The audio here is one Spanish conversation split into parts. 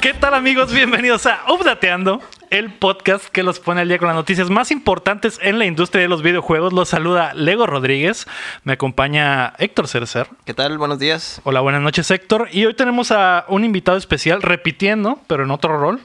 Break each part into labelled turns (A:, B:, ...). A: ¿Qué tal amigos? Bienvenidos a Updateando, el podcast que los pone al día con las noticias más importantes en la industria de los videojuegos. Los saluda Lego Rodríguez, me acompaña Héctor Cercer.
B: ¿Qué tal? Buenos días.
A: Hola, buenas noches Héctor. Y hoy tenemos a un invitado especial, repitiendo, pero en otro rol,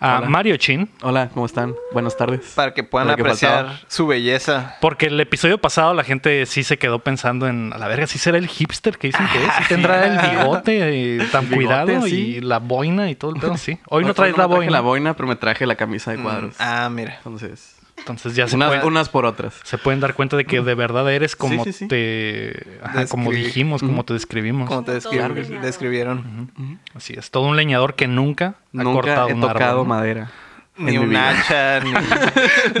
A: a
C: Hola.
A: Mario Chin.
C: Hola, ¿cómo están? Buenas tardes.
B: Para que puedan
C: Para que
B: apreciar
C: faltaba.
B: su belleza.
A: Porque el episodio pasado la gente sí se quedó pensando en, a la verga, sí será el hipster que dicen que es, sí tendrá el bigote eh, tan
C: Ah, El bigote,
A: cuidado y
C: sí.
A: la boina y todo el pedo, sí. Hoy no
C: Hoy
A: traes la
C: me traje
A: boina,
C: la boina, pero me traje la camisa de cuadros.
B: Ah, Pues, mira.
C: Entonces,
A: entonces ya se
C: unas,
A: puede-
C: unas por otras.
A: se pueden dar cuenta de que de verdad eres como
C: sí, sí.
A: te ajá, como
B: Describí.
A: dijimos, como te describimos.
B: Como te
D: Todo
B: descri-
D: leñador.
B: describieron.
A: Así es, todo un leñador que nunca, ha
C: Nunca
A: cortado
C: he
A: un árbol,
C: tocado
A: ¿no?
C: madera.
B: Ni
C: en mi
B: un
C: vida.
B: hacha, ni...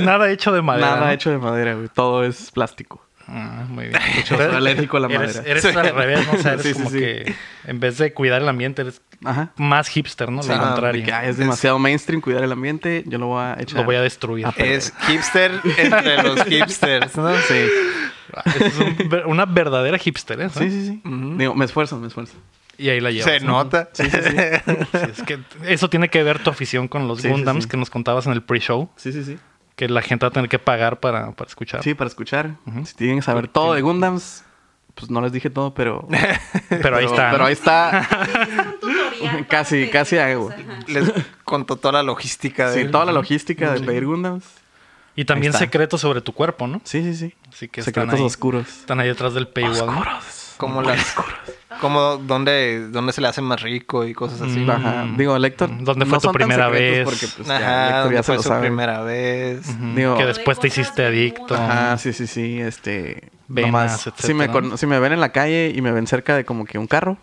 A: Nada hecho de madera.
C: Nada
A: ¿no?
C: hecho de madera, güey. Todo es plástico.
A: Ah, muy bien.
C: soy alérgico a la
A: Eres-
C: madera.
A: Eres, al revés, ¿no? O sea, eres
C: Sí, sí,
A: como
C: sí.
A: que en vez de cuidar el ambiente, eres
C: Ajá.
A: más hipster, ¿no? Lo
B: Sí, ah,
A: contrario.
C: De que, "Ay, es demasiado mainstream cuidar el ambiente. Yo lo voy a echar.
A: Lo voy a destruir.
C: Ah, pero-
B: es hipster entre los hipsters, ¿no?
C: Sí,
A: Eso es un ver- una verdadera hipster, ¿eh?
C: sí, sí. sí.
B: Ujú.
C: Digo, me esfuerzo, me esfuerzo.
A: Y ahí la llevas.
B: Se
A: ¿no?
B: nota.
A: Sí, es que eso tiene que ver tu afición con los
C: Sí, sí,
A: Gundams
C: sí.
A: que nos contabas en el pre-show,
C: Sí, sí, sí.
A: que la gente va a tener que pagar para, para escuchar.
C: Sí, para escuchar.
A: Ujú.
C: Si tienen que saber todo de Gundams, pues no les dije todo, pero...
A: Pero ahí está.
C: Pero
A: ¿no?
C: ahí está.
D: Un tutorial para
C: Casi,
D: pedir
C: casi
D: cosas,
C: hago.
D: ajá.
B: Les contó toda la logística de
C: Sí, toda la logística de pedir Gundams.
A: Y también
C: Ahí está.
A: secretos sobre tu cuerpo, ¿no?
C: Sí, sí, sí.
A: Así que están
C: Secretos
A: ahí,
C: oscuros.
A: están ahí detrás del paywall. ¿no?
B: cómo las cómo dónde dónde se le hace más rico y cosas así.
A: Mm.
C: Ajá. Digo, el Héctor.
A: ¿Dónde fue tu
C: son tan
A: primera
C: secretos
A: vez?
C: Porque, pues, ya, el
B: Ajá,
C: Héctor
B: dónde
C: ya se
B: fue
C: lo
B: su
C: sabe.
B: primera vez.
A: Ujú.
C: Digo-
A: que después te hiciste adicto.
C: Ajá, sí, sí, sí. Este.
A: Venas,
C: nomás, si, me
A: etcétera.
C: con- si me ven en la calle y me ven cerca de como que un carro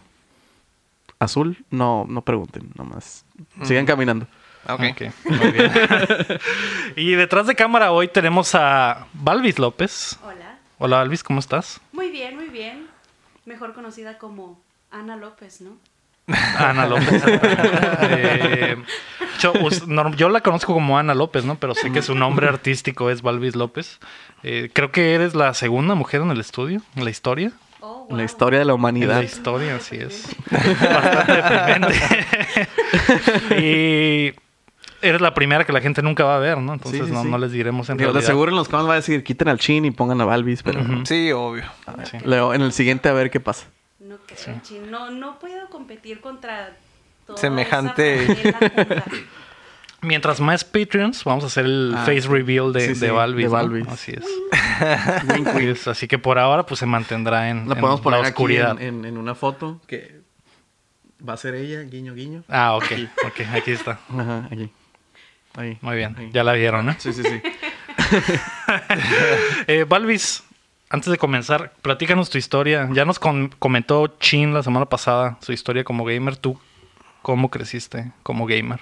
C: azul, no, no pregunten, nomás. Sigan caminando.
B: Ok.
A: Ok, muy bien. y detrás de cámara hoy tenemos a Balvis López.
D: Hola.
A: Hola, Balvis, ¿cómo estás?
D: Muy bien, muy bien. Mejor conocida como Ana López, ¿no?
A: Ana López. Eh, yo, us- norm- yo la conozco como Ana López, ¿no? Pero sé que su nombre artístico es Balvis López. Eh, creo que eres la segunda mujer en el estudio, en la historia.
D: Oh,
C: La
D: wow.
C: historia de la
A: En
C: humanidad.
A: la historia, así es. Bastante deprimente. y eres la primera que la gente nunca va a ver, ¿no? Entonces
C: Sí, sí,
A: no,
C: sí.
A: no les diremos en
C: Digo, de
A: realidad.
C: seguro en los comments va a decir quiten al chin y pongan a Balvis, pero
A: Ujú.
B: Sí, obvio.
A: Ah, Sí.
C: luego en el siguiente a ver qué pasa.
D: No creo, chin. No, no puedo competir contra toda
B: Semejante.
D: esa panela junta.
A: Mientras más Patreons, vamos a hacer el
C: Ah,
A: face reveal de,
C: sí,
A: de
C: sí,
A: Balvis.
C: de
A: ¿no?
C: Balvis.
A: Así es. Así es. Así que por ahora, pues se mantendrá en
C: La
A: en
C: podemos poner
A: la oscuridad.
C: aquí en, en- en una foto que va a ser ella, guiño, guiño.
A: Ah, ok, ok, aquí está.
C: Ajá, aquí. Ahí.
A: Muy bien,
C: Ahí.
A: ya la vieron, ¿no?
C: Sí, sí, sí.
A: Eh, Balvis, antes de comenzar, platícanos tu historia. Ya nos com- comentó Chin la semana pasada su historia como gamer. ¿Tú cómo creciste como gamer?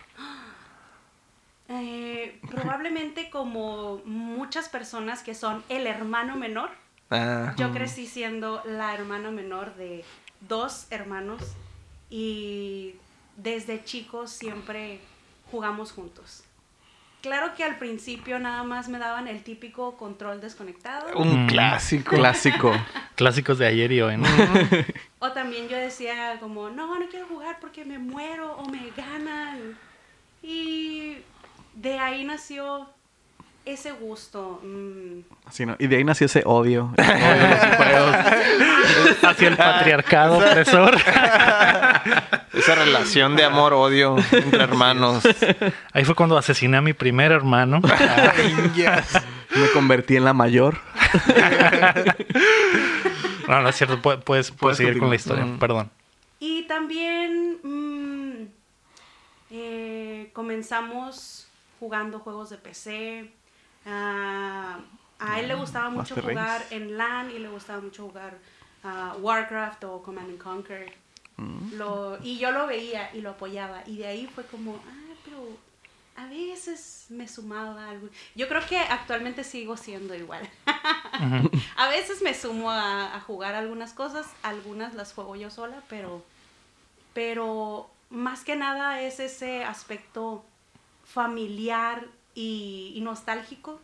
D: Eh, probablemente como muchas personas que son el hermano menor.
B: Ah,
D: Yo crecí siendo la hermana menor de dos hermanos y desde chicos siempre jugamos juntos. Claro que al principio nada más me daban el típico control desconectado.
B: un
A: Mm.
B: clásico.
C: Clásico.
A: Clásicos de ayer y hoy, ¿no?
C: Mm.
D: O también yo decía como, no, no quiero jugar porque me muero o me ganan. Y de ahí nació ese gusto. mm,
C: Así, ¿no? Y de ahí nació ese odio. El odio de los juegos.
A: Hacia el patriarcado opresor.
B: Esa relación de amor odio entre hermanos.
A: Ahí fue cuando asesiné a mi primer hermano.
C: Me convertí en la mayor.
A: No, no es cierto, pu- puedes, puedes,
C: Puedes
A: seguir con la
C: continuar. Mm.
A: historia, perdón.
D: Y también mm, eh, comenzamos jugando juegos de PC. Ah, a él le gustaba mucho
C: Master
D: jugar
C: Race.
D: en LAN y le gustaba mucho jugar ah, Warcraft o Command and Conquer. Lo- y yo lo veía y lo apoyaba. Y de ahí fue como, ah, pero a veces me sumaba a algo. Yo creo que actualmente sigo siendo igual. A veces me sumo a, a jugar algunas cosas, algunas las juego yo sola, pero, pero más que nada es ese aspecto familiar y, y nostálgico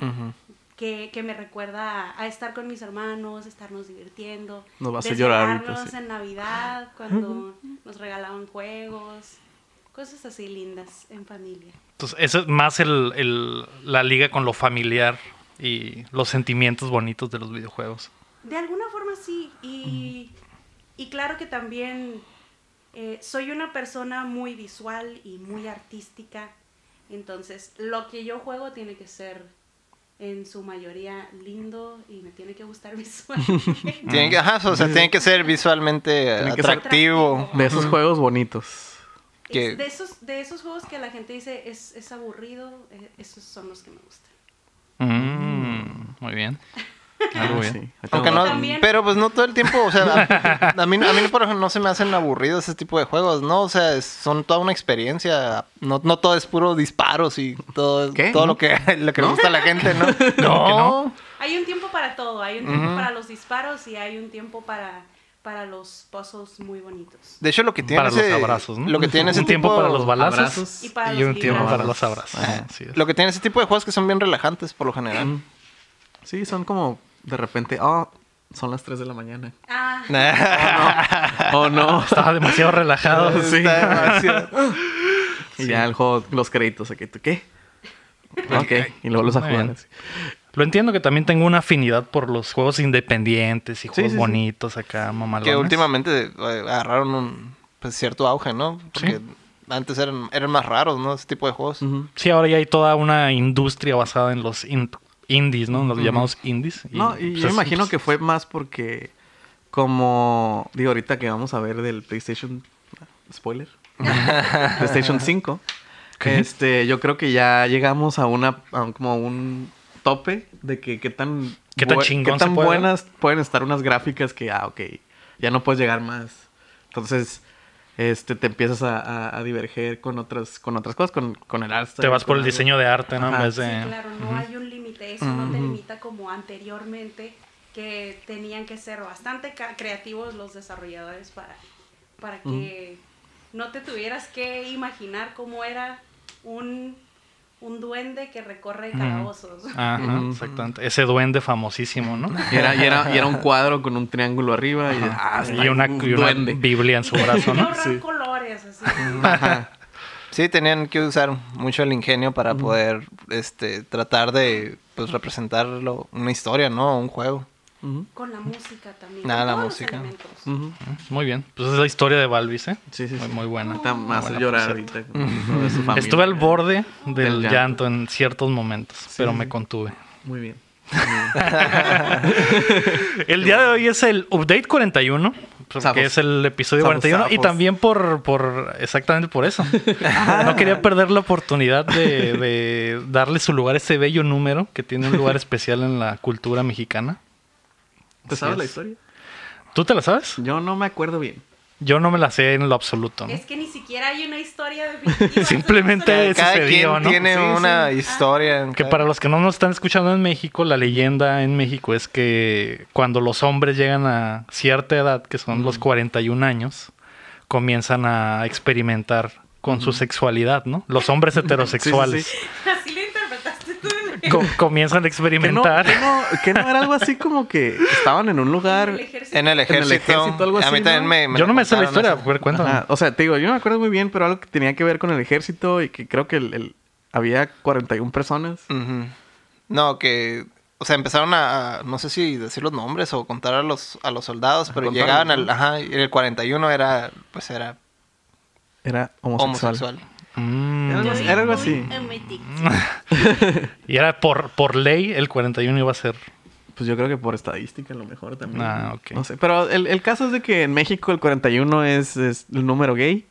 B: Ujú.
D: que, que me recuerda a, a estar con mis hermanos, estarnos divirtiendo,
C: Nos va a hacer llorar ahorita,
D: desvelarnos
C: sí.
D: en Navidad cuando nos regalaban juegos. Cosas así lindas en familia.
A: Entonces, eso es más el, el- la liga con lo familiar y los sentimientos bonitos de los videojuegos.
D: De alguna forma sí. Y, y claro que también eh, soy una persona muy visual y muy artística. Entonces, lo que yo juego tiene que ser en su mayoría lindo y me tiene que gustar visual.
B: Tiene que, ajá, o sea, tiene que ser visualmente
C: Tiene que ser
B: atractivo.
C: De esos juegos bonitos.
B: que-
D: de, esos, de esos juegos que la gente dice es, es aburrido, eh, esos son los que me gustan.
A: Mm, muy bien.
B: Ah,
A: Muy bien.
C: Ah, Sí. Ahí
B: Aunque
C: tengo-
B: no,
D: También-
B: pero pues no todo el tiempo, o sea, a, a mí, a mí por ejemplo no se me hacen aburridos ese tipo de juegos, ¿no? O sea, es- son toda una experiencia, no, no todo es puro disparos y todo,
C: ¿Qué?
B: todo lo que, lo que le gusta a la gente, ¿no?
A: No, que no.
D: Hay un tiempo para todo, hay un tiempo para los disparos y hay un tiempo para, para los pozos muy bonitos.
B: De hecho lo que tiene
A: Para
B: ese,
A: los abrazos, ¿no?
B: lo que tiene ese
A: un tiempo
B: tipo- Ah,
A: para los balazos
E: abrazos.
A: y,
D: Y para
A: un
D: los
A: tiempo
D: libros.
A: para los abrazos.
B: Ajá.
A: Así es.
B: Lo que tiene ese tipo de juegos que son bien relajantes por lo general.
C: Sí, son como de repente, oh, son las 3 de la mañana.
D: Ah,
C: Oh, no.
A: Estaba demasiado relajado.
C: Sí.
B: Está demasiado.
C: Y ya el juego, los créditos, aquí, ¿tú qué? Ok, y luego los a
A: Muy
C: jugar.
A: bien.
C: así.
A: Lo entiendo que también tengo una afinidad por los juegos independientes y juegos
C: sí, sí.
A: bonitos acá, mamalones.
B: Que últimamente eh, agarraron un pues, cierto auge, ¿no? Porque antes eran, eran más raros, ¿no? Ese tipo de juegos.
C: Ujú.
A: Sí, ahora ya hay toda una industria basada en los in- indies, ¿no? En los llamados indies.
C: No, y
A: pues,
C: yo
A: es-
C: imagino que fue más porque, como digo, ahorita que vamos a ver del PlayStation, spoiler, PlayStation 5, este, yo creo que ya llegamos a una, a un- como un tope de que qué tan,
A: Qué tan
C: bue-
A: chingón
C: qué tan
A: se puede.
C: buenas pueden estar unas gráficas que, ah, ok, ya no puedes llegar más. Entonces, este, te empiezas a, a- a diverger con otras, con otras cosas, con, con el arte.
A: Te vas por el diseño de arte, ¿no? En
C: Ajá,
A: vez de...
D: Sí, claro, no hay un límite, eso no te limita como anteriormente que tenían que ser bastante ca- creativos los desarrolladores para, para que no te tuvieras que imaginar cómo era un, un duende que recorre calabozos.
A: Ajá, exactamente. Ese duende famosísimo, ¿no?
C: Y era, y era- y era un cuadro con un triángulo arriba y, ah, está
A: y una,
C: un
A: y una
C: duende.
A: Biblia en
D: Y
A: su
D: que
A: brazo,
D: tenía
A: ¿no?
D: que ahorrar colores, así.
B: Ajá. Sí, tenían que usar mucho el ingenio para poder este, tratar de pues, representarlo, una historia, ¿no? Un juego.
C: Ujú,
D: Con la música también.
B: Nada,
D: con
B: la
D: todos los
B: música.
D: elementos.
C: ujú.
A: Muy bien. Pues es la historia de Balvis, ¿eh?
C: Sí, sí,
A: Muy,
C: sí.
A: muy buena.
C: Ahorita me hace
A: Buena,
C: llorar
A: por cierto.
C: ahorita. con lo de su familia.
A: Estuve al borde del
C: Del
A: llanto.
C: llanto.
A: en ciertos momentos, pero me contuve.
C: Muy bien.
A: El día de hoy es el Update 41,
C: Zafos.
A: que es el episodio
C: Zafos,
A: 41, y
C: zafos.
A: también por, por exactamente por eso. No quería perder la oportunidad de, de darle su lugar a ese bello número que tiene un lugar especial en la cultura mexicana.
C: ¿Te
A: Así
C: sabes la
A: es.
C: historia?
A: ¿Tú te la sabes?
C: Yo no me acuerdo bien.
A: Yo no me la sé en lo absoluto. ¿no?
D: Es que ni siquiera hay una historia definitiva.
A: Simplemente
D: solo-
A: Eso
B: Cada
A: se
B: quien
A: dio, ¿no?
B: tiene
A: Sí, Ah.
B: una historia. en
A: Que
B: cada-
A: para los que no nos están escuchando en México, la leyenda en México es que cuando los hombres llegan a cierta edad, que son los 41 años, comienzan a experimentar con su sexualidad, ¿no? Los hombres heterosexuales
C: Sí,
D: Así lo interpretaste tú.
A: co- comienzan a
C: ¿Qué no,
A: experimentar.
C: qué no- qué no era algo así como que estaban en un lugar?
D: El ejército.
B: En el ejército.
C: ejército, algo
B: a
C: así,
B: mí
C: ¿no?
B: también me,
A: Yo no me sé la
B: contaron
A: historia,
B: eso.
A: a ver, cuéntame.
C: Ajá, O sea, te digo, yo no me acuerdo muy bien, pero algo que tenía que ver con el ejército y que creo que el- el- había 41 personas.
B: Ujú. No, que... O sea, empezaron a, a- no sé si decir los nombres o contar a los, a los soldados, pero
C: contarlos,
B: llegaban
C: ¿no?
B: al, ajá, y el 41 era, pues era
C: Era homosexual.
B: homosexual.
A: Mm.
C: Era algo así- era algo así.
D: Muy hermético.
A: Y era por, por ley, el 41 iba a ser.
C: Pues yo creo que por estadística a lo mejor también.
A: Ah, ok.
C: No sé, pero el, el caso es de que en México el 41 es, es el número gay.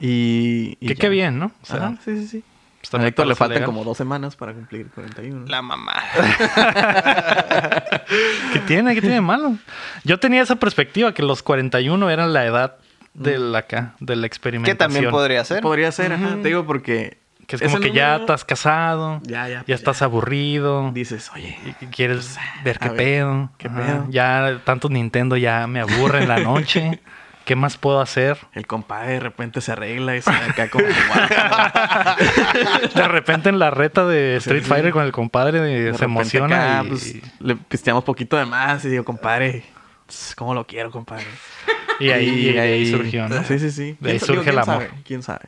C: Y... y
A: Que
C: ya.
A: qué bien, ¿no? O sea,
C: Ajá, sí, sí, sí.
A: pues
C: a
A: también
C: Héctor le
A: parece
C: faltan
A: legal.
C: como dos semanas para cumplir 41.
B: La mamá.
A: ¿Qué tiene? ¿Qué tiene de malo? Yo tenía esa perspectiva que los 41 eran la edad del acá, de la
B: que
A: experimentación.
B: también podría ser.
C: Podría ser, ajá, te digo porque...
A: Que es
C: ese
A: como que ya
C: número
A: estás casado,
C: Ya, ya,
A: ya
C: pues,
A: estás aburrido,
C: Dices, oye,
A: y que quieres ver qué
C: Pues, a ver,
A: pedo.
C: qué
A: ajá,
C: pedo.
A: Ya tanto Nintendo ya me aburre en la noche. ¿Qué más puedo hacer?
C: el compadre de repente se arregla y se acá como... guapo.
A: De repente en la reta de Street
C: sí.
A: Fighter con el compadre eh,
C: De
A: se
C: repente
A: emociona.
C: acá,
A: y-
C: pues, le pisteamos poquito de más y digo, compadre, tss, ¿cómo lo quiero, compadre?
A: y, ahí, y ahí surgió, ¿no?
C: Sí, sí, sí.
A: De ahí
C: sa-
A: surge
C: ¿quién
A: el amor.
C: sabe? ¿Quién sabe?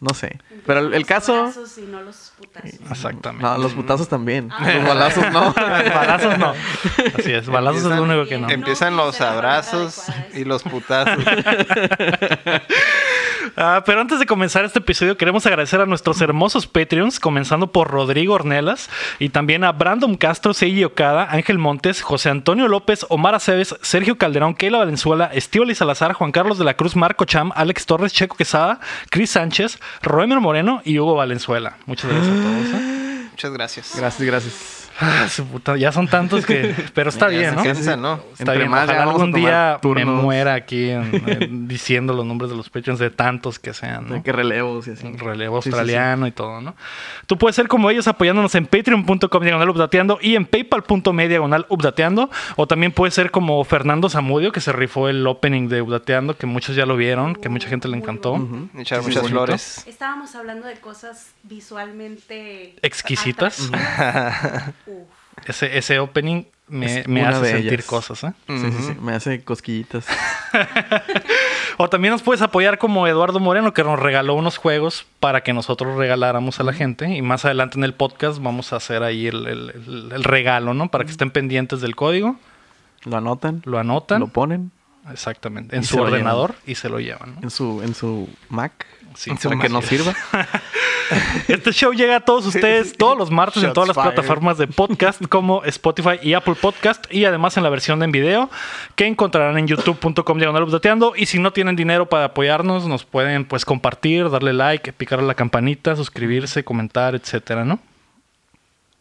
C: No sé. Pero el, el caso.
D: Los balazos y no los putazos.
A: Exactamente.
C: No, los putazos también.
D: Ah.
C: Los balazos no.
A: balazos no. Así es, balazos es lo único que no.
D: Bien.
B: Empiezan
D: no
B: los
D: dice la palabra
B: abrazos
D: adecuada,
B: y los putazos.
A: Ah, pero antes de comenzar este episodio, queremos agradecer a nuestros hermosos Patreons, comenzando por Rodrigo Ornelas y también a Brandon Castro, Seiji Okada, Ángel Montes, José Antonio López, Omar Aceves, Sergio Calderón, Keila Valenzuela, Estíbali Salazar, Juan Carlos de la Cruz, Marco Cham, Alex Torres, Checo Quesada, Cris Sánchez, Roemer Moreno y Hugo Valenzuela. Muchas gracias a todos. ¿eh?
B: Muchas gracias.
C: Gracias, gracias.
A: Ah, su puta, ya son tantos que. Pero está
B: Ya
A: bien,
B: se
A: ¿no?
B: cansa, ¿no?
A: Está
C: Entre
A: bien,
C: más,
A: ojalá
C: ya vamos a
A: algún
C: tomar
A: día me
C: turnos.
A: muera aquí en- en diciendo los nombres de los Patreons de tantos que sean,
C: De
A: ¿no?
C: que relevos y así.
A: Relevo
C: Sí, sí, sí.
A: australiano y todo, ¿no? Tú puedes ser como ellos apoyándonos en patreon.com diagonal updateando y en paypal.me diagonal updateando. O también puedes ser como Fernando Zamudio, que se rifó el opening de updateando, que muchos ya lo vieron, que mucha gente le
D: Muy
A: encantó.
D: bonito.
B: Echar
A: Sí, sí,
B: muchas
A: bonito.
B: flores.
D: Estábamos hablando de cosas visualmente
A: Exquisitas.
D: atractivas. Uf.
A: Ese, ese opening me,
C: Es
A: me
C: una
A: hace
C: de
A: sentir
C: ellas.
A: cosas, ¿eh?
C: Sí, sí, sí. Me hace cosquillitas.
A: O también nos puedes apoyar como Eduardo Moreno, que nos regaló unos juegos para que nosotros regaláramos a la gente. Y más adelante en el podcast vamos a hacer ahí el, el- el- el regalo, ¿no? Para que estén pendientes del código,
C: Lo anotan,
A: lo anotan.
C: lo ponen
A: Exactamente. En
C: Y
A: su
C: se lo
A: ordenador y se lo llevan. ¿no?
C: en su, en su Mac.
A: Sí,
C: para
A: sí,
C: que
A: sí.
C: nos sirva.
A: Este show llega a todos ustedes todos los martes en
C: Shots
A: todas las
C: fired.
A: plataformas de podcast como Spotify y Apple Podcast y además en la versión en video que encontrarán en youtube.com diagonal updateando y si no tienen dinero para apoyarnos nos pueden pues compartir, darle like, picar a la campanita, suscribirse, comentar, etcétera, ¿no?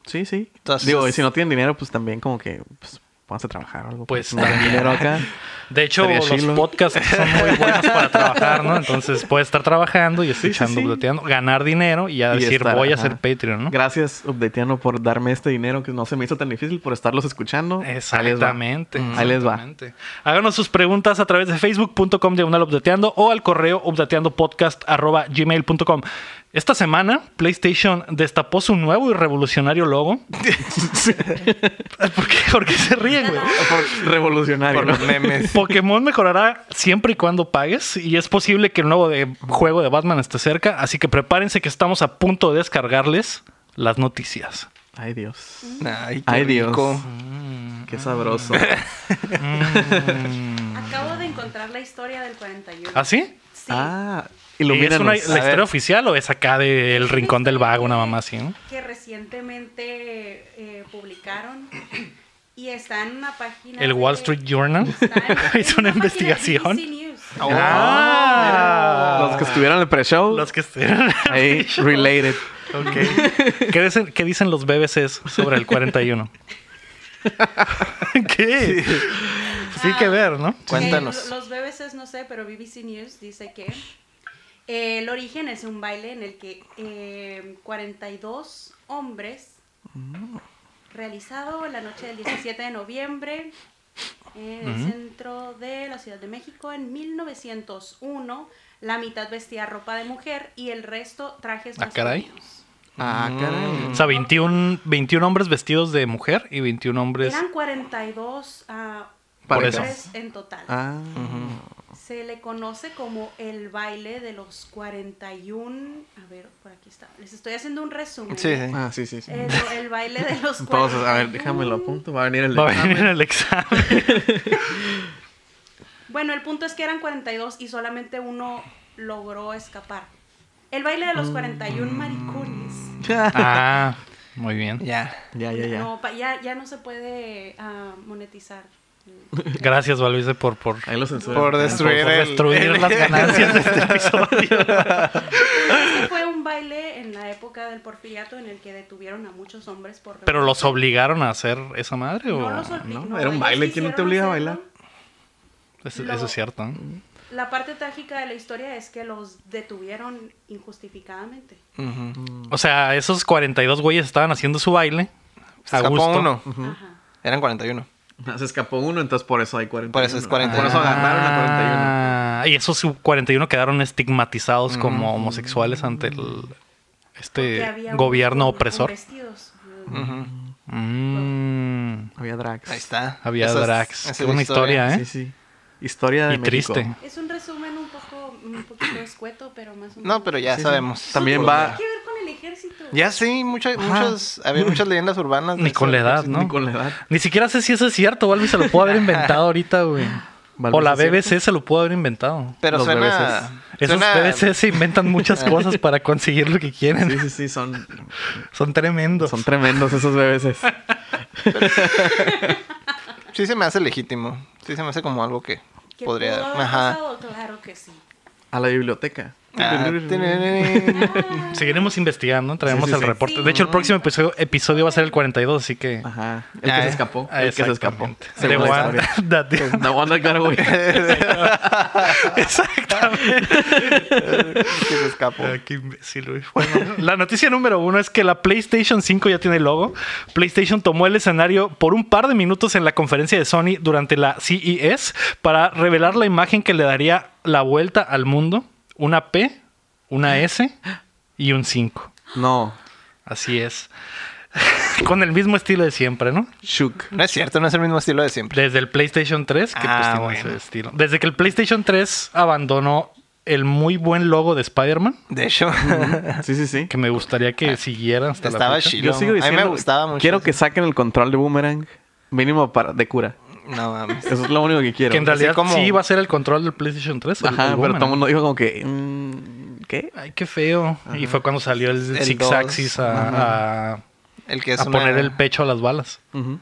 C: Sí, sí.
B: Entonces-
C: Digo, y si no tienen dinero, pues también como que pues, vamos a trabajar o algo.
A: Pues,
C: no tienen
A: también.
C: dinero acá.
A: De hecho,
C: Estaría
A: los
C: chilo.
A: podcasts son muy buenos para trabajar, ¿no? Entonces puedes estar trabajando y
C: sí,
A: escuchando,
C: sí.
A: updateando, ganar dinero y ya
C: Y
A: decir
C: estar,
A: voy a
C: ajá.
A: ser Patreon, ¿no?
C: Gracias, Updateano, por darme este dinero que no se me hizo tan difícil por estarlos escuchando. Ahí les va.
A: Exactamente.
C: Mm. Ahí les va.
A: exactamente. Háganos sus preguntas a través de facebook.com diagonal updateando o al correo updateandopodcast.gmail.com. Esta semana, PlayStation destapó su nuevo y revolucionario logo. ¿Por qué, ¿Por qué se ríen, güey?
C: Por revolucionario.
B: Por
C: ¿no?
B: los memes.
A: Pokémon mejorará siempre y cuando pagues y es posible que el nuevo de- juego de Batman esté cerca, así que prepárense que estamos a punto de descargarles las noticias.
C: Ay, Dios.
A: Mm.
B: Ay, qué
C: Ay, Dios. Mm.
B: rico.
C: Qué sabroso. Mm.
D: Acabo de encontrar la historia del 41.
A: ¿Ah, sí?
D: Sí.
C: Ah,
A: ¿Y ¿Es una,
C: ilumínanos.
A: la historia oficial o es acá del Rincón del Vago, una mamá así? ¿no?
D: que recientemente eh, publicaron y está en una página.
A: El
D: de-
A: Wall Street Journal
D: está en- en
A: hizo una
D: página de
A: investigación.
D: BBC News.
A: Ah,
C: Los que estuvieron en el pre-show.
A: Los que estuvieron.
C: Ahí, related.
A: Ok. ¿Qué dicen, qué dicen los BBCs sobre el 41? ¿Qué? Pues Sí
D: Ah.
A: que ver, ¿no?
B: Cuéntanos.
D: Eh, los BBCs no sé, pero BBC News dice que eh, el origen es un baile en el que eh, 42 hombres
A: Mm.
D: realizado la noche del 17 de noviembre en
A: Mm.
D: el centro de la Ciudad de México en 1901. La mitad vestía ropa de mujer y el resto trajes
A: Ah, caray.
D: masculinos.
C: Ah, caray.
A: O sea, 21, 21 hombres vestidos de mujer y 21 hombres...
D: Eran 42 ah,
A: Pues Por
D: hombres
A: eso.
D: en total.
C: Ah,
D: Se le conoce como el baile de los 41. A ver, por aquí está. Les estoy haciendo un resumen.
B: Sí, sí.
C: ah, sí, sí, sí.
D: El, el baile de los 41.
C: Entonces, a
D: pues,
C: ver, déjame
D: mm.
C: lo apunto. Va a venir el
A: Va a venir el examen.
D: Bueno, el punto es que eran 42 y solamente uno logró escapar. El baile de
C: Mm.
D: los 41 maricones.
A: Ah, muy bien.
B: Ya.
C: Ya, ya, ya.
D: No, pa- ya, ya no se puede ah, monetizar.
A: Gracias, Valvice, por, por,
C: Ahí lo censuran.
B: Por
A: por
B: destruir, el-
A: destruir
B: el-
A: las ganancias de este episodio.
D: Ese fue un baile en la época del porfiriato en el que detuvieron a muchos hombres por...
A: ¿Pero los obligaron a hacer esa madre o...?
D: No los obli-
C: no,
D: no,
C: era un
D: ellos
C: baile, ¿quién no te
D: quisieron
C: obliga a
D: hacerlo.
C: bailar?
A: Eso,
D: Lo-
A: eso es cierto. ¿no?
D: La parte trágica de la historia es que los detuvieron injustificadamente.
A: O sea, esos 42 güeyes estaban haciendo su baile. A
B: Escapó
A: gusto.
B: uno.
D: Ajá.
B: Eran 41.
C: Se escapó uno, entonces por eso hay 41.
B: Por eso es 41.
C: Por eso agarraron a
A: Ah, y esos sub- 41 quedaron estigmatizados como homosexuales ante el
D: Que
A: este
D: había
A: gobierno
D: unos con-
A: opresor.
D: con vestidos.
A: Mm,
C: 41. Había drags.
B: Ahí está.
A: había
B: Esa es-
A: drags.
B: esa
A: Qué
B: es
A: buena
B: la
A: historia, ¿eh?
C: Sí, sí. Historia de
A: y
C: México.
A: triste.
D: Es un resumen un poco un poquito escueto, pero más
A: ¿eh?
D: o menos.
B: No, pero ya
C: Sí, sí.
B: sabemos.
C: También
B: Por-
C: va-
D: ¿Qué ver con el ejército?
B: Ya sí, muchas,
C: Ajá.
B: muchas, había muchas leyendas urbanas. de
A: Ni con
B: eso.
A: la edad, ¿no?
C: Ni con la edad.
A: Ni siquiera sé si eso es cierto. Balbi se lo pudo haber inventado ahorita, güey.
C: Balbi
A: O la
C: es cierto.
A: BBC se lo pudo haber inventado.
B: Pero
C: Los
B: suena,
A: Esos
B: suena-
A: BBC se inventan muchas cosas para conseguir lo que quieren.
C: Sí, sí, sí, son,
A: Son tremendos.
C: son tremendos esos bebés.
B: Sí se me hace legítimo. Sí se me hace como algo que
D: ¿Que
B: podría...
D: pudo haber
B: Ajá.
D: pasado? Claro que sí.
C: A la biblioteca.
B: Ah, tirirín.
D: Ah,
A: Seguiremos investigando, traemos
C: Sí, sí,
A: el
C: sí.
A: reporte.
D: Sí.
A: De hecho, el próximo episodio, episodio va a ser el 42, así que...
C: Ajá. El que
B: Ah,
C: se escapó.
A: Ah,
C: El que se escapó.
A: exactamente.
C: Según
A: The
C: la
A: one
C: historia. Pues
A: that did-
C: The one that got away.
A: Exactamente.
B: que se escapó.
A: Ah, qué imbécil, güey. Bueno, la noticia número uno es que la PlayStation 5 ya tiene logo. PlayStation tomó el escenario por un par de minutos en la conferencia de Sony durante la CES para revelar la imagen que le daría la vuelta al mundo. Una P, una S y un 5.
C: No.
A: Así es. Con el mismo estilo de siempre, ¿no?
C: Shook.
B: No es cierto, no es el mismo estilo de siempre.
A: Desde el PlayStation 3, que
B: Ah,
A: pues tiene ese
B: bueno.
A: estilo. Desde que el PlayStation 3 abandonó el muy buen logo de Spider-Man,
B: De hecho,
C: Sí, sí, sí.
A: que me gustaría que siguieran hasta
B: Ah, Estaba
A: la fecha.
B: chi-
C: Yo sigo
B: A mí me
C: diciendo.
B: gustaba mucho
C: Quiero
B: eso.
C: que saquen el control de Boomerang. Mínimo para, de cura.
B: no mames.
C: Eso es lo único que quiero.
A: que en
B: así
A: realidad
B: como-
A: sí iba a ser el control del PlayStation 3. el- el
C: Ajá, pero
A: Woman.
C: todo el mundo dijo como que. mm, ¿Qué?
A: Ay, qué feo. Y fue cuando salió el,
B: El
A: Six
B: dos.
A: Axis a, a-
B: El que es
A: a
B: una-
A: poner el pecho a las balas.
C: Ujú.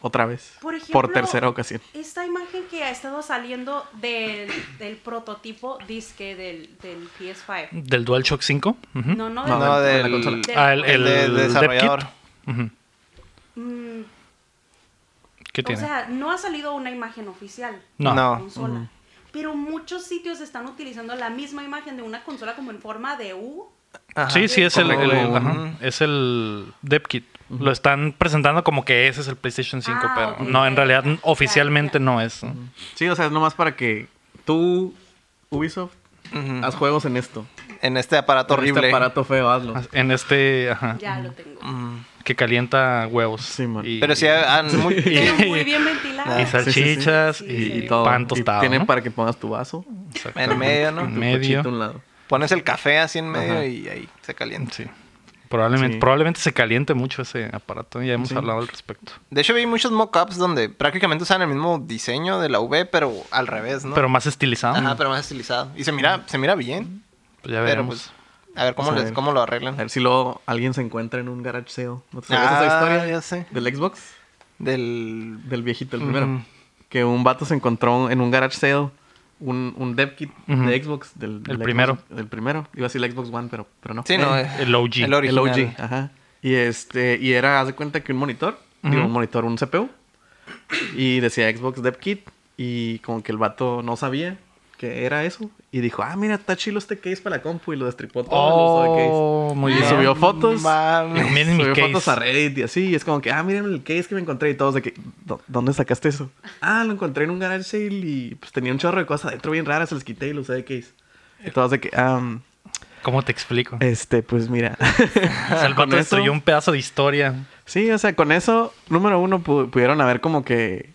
C: Otra vez.
D: Por ejemplo,
C: Por tercera ocasión.
D: Esta imagen que ha estado saliendo del, del prototipo disque del, del PS5.
A: Del DualShock 5. Ujú.
D: No, no,
C: No,
D: del-
B: No,
C: de
B: del,
C: la consola.
D: del-
A: Ah, el, el,
B: el de-
A: dev kit.
B: desarrollador.
A: Ujú.
D: Mm,
A: ¿Qué
D: o
A: tiene?
D: sea, no ha salido una imagen oficial
A: no.
D: de
C: Ah,
B: No.
D: consola. Pero muchos sitios están utilizando la misma imagen de una consola como en forma de U.
B: Ajá.
A: Sí, sí, es el,
B: Como
A: el- el-
B: un-
A: ajá, es el dev kit. Lo están presentando como que ese es el PlayStation 5,
D: Ah,
A: pero
D: ok,
A: no, en
D: ya,
A: realidad
D: ya, ya.
A: oficialmente
D: Ya,
A: no es. ¿no?
C: Sí, o sea, es nomás para que tú, Ubisoft,
B: Ujú.
C: haz juegos en esto.
B: En este aparato
C: En este
B: horrible.
C: aparato feo, hazlo.
A: En este,
C: Ah,
A: ajá,
D: Ya lo tengo.
C: Mm.
A: que calienta huevos.
C: Sí, man. Ah,
A: y-
B: Pero sí, han muy...
D: Pero muy bien ventilado.
A: y salchichas
D: Sí, sí, sí.
A: y,
D: Sí,
C: Todo.
A: pan
C: Y
A: tostado.
C: Tiene
A: ¿no?
C: para que pongas tu vaso,
A: Exactamente.
B: En medio, ¿no?
A: En
C: tu
A: medio.
C: cochito a un lado.
B: Pones el café así en medio
C: Ajá.
B: y ahí se calienta.
A: Sí. Probablemente,
C: Sí.
A: probablemente se caliente mucho ese aparato. Ya hemos
C: Sí.
A: hablado al respecto.
B: De hecho, vi muchos mock-ups donde prácticamente usan el mismo diseño de la V, pero al revés, ¿no?
A: Pero más estilizado.
B: Ajá, pero más estilizado. Y se mira, se mira bien.
A: Pues ya
B: Pero
A: veremos.
B: pues, a ver cómo,
C: Vamos a
B: les,
C: ver.
B: cómo lo
C: A
B: arreglan.
C: ver si luego alguien se encuentra en un garage sale. ¿No te sabes
B: Ah,
C: esa historia?
B: ya sé.
C: Del Xbox,
B: Del...
C: del viejito, el primero.
B: Ujú.
C: Que un vato se encontró en un garage sale un, un dev kit
A: Ujú.
C: de Xbox. Del, del Xbox-
A: primero.
C: del primero. Iba a decir el Xbox One, pero, pero no.
B: Sí, no,
C: Eh,
B: eh,
A: El OG.
B: el
C: el Ah,
B: original.
C: OG. Ajá. Y, este, y era, haz de cuenta que un monitor, digo, un monitor, un CPU. Y decía Xbox Dev Kit. Y como que el vato no sabía que era eso. Y dijo, ah, mira, está chilo este case para la compu. Y lo destripó todo. lo usó de case.
A: Oh, muy
C: Y
A: bien.
C: subió fotos.
A: Y
B: Mames.
A: miren mi
C: Subió
A: case.
C: fotos a Reddit y así. Y es como que, ah, miren el case que me encontré. Y todos de que, "¿Dó- ¿dónde sacaste eso? Ah, lo encontré en un garage sale y pues tenía un chorro de cosas dentro bien raras. Se les quité y lo usé de case. Y todos de que, ah,
A: ¿Cómo te explico?
C: este, pues mira.
A: O sea, el
C: con
A: vato
C: eso-
A: destruyó un pedazo de historia.
C: Sí, o sea, con eso, número uno, pu- pudieron haber como que...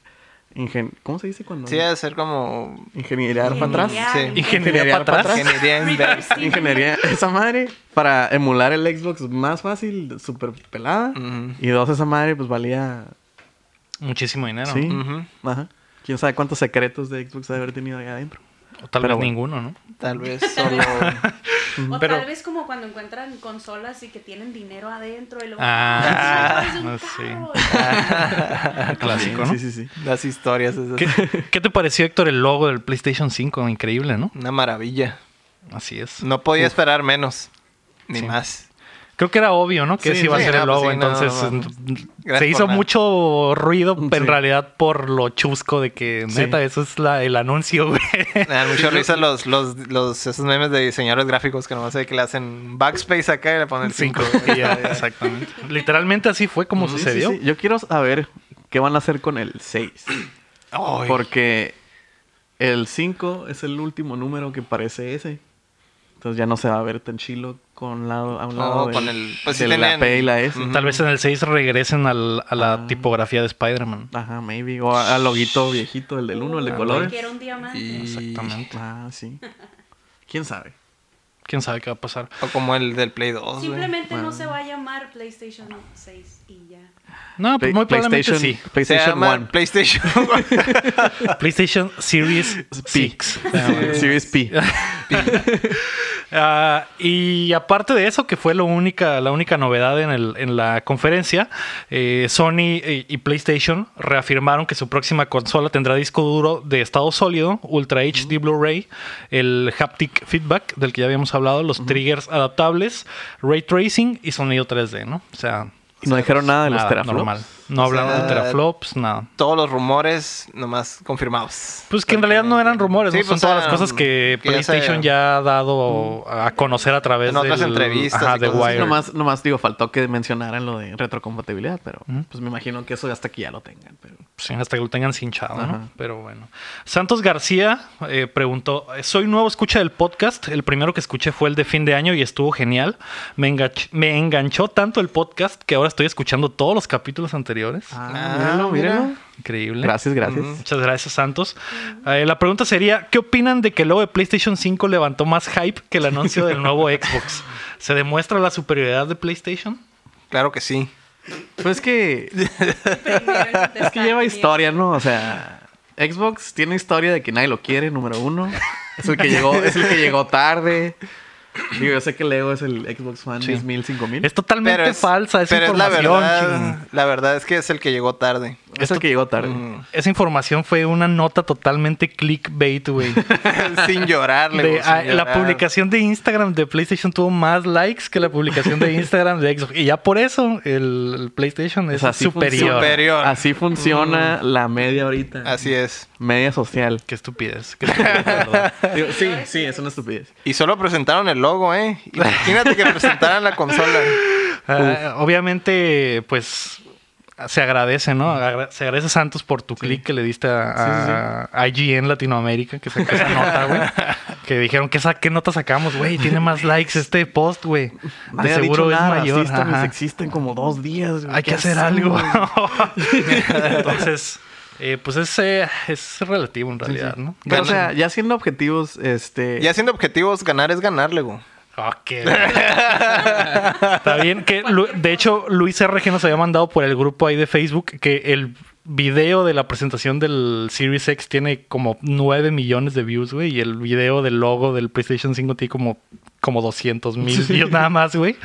C: ingen- ¿Cómo se dice cuando...?
B: Sí, debe ser como...
C: Ingeniería para atrás.
D: Ingeniería.
B: Sí.
A: Ingeniería para atrás.
B: Ingeniería inversa.
D: Reverse
C: Ingeniería, esa madre, para emular el Xbox más fácil, súper pelada.
A: Mm.
B: Ujú.
C: Y dos, esa madre, pues valía...
A: Muchísimo dinero.
C: sí.
B: Ujú.
C: Ajá. ¿Quién sabe cuántos secretos de Xbox ha de haber tenido ahí adentro?
A: O tal vez
C: Pero bueno.
A: ninguno, ¿no?
B: Tal vez solo...
D: O
A: Pero-
D: tal vez como cuando encuentran consolas y que tienen dinero adentro y luego...
A: Ah,
D: "Ay, es un
A: no
D: carro".
C: Ah,
A: Clásico, ¿no?
C: Sí, sí, sí.
B: Las historias esas.
A: ¿Qué, qué te pareció, Héctor, el logo del PlayStation 5? Increíble, ¿no?
B: Una maravilla.
A: Así es.
B: No podía esperar menos. Ni
A: Sí.
B: más.
A: Creo que era obvio, ¿no? Que
B: Sí,
A: ese iba a
B: sí,
A: ser
B: no,
A: el
B: pues
A: logo.
B: sí, no,
A: entonces,
B: no, no.
A: mm,
B: Gracias
A: se
B: por
A: hizo
B: nada.
A: mucho ruido, pero en
C: Sí.
A: realidad, por lo chusco de que,
C: Sí.
A: neta, eso es la, el anuncio, güey.
B: Me dan mucho risa los, los, los, esos memes de diseñadores gráficos que nomás sé que le hacen backspace acá y le ponen 5.
A: Y ya, exactamente. Literalmente así fue como
C: Sí, sí,
A: sucedió.
C: sí. Yo quiero saber qué van a hacer con el 6. Porque el 5 es el último número que parece ese. Entonces ya no se va a ver tan chilo con lado, a un
B: No,
C: lado
B: con
C: del-
B: el- pues sí
C: de la
B: tenían-
C: P y la S.
B: Ujú.
A: Tal vez en el 6 regresen al- a la
C: Ah.
A: tipografía de Spider-Man.
C: Ajá, maybe. O
D: Ah,
C: a- al loguito viejito, el del 1, el de
D: Uy,
C: colores.
D: Quiero un diamante.
B: Y-
A: Exactamente.
C: Ah, sí. ¿Quién sabe?
A: ¿Quién sabe qué va a pasar?
B: O como el del Play 2.
C: pues,
B: güey.
D: Simplemente no se va a llamar PlayStation 6 y ya.
A: No, pues
C: Play-
A: muy probablemente
C: PlayStation,
A: sí.
B: Se
C: PlayStation
B: llama
C: 1.
B: PlayStation.
A: PlayStation Series
C: P.
A: 6.
C: Series P.
A: Ah, y aparte de eso, que fue lo única, la única novedad en, el- en la conferencia, eh, Sony eh, y PlayStation reafirmaron que su próxima consola tendrá disco duro de estado sólido, Ultra HD Blu-ray, el haptic feedback del que ya habíamos hablado, los triggers adaptables, ray tracing y sonido 3D, ¿no? O sea,
C: No dijeron nada de los
A: nada
C: teraflops.
A: normal. No hablaron
B: sea,
A: de teraflops, nada.
B: Todos los rumores nomás confirmados.
A: Pues que en realidad no eran rumores,
B: Sí,
A: ¿no? son
B: pues,
A: todas las
B: eran-
A: cosas que
B: que ya se- Mm.
A: PlayStation ya ha dado a conocer a través
B: En otras
A: del-
B: entrevistas
A: ajá,
B: y
A: de
B: cosas así.
A: Wire.
C: Nomás, nomás digo, faltó que mencionaran lo de retrocompatibilidad, pero pues me imagino que eso hasta aquí ya lo tengan. Pero...
A: Sí, hasta que lo tengan cinchado, ¿no?
C: Ajá.
A: Pero bueno. Santos García eh, preguntó, soy nuevo escucha del podcast, el primero que escuché fue el de fin de año y estuvo genial. Me, engach- me enganchó tanto el podcast que ahora estoy escuchando todos los capítulos anteriores.
B: Ah,
C: míralo,
B: mira.
C: míralo.
A: Increíble.
C: Gracias, gracias.
A: Muchas gracias, Santos. Eh, la pregunta sería, ¿qué opinan de que el logo de PlayStation 5 levantó más hype que el anuncio del nuevo Xbox? ¿Se demuestra la superioridad de PlayStation?
B: Claro que sí.
C: Pues es que
D: Es
C: Es que lleva historia, ¿no? O sea, Xbox tiene historia de que nadie lo quiere, número uno. Es el que llegó, es el que llegó tarde. Digo, yo sé que Leo es el Xbox fan
A: Sí.
C: 10.000, 5.000.
A: Es totalmente
B: Pero es,
A: falsa esa
B: pero es la
A: información.
B: verdad. La verdad es que es el que llegó tarde.
C: Es, el que llegó tarde.
B: Mm.
A: Esa información fue una nota totalmente clickbait, güey.
B: sin llorar, le
A: De-
B: digo, sin
A: ah, la
B: llorar.
A: publicación de Instagram de PlayStation tuvo más likes que la publicación de Instagram de Xbox. Y ya por eso el, el PlayStation es
C: O sea, así
A: superior. Mm.
C: funciona.
B: Superior.
C: Así funciona la media ahorita.
B: Así es.
C: Media social.
A: Qué estupidez. Qué estupidez, de verdad.
C: Digo, sí, sí, es una estupidez.
B: Y solo presentaron el logo, ¿eh? Imagínate que presentaran la consola.
A: Ah, obviamente, pues se agradece, ¿no? Agra- se agradece a Santos por tu clic que le diste a, a IGN Latinoamérica, que sacó esa nota, güey. que dijeron, ¿qué, sa- qué nota sacamos, güey? Tiene más likes este post, güey. De
C: Nadie ha dicho
A: seguro es
C: nada
A: mayor.
C: racista, ni
A: ajá.
C: sexista en como dos días. güey.
A: Hay que
C: ¿Qué
A: hacer algo.
C: hacemos?
A: Entonces, eh, pues es, eh, es relativo en realidad, ¿no?
C: Pero, o
B: Ganan.
C: sea, ya siendo objetivos, este...
B: Ya siendo objetivos, ganar es ganarle, güey.
A: Ok. Está bien que, Lu- de hecho, Luis RG nos había mandado por el grupo ahí de Facebook que el video de la presentación del Series X tiene como 9 millones de views, güey, y el video del logo del PlayStation 5 tiene como, como 200 mil views nada más, güey.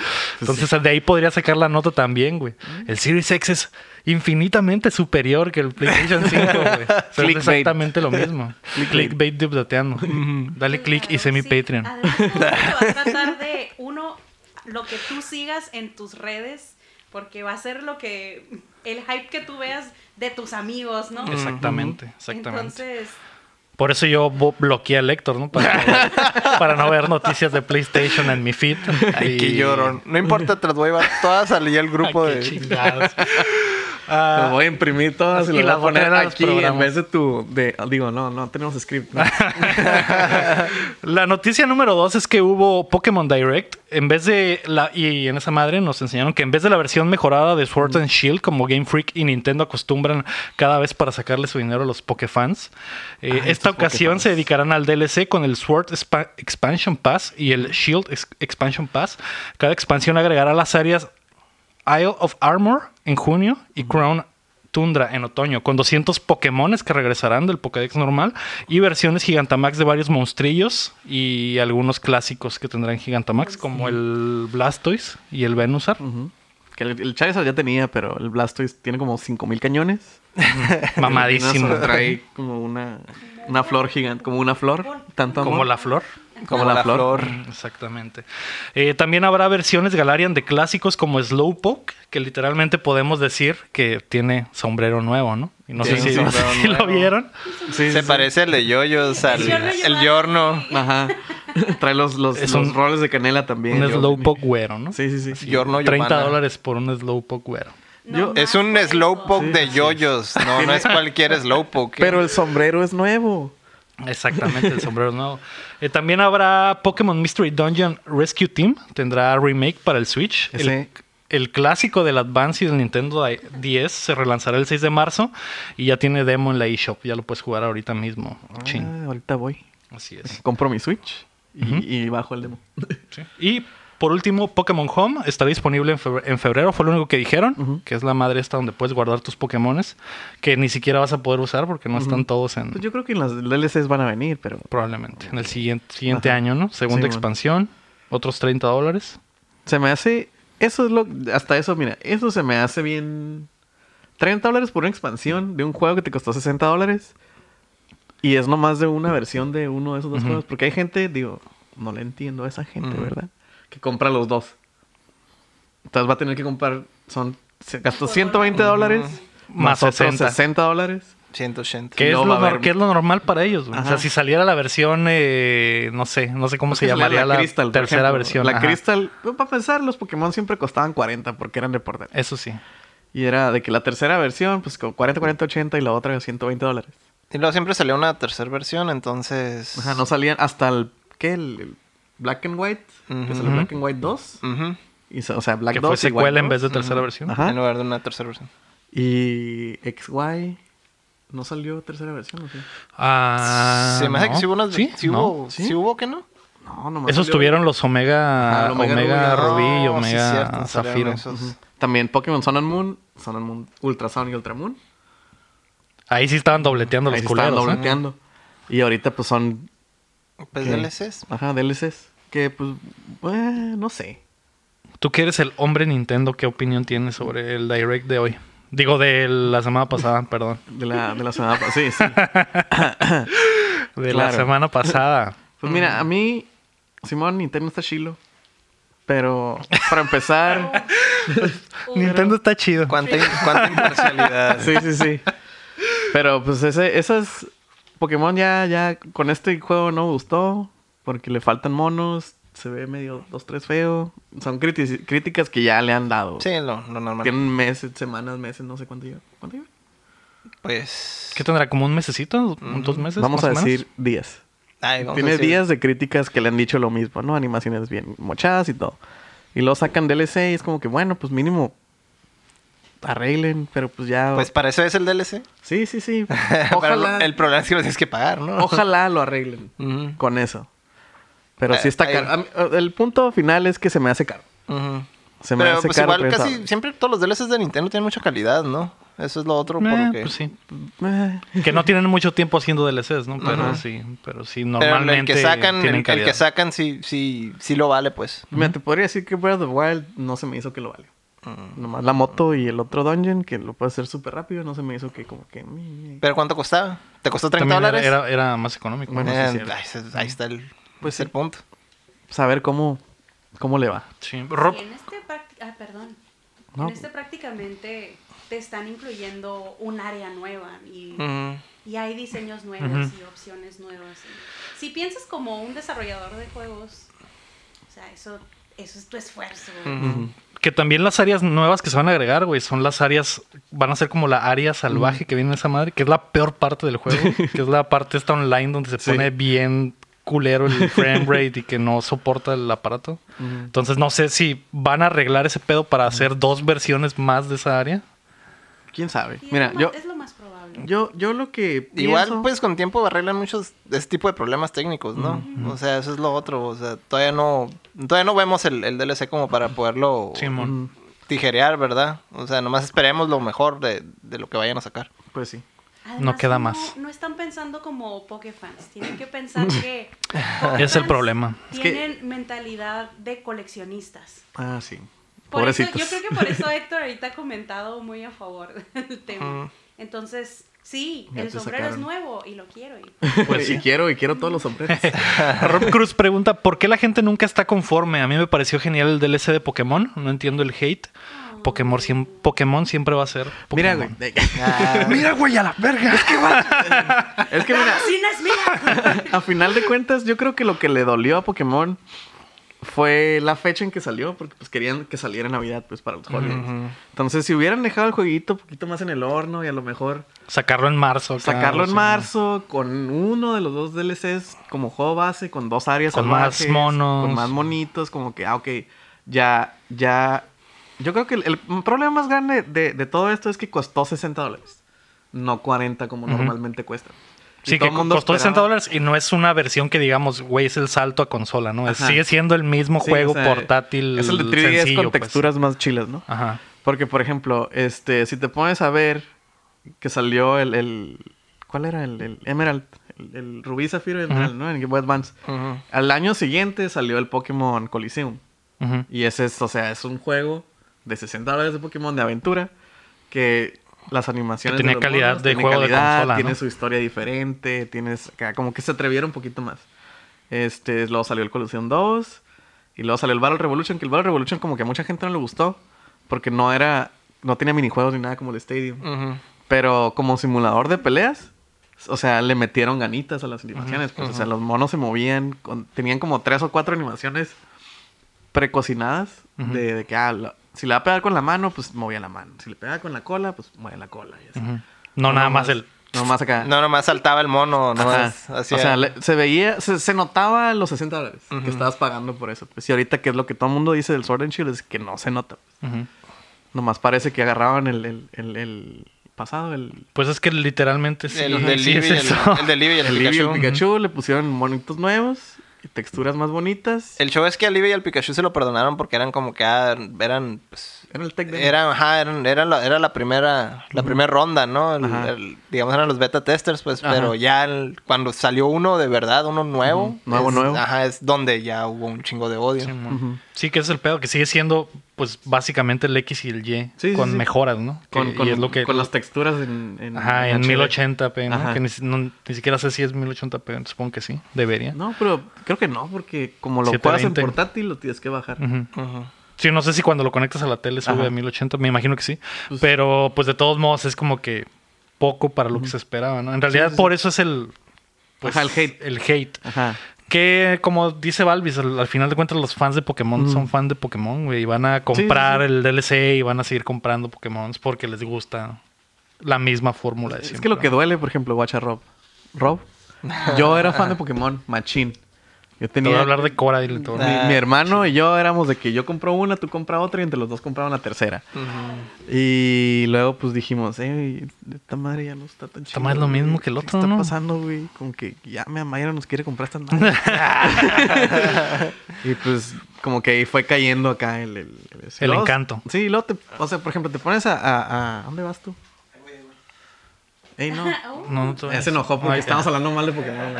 A: Entonces, de ahí podría sacar la nota también, güey.
C: Mm.
A: El Series X es infinitamente superior que el PlayStation 5, güey. O sea, Es
C: Clickbait.
A: exactamente lo mismo.
C: Clickbait.
A: Clickbait de updateando. Dale click y sé mi Patreon.
D: va a tratar de, uno, lo que tú sigas en tus redes, porque va a ser lo que, el hype que tú veas de tus amigos, ¿no?
A: Exactamente, exactamente.
D: Entonces,
A: Por eso yo bo- bloqueé al Héctor, ¿no? Para, para no ver noticias de PlayStation en mi feed.
B: Ay, qué
A: Y-
B: llorón. No importa, te las voy a llevar todas al el
A: Ay,
B: grupo
A: qué
B: de...
A: chingados.
C: Las voy a imprimir todas y,
A: Y
C: las
A: las
C: voy a poner
A: botargas
C: aquí en
A: programa.
C: vez de tu. De, digo, no, no tenemos script. ¿no?
A: La noticia número dos es que hubo Pokémon Direct. En vez de la. Y en esa madre nos enseñaron que en vez de la versión mejorada de Sword and Shield, como Game Freak y Nintendo acostumbran cada vez para sacarle su dinero a los Pokéfans, eh,
C: Ay,
A: esta
C: Ah, estos
A: ocasión
C: Pokéfans.
A: se dedicarán al DLC con el Sword Expa- Expansion Pass y el Shield Ex- Expansion Pass. Cada expansión agregará las áreas Isle of Armor en junio y Crown Tundra en otoño, con 200 Pokémones que regresarán del Pokédex normal y versiones Gigantamax de varios monstrillos y algunos clásicos que tendrán Gigantamax, como el Blastoise y el Venusar.
C: que el, el Charizard ya tenía, pero el Blastoise tiene como 5000 cañones.
A: Mamadísimo.
C: Apenas Trae como una, una flor gigante, como una flor. Tanto amor.
A: Como la flor.
C: como la flor.
A: Exactamente. Eh, también habrá versiones Galarian de clásicos como Slowpoke, que literalmente podemos decir que tiene sombrero nuevo, ¿no? Y no sé
B: Tiene
A: si, no sé
B: sombrero
A: si lo
B: nuevo.
A: vieron.
C: Sí,
B: Se
C: sí,
B: parece al de Yoyos, al
D: Yorno
B: el
D: llevaba-
B: Yorno.
C: sí. Ajá. Trae los, los,
A: Es
C: los
A: un-
C: roles de canela también.
A: Un
C: Yo-
A: Slowpoke güero, ¿no?
C: Sí, sí, sí.
B: Sí. Yorno
A: 30
B: Giovanna.
A: dólares por un Slowpoke güero.
D: no
C: Yo-
B: Es
D: más
B: un
D: por eso.
B: Slowpoke de Yoyos. No, no es cualquier Slowpoke. ¿eh?
C: Pero el sombrero es nuevo.
A: Exactamente, el sombrero nuevo. Eh, también habrá Pokémon Mystery Dungeon Rescue Team. Tendrá remake para el Switch. El-
C: Ese-
A: el clásico del Advance y del Nintendo 10 se relanzará el 6 de marzo y ya tiene demo en la eShop. Ya lo puedes jugar ahorita mismo. Chin.
C: Ah, ahorita voy.
A: Así es.
C: Compro mi Switch. y, y bajo el demo.
A: Sí. Y por último, Pokémon Home está disponible en febrero, en febrero, fue lo único que dijeron, que es la madre esta donde puedes guardar tus Pokémones, que ni siquiera vas a poder usar porque no están todos en...
C: Pues yo creo que en las DLCs van a venir, pero
A: Probablemente, en el siguiente, siguiente
C: Ajá.
A: año, ¿no? Segunda
C: bueno.
A: expansión, otros 30 dólares.
C: se me hace. Eso es lo. Hasta eso, mira, eso se me hace bien. 30 dólares por una expansión de un juego que te costó 60 dólares. Y es nomás de una versión de uno de esos dos
A: Ujú.
C: juegos. Porque hay gente, digo, no le entiendo a esa gente, ¿verdad? Que compra los dos. Entonces va a tener que comprar. Son. Se gastó 120 dólares.
A: Más
C: Más, otros
A: 60.
C: 60 dólares.
B: 180.
A: Que, es
C: No va
A: lo
C: a
A: nor-
C: haber-
A: que es lo normal para ellos. güey. O sea,
C: Ajá.
A: si saliera la versión, eh, no sé, no sé cómo se llamaría la,
C: Crystal, por
A: tercera
C: ejemplo.
A: versión.
C: La
A: ajá.
C: Crystal. pues, Para pensar, los Pokémon siempre costaban 40 porque eran de portal.
A: Eso sí.
C: Y era de que la tercera versión, pues con 40, 40, 80 y la otra 120 dólares.
B: Y luego siempre salió una tercera versión, entonces.
C: Ajá, no salían hasta el. ¿Qué? El, el Black and White. Que salió
A: Ujú.
C: Black and White 2.
B: Ujú.
C: Y, so- o sea, Black
A: que
C: 2.
A: fue
C: y
A: secuela
C: White
A: en vez
C: 2.
A: de tercera versión.
C: Ajá.
B: En lugar de una tercera versión.
C: Y XY. ¿No salió tercera versión o sí?
A: Ah,
B: Se me hace
A: no.
B: que si hubo unas.
A: Sí,
B: sí
A: no.
B: hubo,
C: ¿Sí?
B: sí hubo que no.
C: No, nomás.
A: Esos
C: salió-
A: tuvieron los Omega,
C: Ajá, el
A: Omega,
C: Omega
B: Rubí,
A: Rubí y
B: no, sí,
A: Omega
B: cierto, salieron
A: Zafiro.
B: esos.
C: Ujú. También Pokémon Sun and Moon, Sun and Moon, Ultra Sun y Ultra Moon.
A: Ahí sí estaban dobleteando
C: Ahí
A: los
C: estaban
A: culeros. ¿eh?
C: dobleteando. Y ahorita pues son
B: Pues
C: ¿Qué?
B: DLCs.
C: Ajá, DLCs. Que pues, eh, no sé.
A: Tú que eres el hombre Nintendo, ¿qué opinión tienes sobre el Direct de hoy? Digo, de la semana pasada, perdón.
C: De la, de la semana pasada. Sí, sí.
A: De la
C: Claro.
A: semana pasada.
C: Pues mira, a mí, Simón, Nintendo está chilo. Pero, para empezar.
A: Nintendo está chido.
B: ¿Cuánta, cuánta imparcialidad.
C: sí, sí, sí. Pero pues ese, esas. Pokémon ya, ya con este juego no me gustó. Porque le faltan monos. Se ve medio dos, tres feo. Son criti- críticas que ya le han dado.
B: Sí, lo, lo normal.
C: Tienen meses, semanas, meses, no sé cuánto lleva. ¿Cuánto lleva?
B: Pues.
A: ¿Qué tendrá? ¿Como un mesecito? ¿Dos meses?
C: Vamos a
A: más o menos?
C: decir días.
B: Ay, vamos a
C: Tiene
B: decir-
C: días de críticas que le han dicho lo mismo, ¿no? Animaciones bien mochadas y todo. Y lo sacan DLC y es como que, bueno, pues mínimo arreglen, pero pues ya.
B: Pues para eso es el DLC.
C: sí, sí, sí.
B: Pero
C: Ojalá,
B: el problema es que lo tienes que pagar, ¿no?
C: ojalá lo arreglen
B: Ujú.
C: con eso. Pero sí
B: Eh,
C: está
B: ahí-
C: caro. A mí- eh, El punto final es que se me hace caro.
B: Ujú.
C: Se me
B: Pero
C: hace
B: pues
C: caro.
B: igual
C: pero
B: casi
C: está-
B: siempre todos los DLCs de Nintendo tienen mucha calidad, ¿no? Eso es lo otro por
A: Eh,
B: lo que...
A: pues sí.
C: Eh,
A: Que no tienen mucho tiempo haciendo DLCs, ¿no? Pero
B: Ajá.
A: sí, pero sí,
B: Pero
A: normalmente
B: el que sacan, el,
A: tienen
B: el
A: calidad.
B: que sacan sí, sí, sí lo vale, pues.
C: Mira, te podría decir que Breath of the Wild no se me hizo que lo valió.
B: Mm.
C: Nomás la moto y el otro dungeon, que lo puede hacer súper rápido, no se me hizo que como que...
B: ¿Pero cuánto costaba? ¿Te costó 30
A: También era- Era,
B: dólares?
A: era más económico.
C: Bueno, sí,
B: Eh,
C: cierto.
B: ahí se- ahí está el,
C: Pues
B: el
C: sí.
B: punto.
C: saber cómo, cómo le va.
A: Sí.
D: Y
A: Rob-
D: en este prácti- ah, perdón.
C: No.
D: En
A: pues.
D: este prácticamente te están incluyendo un área nueva y,
B: Mm.
D: y hay diseños nuevos y opciones nuevas. Si piensas como un desarrollador de juegos, o sea, eso, eso es tu esfuerzo.
A: Que también las áreas nuevas que se van a agregar, güey, son las áreas, van a ser como la área salvaje que viene en esa madre, que es la peor parte del juego, que es la parte esta online donde se
C: Sí.
A: pone bien culero el frame rate y que no soporta el aparato. Entonces no sé si van a arreglar ese pedo para hacer dos versiones más de esa área.
C: ¿Quién sabe?
D: Y es
C: Mira,
D: lo más-
C: yo,
D: es lo más probable.
C: yo, yo lo que
B: Igual,
C: pienso-
B: pues con tiempo arreglan muchos de ese tipo de problemas técnicos, ¿no? O sea, eso es lo otro. O sea, todavía no, todavía no vemos el, el DLC como para poderlo
C: Mm.
A: Simón.
B: tijerear, ¿verdad? O sea, nomás esperemos lo mejor de, de lo que vayan a sacar.
C: Pues sí.
A: No queda más.
D: No están pensando como Pokéfans. Tienen que pensar que.
A: Es el
D: Pokéfans
A: problema.
C: Es que-
D: Tienen mentalidad de coleccionistas.
C: Ah, sí.
D: Por eso,
C: Pobrecitos.
D: yo creo que por eso Héctor ahorita ha comentado muy a favor del tema. Entonces, sí,
C: Ya
D: el
C: te
D: sombrero es
C: sacaron.
D: nuevo y lo quiero. Y
C: Pues y quiero, y quiero todos los sombreros.
A: Rob Cruz pregunta, ¿por qué la gente nunca está conforme? A mí me pareció genial el DLC de Pokémon, no entiendo el hate. Pokémon, siem- Pokémon siempre va a ser.
C: Mira,
A: Pokémon.
C: güey.
B: Ah.
A: Mira, güey, a la verga.
C: Es que mira,
D: ¡Ah, ¡Sí, no es mía!
C: a final de cuentas, yo creo que lo que le dolió a Pokémon fue la fecha en que salió, porque pues querían que saliera en Navidad, pues para los holidays. Entonces, si hubieran dejado el jueguito un poquito más en el horno y a lo mejor
A: Sacarlo en marzo. acá,
C: Pues sacarlo en
A: sí.
C: marzo con uno de los dos DLCs como juego base, con dos áreas
A: Con más
C: salvajes,
A: monos.
C: Con más monitos, como que, ah, ok, ya, ya. Yo creo que el, el problema más grande de, de todo esto es que costó 60 dólares, no 40 como normalmente cuesta.
A: Sí,
C: Y todo
A: que
C: el mundo
A: costó 60
C: esperaba.
A: dólares y no es una versión que digamos, güey, es el salto a consola, ¿no? Es-
C: Ajá.
A: sigue siendo el mismo
C: Sí,
A: juego
C: o sea,
A: portátil.
C: Es el de 3DS
A: sencillo,
C: con
A: pues.
C: texturas más chilas, ¿no?
A: Ajá.
C: Porque, por ejemplo, este, si te pones a ver que salió el. el- ¿Cuál era? El, el Emerald. El, el Rubí Zafiro Emerald, ¿no? En Game Boy Advance.
B: Ujú.
C: Al año siguiente salió el Pokémon Coliseum.
A: Ujú.
C: Y ese es, o sea, es un juego de 60 dólares de Pokémon de aventura que las animaciones.
A: Que tenía
C: los
A: calidad de
C: tiene
A: juego de consola,
C: Tiene
A: ¿no?
C: su historia diferente, tienes acá, como que se atrevieron un poquito más. Este, luego salió el Coliseum 2 y luego salió el Battle Revolution, que el Battle Revolution como que a mucha gente no le gustó porque no era, no tenía minijuegos ni nada como el Stadium.
B: Ujú.
C: Pero como simulador de peleas, o sea, le metieron ganitas a las animaciones. pues, O sea, los monos se movían, con- tenían como tres o cuatro animaciones precocinadas
A: Ujú.
C: de, de que, ah, la- si le va a pegar con la mano, pues movía la mano. Si le pega con la cola, pues mueve la cola. y así.
A: Ujú. No, nada más el.
C: No más acá.
B: Ah. No, nomás saltaba el mono, no
C: Ajá.
B: es así.
C: o sea, le- se veía, se, se notaba los 60 dólares que estabas pagando por eso. Pues, y ahorita que es lo que todo el mundo dice del Sword and Shield es que no se nota. pues.
A: Ujú.
C: Nomás parece que agarraban el, el, el- el pasado, el,
A: Pues es que literalmente sí,
B: el,
A: ajá,
B: del
A: sí
B: Eevee,
A: es
B: el-
A: eso.
B: el del Eevee y el,
C: el Eevee y
B: Pikachu.
C: el Pikachu le pusieron monitos nuevos y texturas más bonitas.
B: El show es que al Eevee y al Pikachu se lo perdonaron porque eran como que ah, eran pues
C: Era el tech demo.
B: Era, ajá, eran- era, la, era la primera la primera ronda, ¿no? El-
C: Ajá.
B: el- digamos eran los beta testers, pues,
C: Ajá.
B: pero ya el- cuando salió uno de verdad, uno nuevo,
C: Ujú. Nuevo,
B: es-
C: nuevo.
B: Ajá, es donde ya hubo un chingo de odio.
A: Sí,
B: Ujú.
A: mon. Sí, que ese es el pedo, que sigue siendo, pues, básicamente el X y el Y,
C: Sí, sí,
A: con
C: sí.
A: mejoras, ¿no? Que-
C: con, con-
A: y es lo que.
C: con las texturas en, en,
A: Ajá, en
C: HD.
A: 1080p, ¿no?
C: Ajá.
A: Que ni, si- no- ni siquiera sé si es 1080p, supongo que sí, debería.
C: No, pero creo que no, porque como lo juegas en
A: 720.
C: portátil, lo tienes que bajar.
A: Ujú. Sí, no sé si cuando lo conectas a la tele sube
C: Ajá.
A: a 1080, me imagino que sí.
C: Pues-
A: pero pues de todos modos es como que poco para lo que se esperaba, ¿no? En realidad por eso es el... pues,
C: Ajá, el hate.
A: El hate.
C: Ajá.
A: Que como dice Valvis, al, al final de cuentas los fans de Pokémon
C: Mm.
A: son fan de Pokémon, güey. Y van a comprar el DLC y van a seguir comprando Pokémon porque les gusta la misma fórmula. de
C: Es que
A: siempre,
C: lo que
A: ¿no?
C: duele, por ejemplo, watch a Rob. Rob, yo era fan de Pokémon, machín. Yo
A: Te voy a
C: tenía...
A: hablar de Cora y de todo.
C: Mi,
B: Ah,
C: mi hermano y yo éramos de que yo compro una, tú compras otra y entre los dos compraban la tercera. Y luego pues dijimos, eh, esta madre ya no está tan chida.
A: madre es lo
C: güey.
A: mismo que el
C: ¿Qué
A: otro,
C: está
A: no?
C: pasando, güey? Con que ya mi mamá ya no nos quiere comprar estas madres. y pues como que ahí fue cayendo acá el... El, el-
A: El
C: luego-
A: encanto.
C: Sí, luego te... O sea, por ejemplo, te pones a... a, a- ¿Dónde vas tú? Ey, no.
D: Oh,
A: No, no te
C: Ya se enojó porque
A: Ahí está.
C: estábamos hablando mal de Pokémon.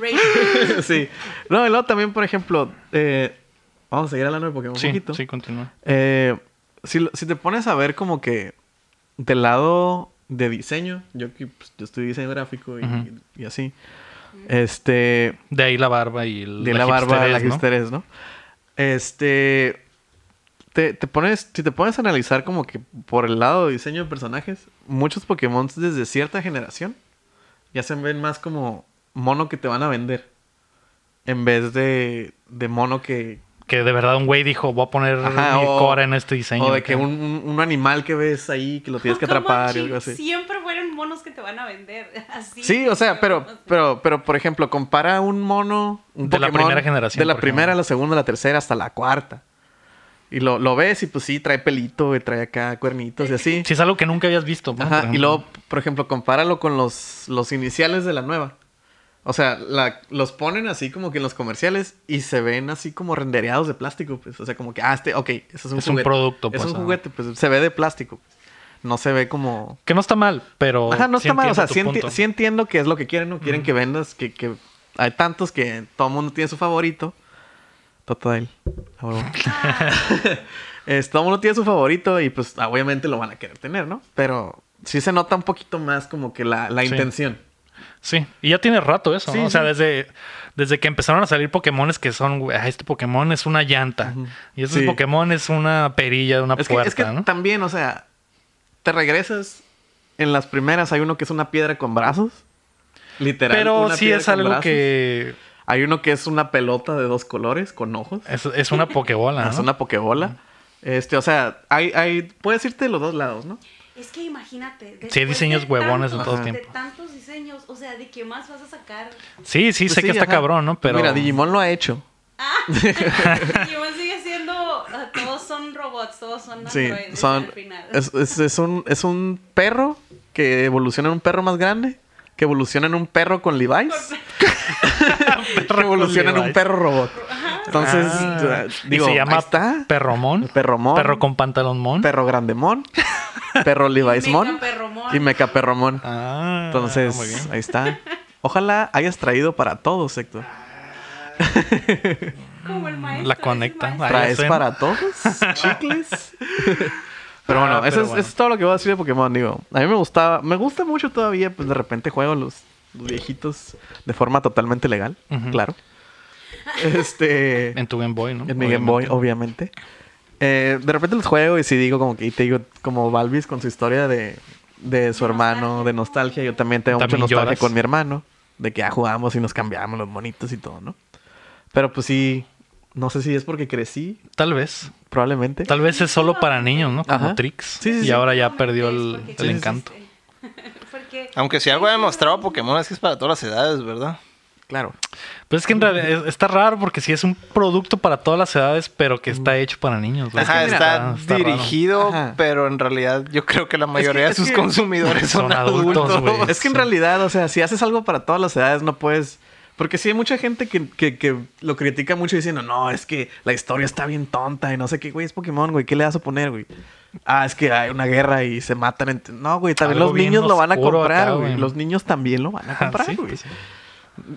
C: güey.
D: sí. Rachel.
C: sí. No, y luego también, por ejemplo, eh, vamos a seguir hablando de Pokémon un
A: Sí,
C: poquito.
A: sí, continúa.
C: Eh, si, lo- si te pones a ver como que del lado de diseño, yo, que, pues, yo estudié diseño gráfico y,
A: Ujú.
C: y así, este,
A: De ahí la barba y el,
C: de la, barba, la
A: hipsterez, ¿no?
C: hipsterez, ¿no? Este, te, te pones, si te pones a analizar como que por el lado de diseño de personajes, muchos Pokémon desde cierta generación ya se ven más como mono que te van a vender. En vez de, de mono que,
A: Que de verdad un güey dijo, voy a poner
C: Ajá,
A: mi
C: o-
A: Cora en este diseño.
C: O de que
A: acá.
C: un, un- un animal que ves ahí que lo tienes que
D: Como
C: atrapar y
D: si
C: algo así.
D: Siempre fueron monos que te van a vender. Así.
C: Sí, o sea, pero,
D: O sea,
C: pero, pero, por ejemplo, compara un mono. Un
A: Ah, De la
C: Pokémon
A: primera generación,
C: De la
A: por
C: primera,
A: ejemplo.
C: la segunda, la tercera, hasta la cuarta. Y lo, lo ves y pues sí, trae pelito y trae acá cuernitos y así.
A: Si es algo que nunca habías visto. ¿no?
C: Ajá.
A: Por
C: Y
A: ejemplo.
C: luego, por ejemplo, compáralo con los, los iniciales de la nueva. O sea, la- los ponen así como que en los comerciales y se ven así como rendereados de plástico. Pues. O sea, como que, ah, este, ok, ese es un
A: Es un producto,
C: Es
A: pues,
C: un
A: ajá.
C: juguete, pues se ve de plástico. No se ve como.
A: Que no está mal, pero.
C: Ajá, no
A: sí
C: está mal. O sea,
A: entiendo tu
C: sí, enti-
A: punto.
C: sí entiendo que es lo que quieren, ¿no? Quieren que vendas, que, que hay tantos que todo el mundo tiene su favorito. Total. a huevo.
A: Ah.
C: Es, todo el mundo tiene su favorito y pues obviamente lo van a querer tener, ¿no? Pero sí se nota un poquito más como que la, la
A: Sí.
C: intención.
A: Sí, y ya tiene rato eso. ¿no?
C: Sí,
A: O sea,
C: sí.
A: desde, desde que empezaron a salir Pokémones que son, güey, ah, este Pokémon es una llanta. Y este
C: Sí.
A: Pokémon es una perilla de una
C: Es que,
A: puerta,
C: es que
A: ¿no?
C: también, o sea, te regresas en las primeras, hay uno que es una piedra con brazos. Literal.
A: Pero
C: una
A: sí
C: piedra
A: es
C: con
A: algo
C: brazos.
A: que.
C: Hay uno que es una pelota de dos colores con ojos.
A: Es, es una Pokébola.
C: Es
A: ¿no?
C: una pokebola. Este, o sea, hay, hay, puedes irte de los dos lados, ¿no?
D: Es que imagínate. después
A: Sí, hay diseños
D: de
A: huevones de
D: tantos-
A: todo
D: de
A: tiempo.
D: tantos diseños, o sea, ¿de qué más vas a sacar?
A: Sí, sí,
C: Pues
A: sé
C: sí,
A: que está
C: ajá.
A: cabrón, ¿no? Pero.
C: Mira, Digimon lo ha hecho.
D: Ah, Digimon sigue siendo. ah, Todos son robots, todos son
C: Sí,
D: androides
C: son,
D: al final.
C: es, es- es un, es un perro que evoluciona en un perro más grande que evoluciona en un perro con Levi's, que evoluciona en un perro robot. Entonces,
A: Ah.
C: digo,
A: y se llama
C: ahí está.
A: Perromón.
C: Perromón.
A: Perro con pantalónmón.
C: Perro Grandemón, Perro Levi'smon
D: Mecaperromón.
C: y Mecaperromón.
A: Ah,
C: Entonces,
A: muy bien.
C: ahí está. Ojalá hayas traído para todos, Héctor.
D: Como el maestro.
A: La
D: es el
A: conecta.
D: maestro.
A: Ahí
C: ¿Traes
A: hacen.
C: para todos? ¿Chicles? Pero bueno,
A: Ah,
C: eso,
A: pero
C: es,
A: bueno.
C: eso es todo lo que voy a decir de Pokémon. Digo, a mí me gustaba, me gusta mucho todavía, pues de repente juego los, los viejitos de forma totalmente legal,
A: Ujú.
C: claro. Este.
A: En tu Game Boy, ¿no?
C: En mi Game Boy, oh. obviamente. Eh, de repente los juego y si digo como que y te digo como Balvis con su historia de, de su
D: De
C: hermano,
D: nostalgia.
C: de nostalgia. Yo también tengo
A: También
C: mucha nostalgia
A: lloras.
C: con mi hermano. De que ya jugábamos y nos cambiábamos los monitos y todo, ¿no? Pero pues sí, no sé si es porque crecí,
A: Tal vez.
C: probablemente.
A: Tal vez es solo para niños, ¿no? Como
C: Ajá.
A: Trix.
C: Sí, sí,
A: y
C: sí.
A: ahora ya
D: No,
A: perdió
D: es
A: el,
D: porque
A: el
D: existe.
A: encanto.
D: Porque-
B: Aunque si algo ha demostrado Pokémon es que es para todas las edades, ¿verdad?
C: Claro.
A: Pero Pues es que en realidad es- está raro porque sí es un producto para todas las edades, pero que está hecho para niños. güey.
B: Ajá,
A: Está-
B: está,
A: está raro.
B: dirigido,
C: Ah, Ajá.
B: pero en realidad yo creo que la mayoría
C: es
B: de sus
C: que-
B: consumidores son,
A: son adultos,
B: adultos.
A: güey.
C: Es que en realidad, o sea, si haces algo para todas las edades, no puedes. Porque sí hay mucha gente que, que- que lo critica mucho diciendo, no, es que la historia está bien tonta y no sé qué, güey, es Pokémon, güey, ¿qué le vas a poner, güey? Ah, es que hay una guerra y se matan. entre- No, güey, también
A: Algo
C: los
A: bien
C: niños lo van a
A: oscuro
C: comprar,
A: acá,
C: güey.
A: güey.
C: Los niños también lo van a
A: Ajá,
C: comprar,
A: sí,
C: güey.
A: pues sí.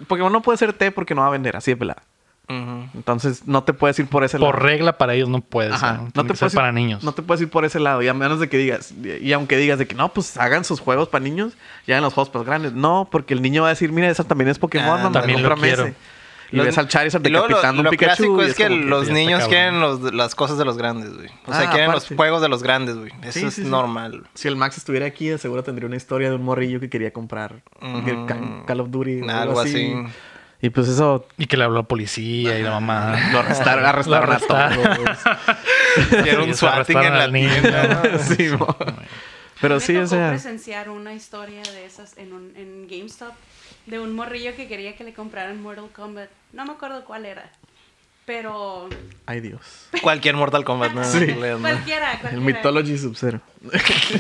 C: Pokémon no puede ser té porque no va a vender, así de pelada.
B: Ujú.
C: Entonces no te puedes ir por ese lado.
A: Por regla para ellos no puedes.
C: Ajá.
A: ¿no?
C: No
A: Tiene
C: te
A: que ser
C: puedes ir-
A: para niños.
C: No te puedes ir por ese lado. Y a menos de que digas, y aunque digas de que no, pues hagan sus juegos para niños, y hagan los juegos para grandes. No, porque el niño va a decir, mira, esa también es Pokémon,
B: Ah,
C: mamá,
A: también lo
C: cómprame
A: quiero.
C: ese". Y
B: Los-
C: ves al Charizard
B: y luego lo-
C: decapitando
B: lo
C: un Pikachu.
B: clásico
C: y
B: es que
C: como que-
B: los
A: ya está
B: niños
A: cabrón.
B: quieren los- las cosas de los grandes, güey. O sea,
C: Ah,
B: quieren
C: aparte.
B: los juegos de los grandes, güey. Eso
C: Sí,
B: es
C: sí, sí.
B: normal.
C: Si el Max estuviera aquí, de seguro tendría una historia de un morrillo que quería comprar
B: Ujú.
C: el Ca- Call of Duty. o
B: Algo así.
C: Y pues eso
A: Y que le habló a la policía y la mamá.
C: lo arrestaron, arrestaron
A: Lo
C: a
A: arrestaron.
C: todos.
B: Hicieron
A: Sí,
B: un
A: se
B: swatting
A: arrastraron
B: en la
A: al niño,
B: tienda. ¿no?
C: Sí, mo. Pero
D: Me
C: sí, o
D: tocó
C: sea.
D: presenciar una historia de esas en, un, en GameStop de un morrillo que quería que le compraran Mortal Kombat. No me acuerdo cuál era. Pero
C: Ay, Dios.
B: Cualquier Mortal Kombat, ¿no?
C: Sí.
B: Leon, ¿no?
D: cualquiera, cualquiera.
C: El Ah. Mythology Sub-Zero.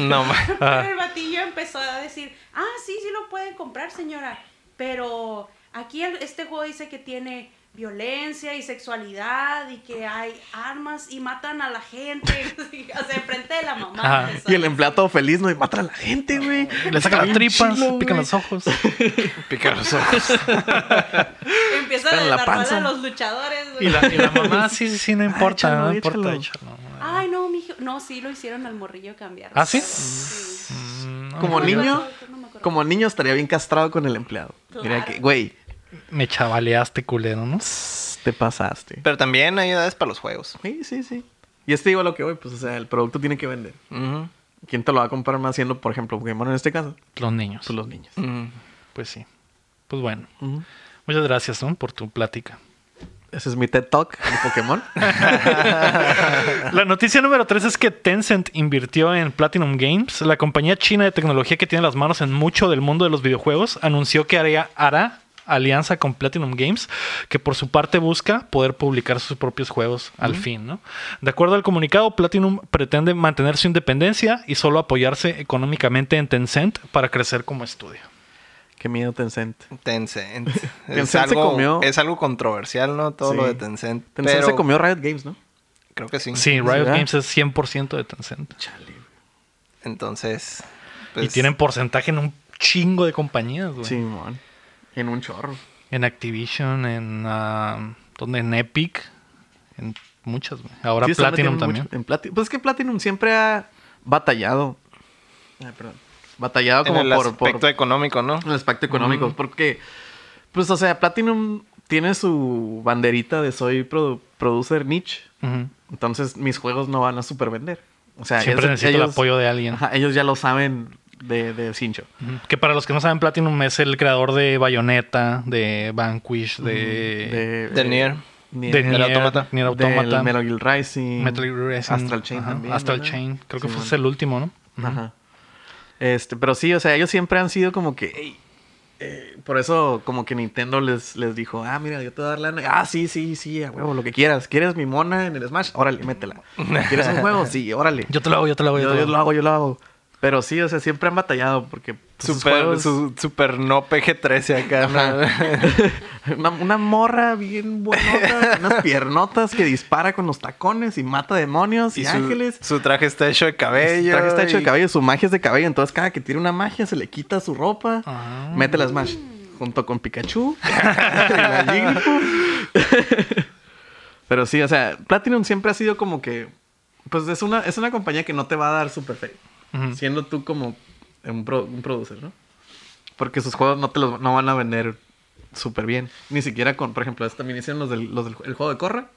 B: No, ma-
D: Pero el batillo empezó a decir, ah, sí, sí lo pueden comprar, señora. Pero aquí el- este juego dice que tiene violencia y sexualidad y que hay armas y matan a la gente. o sea, enfrente de la mamá.
A: Ajá.
D: empezó
C: Y el
D: a decir.
C: empleado feliz, ¿no? Y mata a la gente, güey.
A: Le sacan las tripas,
C: Chilo,
A: pican
C: güey.
A: los ojos.
B: pica los ojos.
D: Empieza
C: Está en la
D: la, la rola
C: panza.
D: de los luchadores. güey.
A: Y la, y la mamá, sí, sí, sí, no importa.
C: échalo,
A: no importa,
C: échalo.
A: échalo.
D: Ay, no, mijo. No, sí, lo hicieron al morrillo cambiar.
A: ¿Ah, sí?
D: Sí.
A: Mm, no,
C: Como
D: No me
C: niño,
D: acuerdo, no me acuerdo.
C: Como niño estaría bien castrado con el empleado. Mira
D: Claro.
C: que, güey,
A: Me chavaleaste, culero, ¿no?
C: tss, te pasaste.
B: Pero también hay edades para los juegos.
C: Sí, sí, sí. Y este digo a lo que voy, pues, o sea, el producto tiene que vender.
B: Ujú,
C: ¿Quién te lo va a comprar más siendo, por ejemplo, Pokémon en este caso?
A: Los niños.
C: Pues los niños.
B: ujú.
A: Pues sí. Pues bueno.
C: Ujú.
A: Muchas gracias, ¿no? Por tu plática.
C: Ese es mi TED Talk de Pokémon.
A: La noticia número 3 es que Tencent invirtió en Platinum Games. La compañía china de tecnología que tiene las manos en mucho del mundo de los videojuegos anunció que haría, hará alianza con Platinum Games, que por su parte busca poder publicar sus propios juegos al fin. ¿no? De acuerdo al comunicado, Platinum pretende mantener su independencia y solo apoyarse económicamente en Tencent para crecer como estudio.
C: Qué miedo, Tencent.
B: Tencent.
C: Tencent
B: Es
C: se
B: algo,
C: comió-
B: es algo controversial, ¿no? Todo
C: Sí.
B: lo de Tencent.
C: Tencent
B: pero
C: se comió Riot Games, ¿no?
B: Creo que sí.
A: Sí, Riot
C: ¿verdad?
A: Games es 100% de Tencent.
B: Entonces.
A: y
B: pues,
A: tienen porcentaje en un chingo de compañías, güey.
C: Simón. En un chorro.
A: En Activision, en. ah, ¿Dónde? En Epic. En muchas, güey. Ahora
C: Sí, están
A: Platinum
C: metiendo mucho
A: también.
C: en Plati- Pues es que Platinum siempre ha batallado. Ay, perdón. Batallado
B: en
C: como
B: el
C: por, por-
B: aspecto económico, ¿no?
C: en el aspecto económico. Porque, pues, o sea, Platinum tiene su banderita de soy produ- producer niche.
A: Ujú.
C: Entonces, mis juegos no van a supervender. O sea,
A: Siempre
C: ellos-
A: necesito el
C: ellos-
A: apoyo de alguien.
C: Ajá, ellos ya lo saben de, de cincho.
A: Ujú. Que para los que no saben, Platinum es el creador de Bayonetta, de Vanquish, de.
B: Del Nier.
A: De,
C: Mm, Nier.
A: Nier,
B: Automata.
A: Nier
C: Del
A: Automata.
C: Metal Gear Rising.
A: Metal Gear Rising.
C: Astral Chain
A: Ajá.
C: también.
A: Astral
C: ¿verdad?
A: Chain. Creo que
C: Sí,
A: fue
C: bueno.
A: el último, ¿no?
C: Ajá. Este, pero sí, o sea, ellos siempre han sido como que, "Ey, eh, por eso como que Nintendo les, les dijo, ah, mira, yo te voy a dar lana. Ah, sí, sí, sí, a huevo, lo que quieras. ¿Quieres mi mona en el Smash? Órale, métela. ¿Quieres un juego? Sí, órale.
A: Yo te lo hago, yo te lo hago.
C: Yo,
A: yo te lo
C: yo lo hago, yo lo hago. Pero sí, o sea, siempre han batallado porque pues, sus
B: Super,
C: juegos-
B: su- super no PG-13 acá. ¿no?
C: una, una morra bien buenota, con unas piernotas que dispara con los tacones y mata demonios y,
B: y su,
C: ángeles.
B: su traje está hecho de cabello.
C: Su traje está hecho de
B: y-
C: cabello, su magia es de cabello. Entonces, cada que tira una magia, se le quita su ropa,
A: Ah.
C: mete las Smash junto con Pikachu. y la Jigglypuff. Pero sí, o sea, Platinum siempre ha sido como que. Pues es una, es una compañía que no te va a dar super fe.
A: Ujú.
C: Siendo tú como un, pro- un producer, ¿no? Porque sus juegos no te los no van a vender súper bien. Ni siquiera con, por ejemplo, este también hicieron los del, los del- el juego de Corra.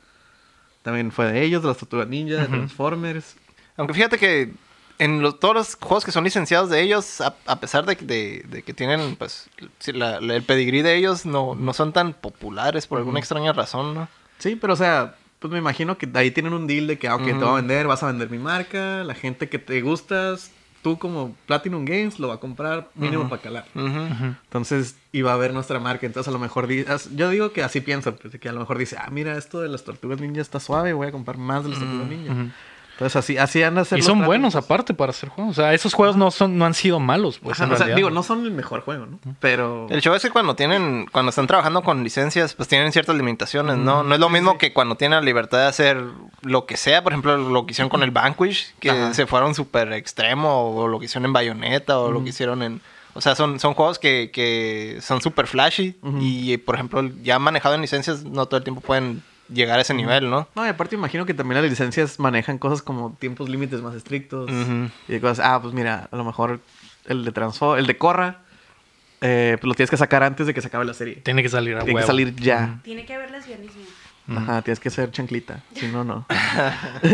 C: También fue de ellos, de las Tortugas Ninja, de Transformers.
B: Aunque fíjate que en los- todos los juegos que son licenciados de ellos, a, a pesar de, que- de- de que tienen pues si la- la- el pedigrí de ellos, no, no son tan populares por alguna extraña razón, ¿no?
C: Sí, pero o sea, pues me imagino que ahí tienen un deal de que, ah, ok, te voy a vender, vas a vender mi marca, la gente que te gustas, tú como Platinum Games lo va a comprar mínimo para calar. Entonces iba a ver nuestra marca. Entonces a lo mejor, di- as- yo digo que así piensan, pues, de que a lo mejor dice, ah, mira, esto de las tortugas ninja está suave, voy a comprar más de las tortugas ninja. Entonces así, así han de hacer
A: Y
C: los
A: son
C: tratos.
A: buenos aparte para hacer juegos. O sea, esos juegos no, son, no han sido malos, pues.
C: Ajá,
A: en
C: o sea,
A: realidad.
C: digo, no son el mejor juego, ¿no? Pero...
B: El show es que cuando tienen, cuando están trabajando con licencias, pues tienen ciertas limitaciones, ¿no? No es lo mismo que cuando tienen la libertad de hacer lo que sea, por ejemplo, lo que hicieron con el Vanquish, que
C: Ajá.
B: se fueron súper extremo, o lo que hicieron en Bayonetta, o lo que hicieron en... O sea, son, son juegos que, que son súper flashy y, por ejemplo, ya manejado en licencias, no todo el tiempo pueden llegar a ese nivel, ¿no?
C: No, y aparte imagino que también las licencias manejan cosas como tiempos límites más estrictos.
B: Ujú.
C: Y cosas, ah, pues mira, a lo mejor el de Transfo, el de Corra, eh, pues lo tienes que sacar antes de que se acabe la serie.
A: Tiene que salir a
C: Tiene que
A: huevo.
C: salir ya.
D: Tiene que haber lesbianismo.
C: Ajá, tienes que ser chanclita. Si no, no.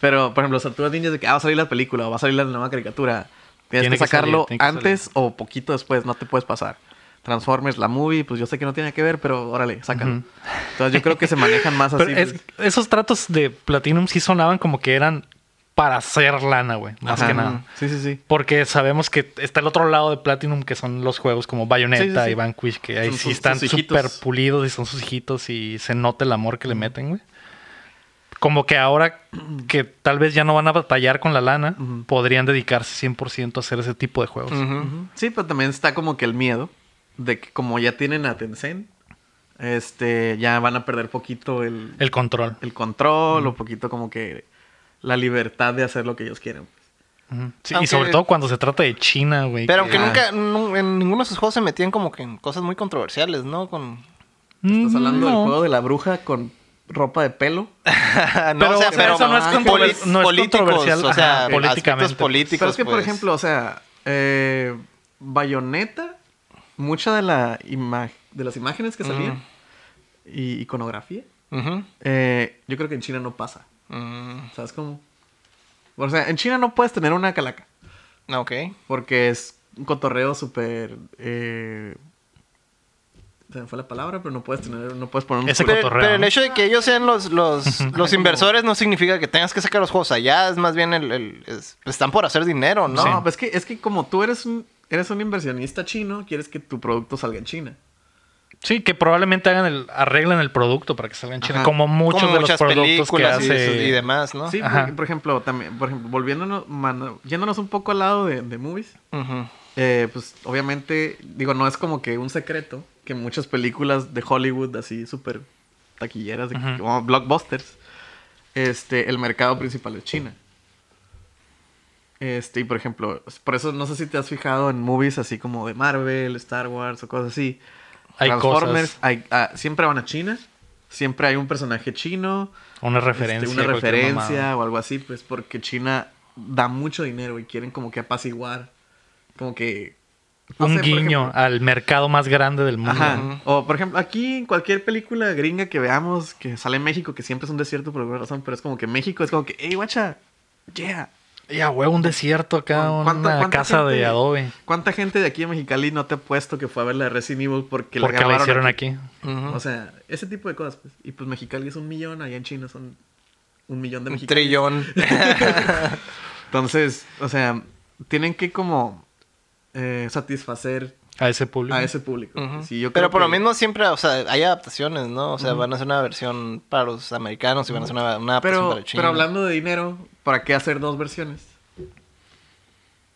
C: Pero, por ejemplo, las tortugas ninjas de que ah, va a salir la película o va a salir la nueva caricatura. Tienes
A: Tiene
C: que
A: que salir,
C: sacarlo
A: tiene que
C: antes o poquito después, no te puedes pasar. Transformers, la movie, pues yo sé que no tiene que ver, pero órale, sácalo. Entonces yo creo que se manejan más así.
A: Pero es-
C: pues.
A: esos tratos de Platinum sí sonaban como que eran para hacer lana, güey. Más
C: Ajá.
A: que nada.
C: Sí, sí, sí.
A: Porque sabemos que está el otro lado de Platinum, que son los juegos como Bayonetta
C: Sí, sí, sí.
A: y Vanquish, que ahí
C: Son
A: sí
C: sus-
A: están
C: sus hijitos.
A: súper pulidos y son sus hijitos y se nota el amor que le meten, güey. Como que ahora que tal vez ya no van a batallar con la lana, podrían dedicarse 100% a hacer ese tipo de juegos.
B: Ujú.
C: Sí, pero también está como que el miedo de que como ya tienen a Tencent, este, ya van a perder poquito el,
A: El control.
C: el control o poquito como que la libertad de hacer lo que ellos quieren.
A: Ujú. Sí,
B: Aunque-
A: Y sobre todo cuando se trata de China, güey.
B: Pero
A: que-
B: aunque nunca,
C: Ah.
B: nu- en ninguno de sus juegos se metían como que en cosas muy controversiales, ¿no? Con...
C: Estás hablando del
A: Mm, No.
C: juego de la bruja con ropa de pelo.
B: no,
A: Pero, o sea, eso no es
B: poli-
A: controver- no es
B: políticos,
A: controversial,
B: O sea,
A: ajá,
B: aspectos
A: políticamente.
B: políticos.
C: Pero es que, por
B: pues.
C: ejemplo, o sea, eh, Bayonetta, mucha de, la ima- de las imágenes que salían y iconografía,
B: Ujú.
C: eh, yo creo que en China no pasa.
B: Mm,
C: ¿Sabes cómo? O sea, en China no puedes tener una calaca.
B: ok.
C: Porque es un cotorreo súper. Eh, se me fue la palabra, pero no puedes tener. No puedes poner un.
A: Ese
C: poli-
B: Pero,
A: cotorreo,
B: pero el
A: ¿no?
B: hecho de que ellos sean los, los, los inversores no significa que tengas que sacar los juegos allá. Es más bien el... el- es- están por hacer dinero, ¿no?
C: No, pues es que, es que como tú eres un, eres un inversionista chino, quieres que tu producto salga en China.
A: Sí, que probablemente hagan el, arreglen el producto para que salga en China.
C: Ajá.
A: Como muchos
B: Como
A: de los
B: muchas
A: productos que
B: películas y
A: hace.
B: Ah, eso- y, demás, ¿no?
C: Sí,
A: Ajá.
C: por, por ejemplo, también, por ejemplo, volviéndonos, mano- yéndonos un poco al lado de, de movies,
B: Ujú.
C: eh, pues obviamente, digo, no es como que un secreto que muchas películas de Hollywood así súper taquilleras, de,
A: Ujú.
C: como blockbusters, este, el mercado principal es China. Este, y por ejemplo, por eso no sé si te has fijado en movies así como de Marvel, Star Wars o cosas así.
A: Hay
C: Transformers,
A: cosas.
C: hay- ah, siempre van a China, siempre hay un personaje chino,
A: Una
C: este,
A: referencia.
C: una
A: cualquier
C: referencia
A: mamada.
C: o algo así, pues porque China da mucho dinero y quieren como que apaciguar, como que... no
A: Un
C: sé, por
A: guiño
C: ejemplo.
A: al mercado más grande del mundo.
C: Ajá. O por ejemplo, aquí en cualquier película gringa que veamos que sale en México, que siempre es un desierto por alguna razón, pero es como que México es como que, hey, guacha, yeah.
A: Ya, güey, un desierto acá,
C: ¿Cuánta-
A: una
C: cuánta
A: casa
C: gente-
A: de adobe.
C: ¿Cuánta gente de aquí en Mexicali no te ha puesto que fue a ver la de Resident Evil porque la
A: Porque la
C: grabaron
A: hicieron
C: aquí?
A: aquí.
B: Ujú.
C: O sea, ese tipo de cosas. Pues. Y pues Mexicali es un millón, allá en China son un millón de
B: Un
C: mexicanos.
B: trillón.
C: Entonces, o sea, tienen que como eh, satisfacer
A: A ese público.
C: a ese público.
B: Ujú.
C: Sí, yo
B: pero
C: creo
B: por lo
C: que-
B: mismo siempre, o sea, hay adaptaciones, ¿no? O sea, van a hacer una versión para los americanos y van a hacer una, una adaptación
C: Pero,
B: para China.
C: pero hablando de dinero, ¿para qué hacer dos versiones?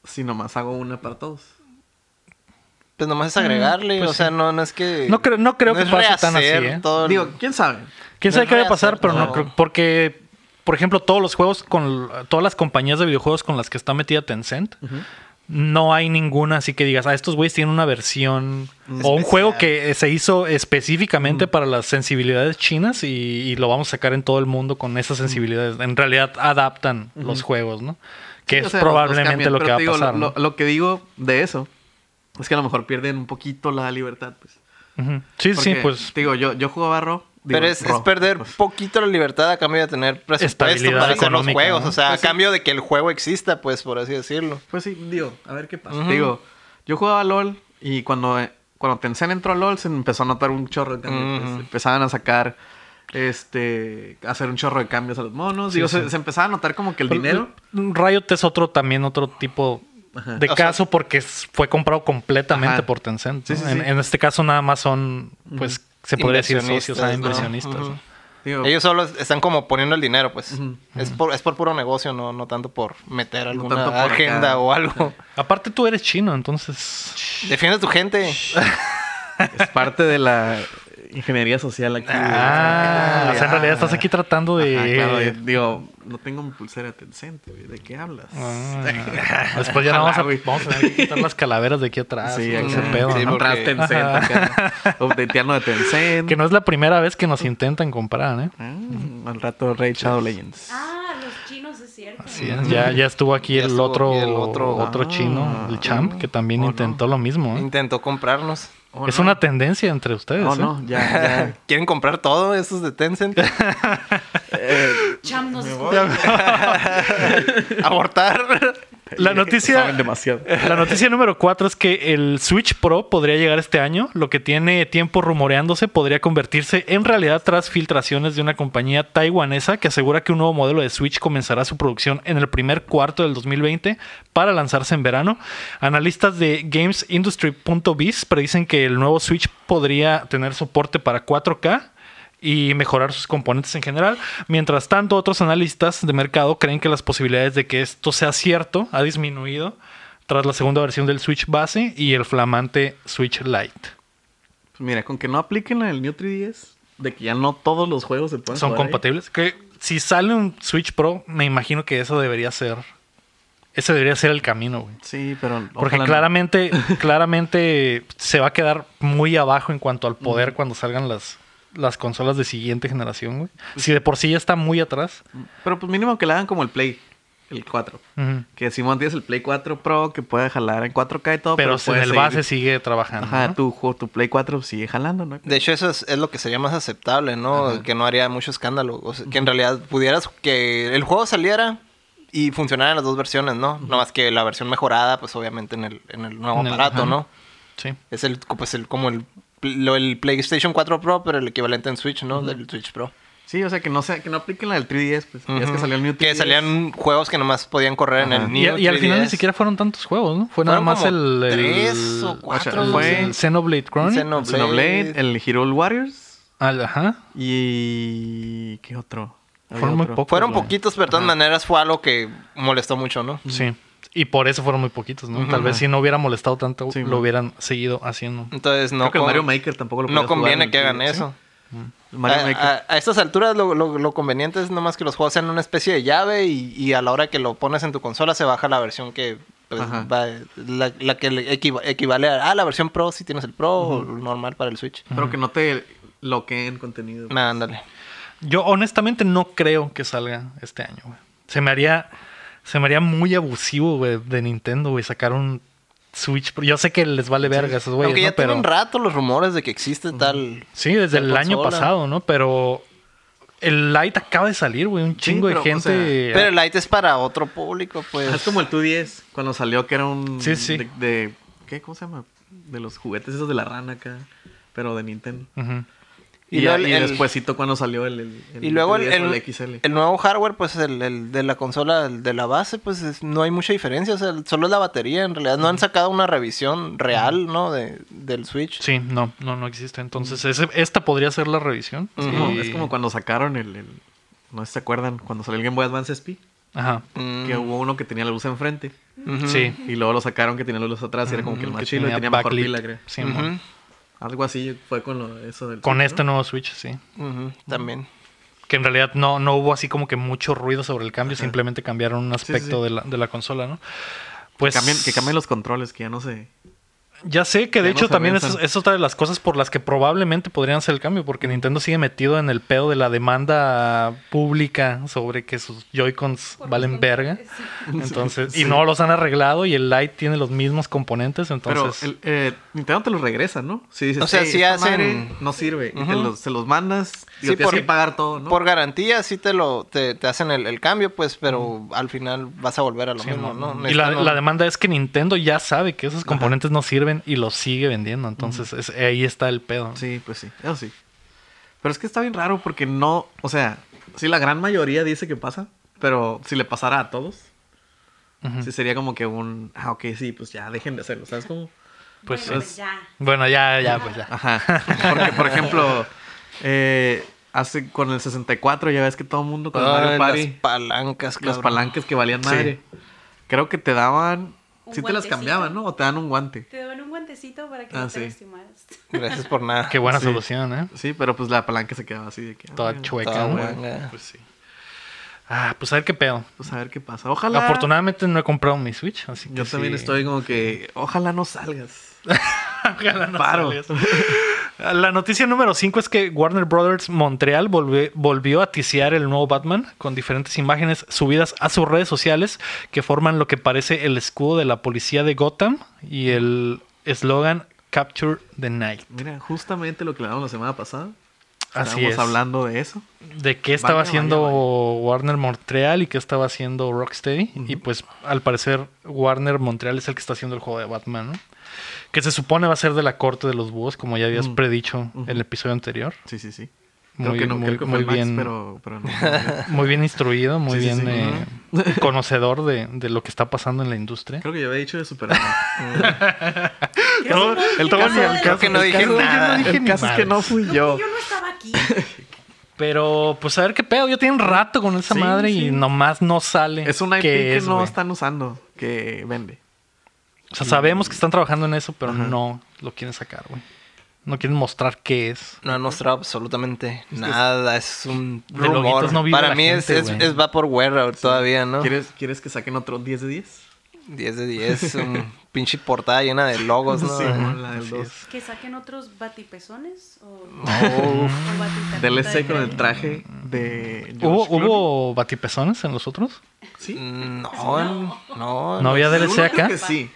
C: si nomás hago una para todos.
B: Pues nomás es agregarle,
A: pues
B: o sea,
A: sí.
B: no, no es que...
A: No creo- no creo que
B: es
A: pase tan así,
B: rehacer
A: ¿eh?
B: todo el-
C: Digo, quién sabe.
A: ¿Quién
B: No
A: sabe
B: es
A: qué vaya a
B: rehacer
A: pasar? Pero no
B: todo.
A: creo. Porque, por ejemplo, todos los juegos con. Todas las compañías de videojuegos con las que está metida Tencent. No hay ninguna así que digas, ah, estos güeyes tienen una versión o un
B: Especial.
A: juego que se hizo
C: Mm.
A: específicamente para las sensibilidades chinas y, y lo vamos a sacar en todo el mundo con
C: Mm.
A: esas sensibilidades. En realidad adaptan los juegos, ¿no? Que
C: Sí,
A: es
C: o sea, los
A: probablemente
C: cambian,
A: lo que
C: pero
A: va a
C: te digo,
A: pasar.
C: Lo,
A: ¿no?
C: lo- lo que digo de eso es que a lo mejor pierden un poquito la libertad, pues.
A: Ujú. Sí, sí,
C: Porque,
A: pues
C: te digo, yo, yo jugaba Ro. digo,
B: Pero es, es
C: Ro,
B: perder
C: pues.
B: poquito la libertad a cambio de tener presupuesto
A: Estabilidad
B: para hacer los
A: económica,
B: juegos.
A: ¿no?
B: O sea,
C: Pues
B: a
C: sí.
B: cambio de que el juego exista, pues, por así decirlo.
C: Pues sí, digo, a ver qué pasa.
B: Ujú.
C: Digo, yo jugaba LOL y cuando, cuando Tencent entró a LOL se empezó a notar un chorro de cambios. pues.
B: Ujú.
C: empezaban a sacar, este, a hacer un chorro de cambios a los monos. digo, Se, se empezaba a notar como que el dinero...
A: Riot es otro también, otro tipo
C: Ajá.
A: de
B: O sea-
A: caso porque es- fue comprado completamente
C: Ajá.
A: por Tencent.
C: Sí,
A: ¿no?
C: sí,
A: en,
C: sí.
A: en este caso nada más son, pues, se podría decir socios,
B: Inversionistas,
A: ah,
B: ¿no?
A: inversionistas.
B: Ujú.
C: Digo,
B: Ellos solo están como poniendo el dinero, pues.
C: Ujú.
B: es, por, es por puro negocio, no, no tanto por meter alguna
C: tanto por
B: agenda
C: acá.
B: o algo.
A: Aparte tú eres chino, entonces...
B: Defiende a tu gente.
C: es parte de la ingeniería social aquí.
A: Ah, o sea, en realidad estás aquí tratando de...
C: Ajá, claro, yo- digo, no tengo mi pulsera Tencent, güey. ¿De qué hablas?
A: Ah, después ya
C: Ojalá,
A: vamos a,
C: güey.
A: vamos a tener que quitar las calaveras de aquí atrás.
C: Ah, Sí,
A: ¿no?
C: aquí
A: Ese
B: sí.
A: pedo,
C: sí,
A: ¿no?
C: atrás
B: porque-
C: Tencent, acá, updateando de Tencent.
A: Que no es la primera vez que nos intentan comprar, ¿eh?
C: Ah, al rato Rey Shadow Legends.
D: Ah, los chinos, es cierto.
A: Ah, Sí, ya, ya estuvo aquí
B: Ya
A: el,
B: estuvo
A: otro,
B: aquí el
A: otro,
B: otro-
C: Ah.
A: chino, el champ, que también
C: Oh, no.
A: intentó lo mismo. ¿eh?
B: Intentó comprarnos.
C: ¿O
A: es
C: no?
A: una tendencia entre ustedes.
C: Oh,
A: ¿eh?
C: no, ya, ya.
B: ¿Quieren comprar todo esos de Tencent?
C: Eh,
D: Cham nos
B: Abortar.
A: La
C: Saben
A: noticia,
C: demasiado.
A: la noticia número 4 es que el Switch Pro podría llegar este año. Lo que tiene tiempo rumoreándose podría convertirse en realidad tras filtraciones de una compañía taiwanesa que asegura que un nuevo modelo de Switch comenzará su producción en el primer cuarto del 2020 para lanzarse en verano. Analistas de GamesIndustry.biz predicen que el nuevo Switch podría tener soporte para 4K y mejorar sus componentes en general. Mientras tanto, otros analistas de mercado creen que las posibilidades de que esto sea cierto ha disminuido tras la segunda versión del Switch base y el flamante Switch Lite.
C: Pues mira, con que no apliquen el New 3DS, de que ya no todos los juegos se pueden
A: Son
C: jugar Pues, ahí.
A: compatibles. Que si sale un Switch Pro, me imagino que eso debería ser. Ese debería ser el camino, güey.
C: Sí, pero.
A: Porque
C: ojalá no.
A: claramente, claramente se va a quedar muy abajo en cuanto al poder cuando salgan las, las consolas de siguiente generación, güey.
C: Pues
A: Si de por sí ya está muy atrás.
C: Pero pues mínimo que le hagan como el Play, el 4.
A: Ujú.
C: Que Simón tienes el Play 4 Pro que puede jalar en 4K y todo.
A: pero, en
C: puede
A: el
C: seguir-
A: base sigue trabajando.
C: Ajá,
A: ¿no?
C: tu, juego- tu Play 4 sigue jalando, ¿no?
B: De hecho, eso es, es lo que sería más aceptable, ¿no? Que no haría mucho escándalo. O sea, que en realidad pudieras que el juego saliera y funcionara en las dos versiones, ¿no? No más que la versión mejorada, pues obviamente en el, en el nuevo
A: En el-
B: aparato,
A: ajá.
B: ¿no?
A: Sí.
B: Es el, pues, el, como el, lo- el PlayStation 4 Pro, pero el equivalente en Switch, ¿no? Del Switch Pro.
C: Sí, o sea, que no, sea, que no apliquen la del 3DS, pues. Ya es que
B: Ujú.
C: salió el New 3DS.
B: Que salían juegos que nomás podían correr en
C: Ajá.
B: el
A: Y,
B: Neo
A: y al final ni
B: 3DS.
A: siquiera fueron tantos juegos, ¿no? Fue nada
B: Fueron
A: más
B: como
A: el, el-
B: tres o
A: el-
B: cuatro,
A: el
C: fue-
A: Xenoblade Chronicles.
C: El
B: Xenoblade.
C: Xenoblade, el Hero Warriors
A: Al- ajá.
C: y... ¿Qué otro? Había
A: Fueron muy
C: otro.
A: pocos.
B: Fueron
A: güey.
B: poquitos, pero de todas maneras fue algo que molestó mucho, ¿no?
A: Sí. Y por eso fueron muy poquitos, ¿no? Tal vez si no hubiera molestado tanto,
C: Sí,
A: lo
C: man.
A: hubieran seguido haciendo.
B: Entonces no,
C: Creo que el
B: con-
C: Mario Maker tampoco lo
B: no
C: podías jugar en
B: conviene
C: el
B: que hagan
C: 3DS,
B: eso.
C: El Mario
B: a,
C: Maker.
B: a- a estas alturas lo, lo- lo conveniente es nomás que los juegos sean una especie de llave y, y a la hora que lo pones en tu consola se baja la versión que pues,
C: Ajá.
B: va- la, la que le equiva- equivale a ah, la versión Pro si tienes el Pro o normal para el Switch.
C: Pero que no te bloqueen contenido.
B: Nada, ándale.
A: Yo honestamente no creo que salga este año, güey. Se me haría, se me haría muy abusivo, güey, de Nintendo, güey, sacar un Switch. Pro. Yo sé que les vale verga a esos güeyes,
B: Aunque ya
A: ¿no? Pero...
B: tiene un rato los rumores de que existe tal...
A: Sí, desde el
B: la
A: año
B: consola.
A: pasado, ¿no? Pero el Lite acaba de salir, güey. Un chingo
C: pero,
A: de
C: o
A: gente.
C: sea,
B: Pero el Lite es para otro público, pues.
C: Es como el 2DS, cuando salió que era un...
A: Sí, sí.
C: De, de- ¿Qué? ¿Cómo se llama? De los juguetes esos de la rana acá, pero de Nintendo.
A: Ujú.
B: Y
C: Y,
B: luego
C: ya-
B: el-
C: y
B: el-
C: despuésito cuando salió el, el- el
B: Y luego el,
C: 3DS o
B: el-
C: XL.
B: el nuevo hardware, pues el, el de la consola, el de la base, pues es- no hay mucha diferencia. O sea, solo es la batería. En realidad no han sacado una revisión real, ¿no? De, del Switch.
A: Sí, no, no, no existe. Entonces, ese- esta podría ser la revisión.
C: Es, como,
A: Y-
C: es como cuando sacaron el, el- No sé si se acuerdan, cuando salió el Game Boy Advance SP,
A: Ajá.
B: Mm,
C: que hubo uno que tenía la luz enfrente.
B: Ujú.
A: Sí.
C: Y luego lo sacaron que tenía la luz atrás y era como que el más chilo y tenía mejor
A: backlit.
C: pila, creo.
A: Sí,
B: Ujú.
A: mon.
C: Algo así fue con lo- eso del...
A: Con
C: Switch,
A: este nuevo Switch, sí.
B: Ujú, También.
A: Que en realidad no, no hubo así como que mucho ruido sobre el cambio, simplemente cambiaron un
C: sí,
A: aspecto
C: sí.
A: De, la, de la consola, ¿no?
C: ¿no? Que
A: Pues
C: cambien, que cambien los controles, que ya no sé.
A: Ya sé que de
C: Ya
A: hecho
C: no se
A: también es,
C: avanzan. Mm.
A: es otra de las cosas por las que probablemente podrían hacer el cambio, porque Nintendo sigue metido en el pedo de la demanda pública sobre que sus Joy-Cons
D: Por
A: valen
D: los-
A: verga.
D: Sí.
A: Entonces,
C: Sí.
A: y no los han arreglado y el Lite tiene los mismos componentes, entonces
C: Pero el, eh, Nintendo te los regresa, ¿no? Si dices,
B: O sea,
C: "Ey,
B: sí
C: esta
B: hacen-
C: madre no sirve. y te
B: Ujú.
C: los, se los mandas y
B: Sí,
C: tienes
B: por-
C: que pagar todo, ¿no?
B: Por garantía sí te lo te, te hacen el, el cambio, pues, pero al final vas a volver a lo
A: sí,
B: mismo,
A: no,
B: ¿no?
A: y la,
B: Necesitan un-
A: la demanda es que Nintendo ya sabe que esos componentes no sirven y los sigue vendiendo, entonces es- ahí está el pedo.
C: Mm. Sí, pues sí, eso sí. Pero es que está bien raro porque no, o sea, sí la gran mayoría dice que pasa, pero si le pasara a todos,
A: Ujú.
C: sí sería como que un, ah, ok, sí, pues ya dejen de hacerlo, ¿sabes cómo?
A: Pues
D: Bueno,
A: sí.
D: pues ya.
A: Bueno, ya, ya, pues ya.
C: Ajá. Porque, por ejemplo, eh, hace con el 64 ya ves que todo el mundo con el
B: Ay,
C: Mario Party,
B: Ah, las palancas,
C: las
B: cabrón.
C: palancas que valían
A: Sí.
C: madre. Creo que te daban,
D: Un
C: sí te las
D: guantecito.
C: cambiaban, ¿no? O te dan un guante.
D: Te daban un guantecito para que
C: Ah,
D: no te
C: sí.
D: lastimaras.
B: Gracias por nada.
A: Qué buena
C: Sí.
A: solución, ¿eh?
C: Sí, pero pues la palanca se quedaba así de que.
A: Toda
C: ah,
A: chueca,
B: Toda
A: ¿no?
B: guanga.
A: Pues sí. Ah, pues a ver qué pedo.
C: Pues a ver qué pasa. Ojalá.
A: Afortunadamente no he comprado mi Switch, así que
C: Yo también
A: sí.
C: estoy como que, ojalá no salgas.
A: Ojalá no
C: Paro.
A: salga eso. La noticia número 5 es que Warner Brothers Montreal volve- volvió a ticiar el nuevo Batman con diferentes imágenes subidas a sus redes sociales que forman lo que parece el escudo de la policía de Gotham y el eslogan Capture the Night.
C: Mira, justamente lo que le hablamos la semana pasada.
A: Así
C: estábamos
A: es.
C: hablando de eso.
A: de qué estaba
C: Vaya,
A: haciendo
C: vaya,
A: Warner Montreal y qué estaba haciendo Rocksteady. Y pues al parecer Warner Montreal es el que está haciendo el juego de Batman, ¿no? Que se supone va a ser de la corte de los búhos, como ya habías
C: Ujú.
A: predicho en el
C: Ujú.
A: episodio anterior.
C: Sí, sí, sí. Creo
A: Muy,
C: que no,
A: muy-
C: creo que
A: muy
C: fue el
A: bien,
C: Max, pero, pero no.
A: muy bien instruido, muy
C: Sí, sí,
A: bien
C: sí.
A: eh, conocedor de, de lo que está pasando en la industria.
C: creo que yo había dicho de Superman.
A: Todo- el todo ni al
B: Creo
A: caso.
B: que no
A: El
B: dije
A: caso- yo
B: nada.
A: dije
C: el
A: ni
C: caso es que
A: madres.
C: no fui yo.
D: No, yo no estaba aquí.
A: Pero pues a ver qué pedo, ya tienen rato con esa
C: Sí,
A: madre
C: sí.
A: y nomás no sale.
C: Es un IP
A: qué
C: que
A: es,
C: no
A: güey.
C: están usando, que vende.
A: O sea, sabemos que están trabajando en eso, pero
C: Ajá.
A: no lo quieren sacar, güey. No quieren mostrar qué es.
B: No han mostrado absolutamente nada. Es un
A: De loguitos
B: rumor.
A: no vive la
B: Para mí es,
A: gente,
B: es,
A: güey.
B: es Vaporware ahora todavía, ¿no?
C: ¿Quieres, ¿Quieres que saquen otro 10 de 10?
B: 10 de 10. Un pinche portada llena de logos, ¿no?
C: Sí, como la del
A: Así
C: 2.
A: es.
D: Que saquen otros batipezones o,
B: Oh, uf.
D: o batitarjeta
C: DLC
D: de
C: con el
D: crema.
C: traje de.
A: ¿Hubo,
C: George Clooney.
A: ¿Hubo batipezones en los otros?
C: Sí.
B: No, no.
A: No había
C: El
A: DLC
C: uno creo
A: acá.
C: que sí.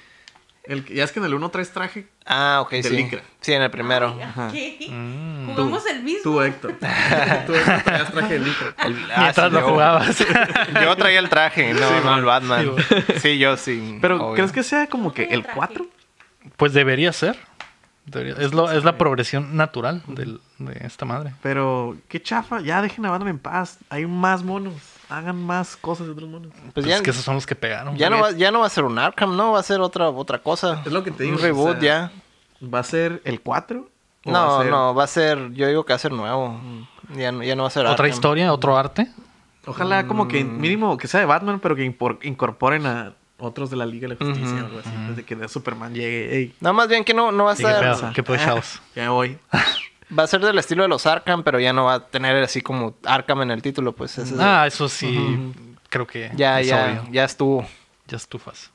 C: El, que- ya es que en el 1 traes traje
B: Ah, ok,
C: De
B: sí.
C: licra.
B: Sí, en el primero.
D: Ah,
C: Ajá.
D: ¿Qué?
A: Mm.
D: ¿Jugamos el mismo?
C: Tú, Héctor. Tú, Héctor, traías traje de licra.
B: El- ah,
A: Mientras
B: sí,
A: lo
B: yo-
A: jugabas.
B: Yo traía el traje, no,
C: Sí,
B: no
C: man.
B: el Batman.
A: Sí,
B: Sí, yo sí.
C: Pero,
B: obvio.
C: ¿crees que sea como que
D: Traía
C: el
D: traje.
C: 4?
A: pues debería ser. Debería- Es, lo, es la progresión natural del- de esta madre.
C: Pero, qué chafa. Ya dejen a Batman en paz. Hay más monos. Hagan más cosas de otros monos.
B: Pues
A: Pues
B: ya,
A: es que esos son los que pegaron.
B: ya, no
A: güey.
B: va, ya no va a ser un Arkham, ¿no? Va a ser otra, otra cosa.
C: Es lo que te digo,
B: Un reboot
C: o sea,
B: ya.
C: ¿Va a ser el 4? ¿O va
B: No,
C: a ser-
B: no, va a ser. Yo digo que va a ser nuevo. Ya, no- ya no va a ser
A: Otra
B: Arkham.
A: historia, otro arte.
C: Ojalá como que
A: Mm.
C: mínimo que sea de Batman, pero que impor- incorporen a otros de la Liga de la Justicia o algo así. Desde que de Superman llegue. Ey, ah,
B: No, más bien que no, no va a
A: Sí, qué
B: ser.
A: pedo, qué pedo, chavos.
C: ya me voy.
B: Va a ser del estilo de los Arkham, pero ya no va a tener así como Arkham en el título, pues. ese es-
A: Ah, eso sí, creo que
B: ya,
A: es
B: ya,
A: obvio.
B: ya estuvo.
A: Ya estufas.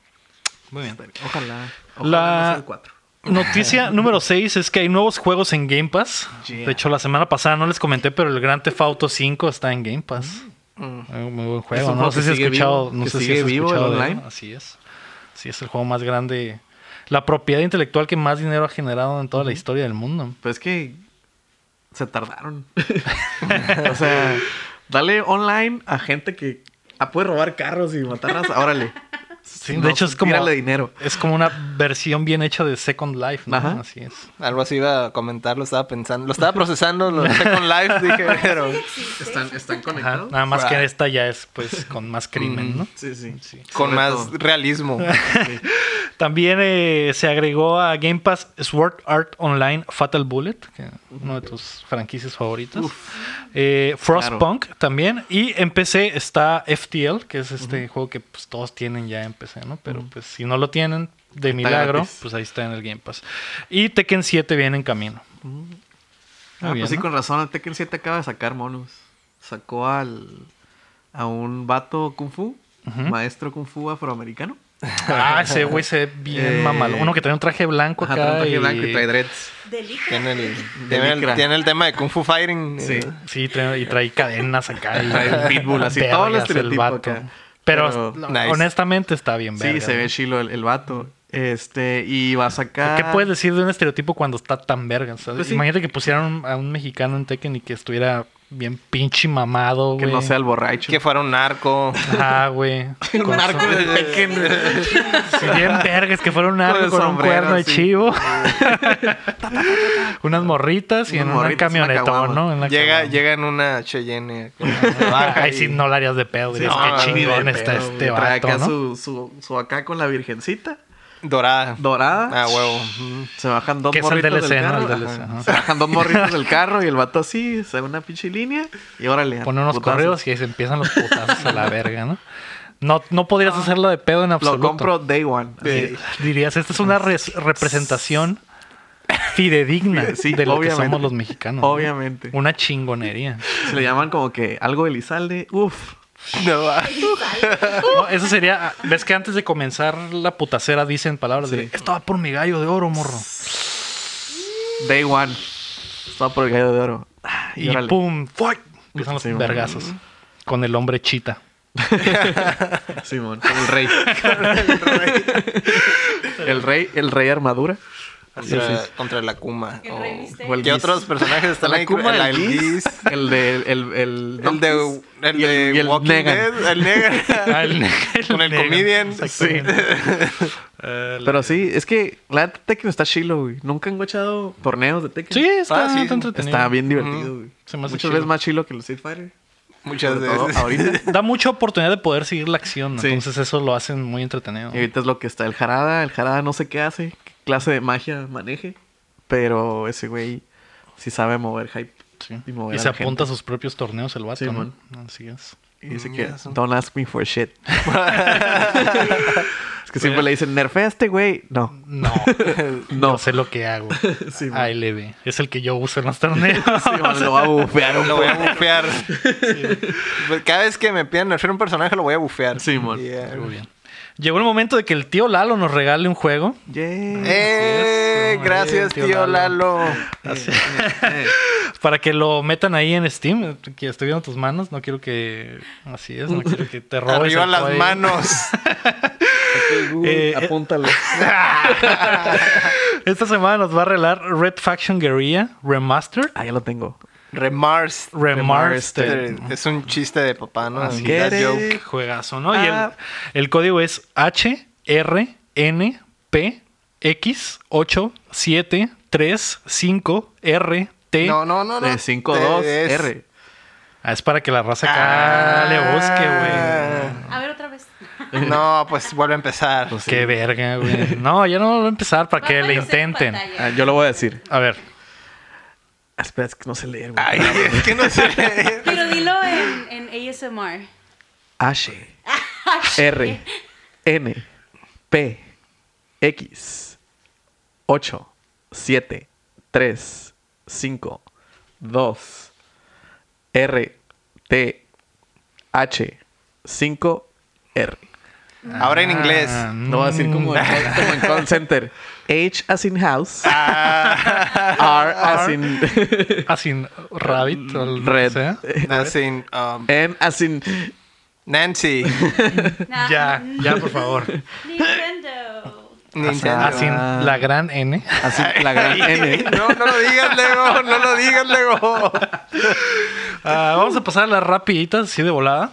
A: Muy bien.
C: Ojalá. Ojalá
A: La-
C: no sea el 4.
A: Noticia número 6 es que hay nuevos juegos en Game Pass.
C: Yeah.
A: De hecho, la semana pasada no les comenté, pero el Grand Theft Auto 5 está en Game Pass.
B: Mm,
A: Eh, Muy buen
C: Es
A: juego.
C: un
A: No,
C: juego
A: sé
C: que
A: si has
C: sigue
A: escuchado,
C: vivo,
A: no
C: que
A: sé si
C: sigue
A: has
C: vivo el
A: escuchado de él.
C: online.
A: Así es. Sí, es el juego más grande. La propiedad intelectual que más dinero ha generado en toda la historia del mundo.
C: Pues es que se tardaron. o sea, dale online a gente que ah, puede robar carros y matarlas. Órale.
A: Sí, pues
C: No,
A: de hecho, es como,
C: tírale dinero.
A: es como una versión bien hecha de Second Life. ¿no?
C: Ajá.
A: Así es.
B: Algo así iba a comentar, lo estaba pensando. Lo estaba procesando, lo dejé con live, dije, pero.
D: Sí existe.
C: Están, están
A: Ajá,
C: conectados.
A: Nada más
B: Right.
A: que esta ya es pues con más crimen, ¿no?
C: Sí, sí.
A: Sí.
B: Con
C: Sobre
B: más
C: todo.
B: realismo.
A: También eh, se agregó a Game Pass Sword Art Online Fatal Bullet, que es uno de tus franquicias favoritas. Eh, Frostpunk también. Y en PC está FTL, que es este juego que pues, todos tienen ya en PC, ¿no? Pero pues si no lo tienen, de milagro,
C: gratis.
A: pues ahí está en el Game Pass. Y Tekken 7 viene en camino. Muy
C: Ah,
A: bien,
C: pues sí,
A: ¿no?
C: con razón. El Tekken 7 acaba de sacar monos. Sacó al. a un vato Kung Fu, maestro Kung Fu afroamericano.
A: Ah, ese güey se ve bien
C: Eh,
A: mamalón. Uno que trae un traje blanco
C: Ajá,
A: acá.
C: trae un traje
A: y-
C: blanco y trae dreads.
D: Delito.
B: Tiene el,
C: De
B: tiene,
C: licra.
B: el, tiene el tema de Kung Fu Fighting.
C: Sí.
B: eh,
A: Sí, trae- y trae cadenas acá. Y
C: Trae el pitbull, así, todo el
A: Vergas,
C: estereotipo
A: vato.
C: acá.
A: Pero,
C: Pero,
A: no,
B: nice.
A: honestamente está bien
C: Sí,
A: verga,
C: se ve
A: ¿no?
C: chilo el, el vato. Este, y va a sacar.
A: ¿Qué puedes decir de un estereotipo cuando está tan verga? ¿sabes?
C: Pues sí.
A: Imagínate que pusieran a un mexicano en Tekken y que estuviera bien pinche mamado,
C: Que
A: güey.
C: no sea el borracho.
B: Que fuera un narco.
A: Ah, güey.
C: un arco de Tekken.
A: Si bien vergas, que fuera un árbol
C: el
A: con un
C: sombrero,
A: cuerno de
C: sí.
A: chivo. Unas morritas y
C: Unas
A: en un
C: morritas, una
A: camionetón,
C: caguama.
A: ¿no? En la
B: Llega,
A: caguama.
B: llega en una Cheyenne. eh, con-
A: Ah,
B: baja
A: Ahí
B: y-
A: sí no la harías de pedo. Dirías,
B: no,
A: qué
B: no,
A: chingón
B: ni de
A: está
C: Pero,
A: este
C: güey, trae
A: vato,
C: acá
A: ¿no?
C: su, su, su acá con la virgencita
B: Dorada.
C: dorada.
B: Ah, huevo. Ujú.
C: Se bajan dos
A: Que es el
C: morritos
A: DLC,
C: del
A: ¿no?
C: carro.
A: El
C: ajá.
A: DLC, ajá.
C: Se bajan dos morritos del carro y el vato así, se da una pinche línea y órale.
A: Pone unos
C: putazos.
A: correos y ahí se empiezan los putazos a la verga, ¿no? No, no podrías hacerlo de pedo en absoluto.
C: Lo compro day one.
A: Dir- Dirías, esta es una res- representación fidedigna
C: Sí,
A: de lo que
C: obviamente.
A: somos los mexicanos. ¿no?
C: Obviamente.
A: Una chingonería.
C: Se le llaman como que algo Elizalde. Uf.
B: No, va.
A: No, eso sería. ¿Ves que antes de comenzar la putacera dicen palabras de
C: Sí.
A: esto va por mi gallo de oro, morro?
C: Day one. Estaba por el gallo de oro. Ah,
A: Y
C: órale.
A: pum, ¡fuck! Empiezan los
C: Sí,
A: vergazos. Con el hombre chita.
C: Simón, como el rey. el rey, el rey armadura.
B: Contra, contra la Kuma.
D: El
B: o-
D: Rey Misterio.
C: o el
B: ¿Qué
C: Giz.
B: otros personajes están ahí?
C: Akuma,
B: El
C: el
B: Algis.
C: Giz, el de el el,
B: El de, el
C: y el-
B: de
C: y el
B: Walking
C: Negan.
B: Dead, el Negan.
A: Ah, el ne-
B: Con el
A: negro.
B: comedian.
A: Exactamente. Eh, la-
C: Pero sí, es que la neta Tekken está chilo, güey. Nunca han guachado torneos de Tekken.
A: Sí, está,
B: Ah, sí,
A: está entretenido.
C: Está bien divertido, güey.
A: Se me hace
C: Muchas
A: chilo.
C: veces más chilo que los Street Fighter.
B: Muchas
C: Sobre todo
B: veces.
C: ahorita.
A: Da mucha oportunidad de poder seguir la acción.
C: Sí.
A: Entonces, eso lo hacen muy entretenido.
C: Y ahorita es lo que está el Jarada. El Jarada no sé qué hace, qué clase de magia maneje. Pero ese güey sí sabe mover hype.
A: Sí.
C: Y mover
A: Y
C: a
A: se
C: la gente.
A: apunta a sus propios torneos el vato,
C: Sí,
A: ¿no?
C: man.
A: Así es.
C: Y dice que,
B: Mira, son-
C: don't ask me for shit. es que siempre le dicen, nerfea a este güey. No.
A: No,
C: No.
A: no sé lo que hago.
C: Sí, man.
A: ALB. Es el que yo uso en los torneos.
C: Sí, man, lo va a bufear un
B: Lo voy a
C: poco.
B: bufear. Pues Cada vez que me piden hacer un personaje, lo voy a bufear.
C: Simón.
B: Yeah.
A: Muy bien. Llegó el momento de que el tío Lalo nos regale un juego.
C: Yeah.
B: ¡Eh!
A: Así es.
B: Gracias,
A: Tío
B: tío
A: Lalo.
B: Lalo.
A: Para que lo metan ahí en Steam, que estoy viendo tus manos, no quiero que... Así es, no quiero que te robes.
B: Arriba
A: el
B: las
A: código.
B: manos.
A: Eh, eh.
C: apúntalo.
A: Esta semana nos va a regalar Red Faction Guerrilla Remastered.
C: Ah, ya lo tengo.
B: Remars.
A: Remastered.
B: Es un chiste de papá, ¿no?
A: Así
B: That
C: es.
B: joke.
A: Qué Juegazo, ¿no? Y el,
C: Ah.
A: el código es H R N P X 8 7 3 5 R T.
B: No, no, no, no.
C: De 5-2
B: Es-
C: Eh, R.
A: Ah, es para que la raza acá
B: Ah.
A: le busque, güey.
D: A ver otra vez.
B: No, pues vuelve a empezar.
C: Pues sí.
A: Qué verga, güey. No, ya no voy a empezar para que
D: Vamos a
A: le
D: hacer
A: intenten.
D: pantalla.
C: Ah, yo lo voy a decir.
A: A ver.
C: Ah, espera, es que no sé leer, güey.
B: Ay, es que no sé leer.
D: Pero dilo en, en ASMR.
C: H. R. N. P. X. 8. 7. 3. 5. 2. R. T. H. 5. R.
B: Ahora en inglés.
A: Ah,
C: No va a decir como en, call- como en call center. H as in house. R as in
A: Así, Rabbit o lo que
C: red.
A: sea.
B: Nothing, um,
C: N as in
B: Nancy.
D: Na-
A: Ya,
D: n-
A: ya, por favor.
D: Nintendo.
B: Nintendo.
A: Así, la gran N.
C: as in la gran N.
B: No, no lo digas, Lego. No lo digas, Lego.
A: Ah, vamos a pasar a las rapiditas, así de volada.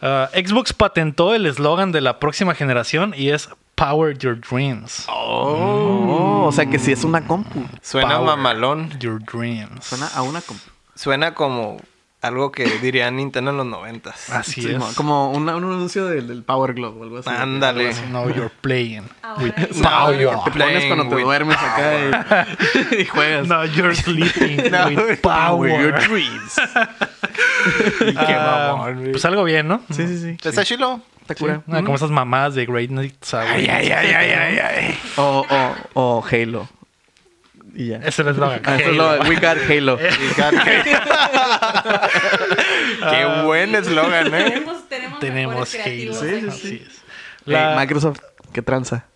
A: Ah, Xbox patentó el eslogan de la próxima generación y es Power Your Dreams.
C: Oh, o sea que si es una compu.
B: Suena
A: Power.
B: mamalón.
A: Your Dreams.
C: Suena a una compu.
B: Suena como Algo que diría Nintendo en los noventas.
A: Así
C: Sí,
A: es.
C: Como una- un anuncio del, del Power Glove o algo así.
B: Ándale.
A: Now you're playing.
D: Ahora es-
A: Now
B: Now
A: you're
C: Te pones cuando te
B: Playing with
C: duermes acá y, y juegas.
A: No, you're sleeping
B: No,
A: with
B: with your
A: power.
B: dreams. Y qué
A: Ah,
B: mamón, güey.
A: pues algo bien, ¿no?
C: Sí, sí, sí.
B: ¿Está chilo?
C: Está
A: Sí,
C: cura.
A: nada, como esas mamadas de Great Night Sour.
C: O, o, o Halo. Y ya.
A: Ese es lo
C: Ah, eso es lo- we got Halo.
A: Ah,
B: Qué buen eslogan, ¿eh?
D: Tenemos, tenemos,
A: Tenemos
D: mejores
A: Halo.
D: creativos
C: Sí, sí,
D: aquí.
A: Así es.
C: Hey,
A: La-
C: Microsoft, qué tranza.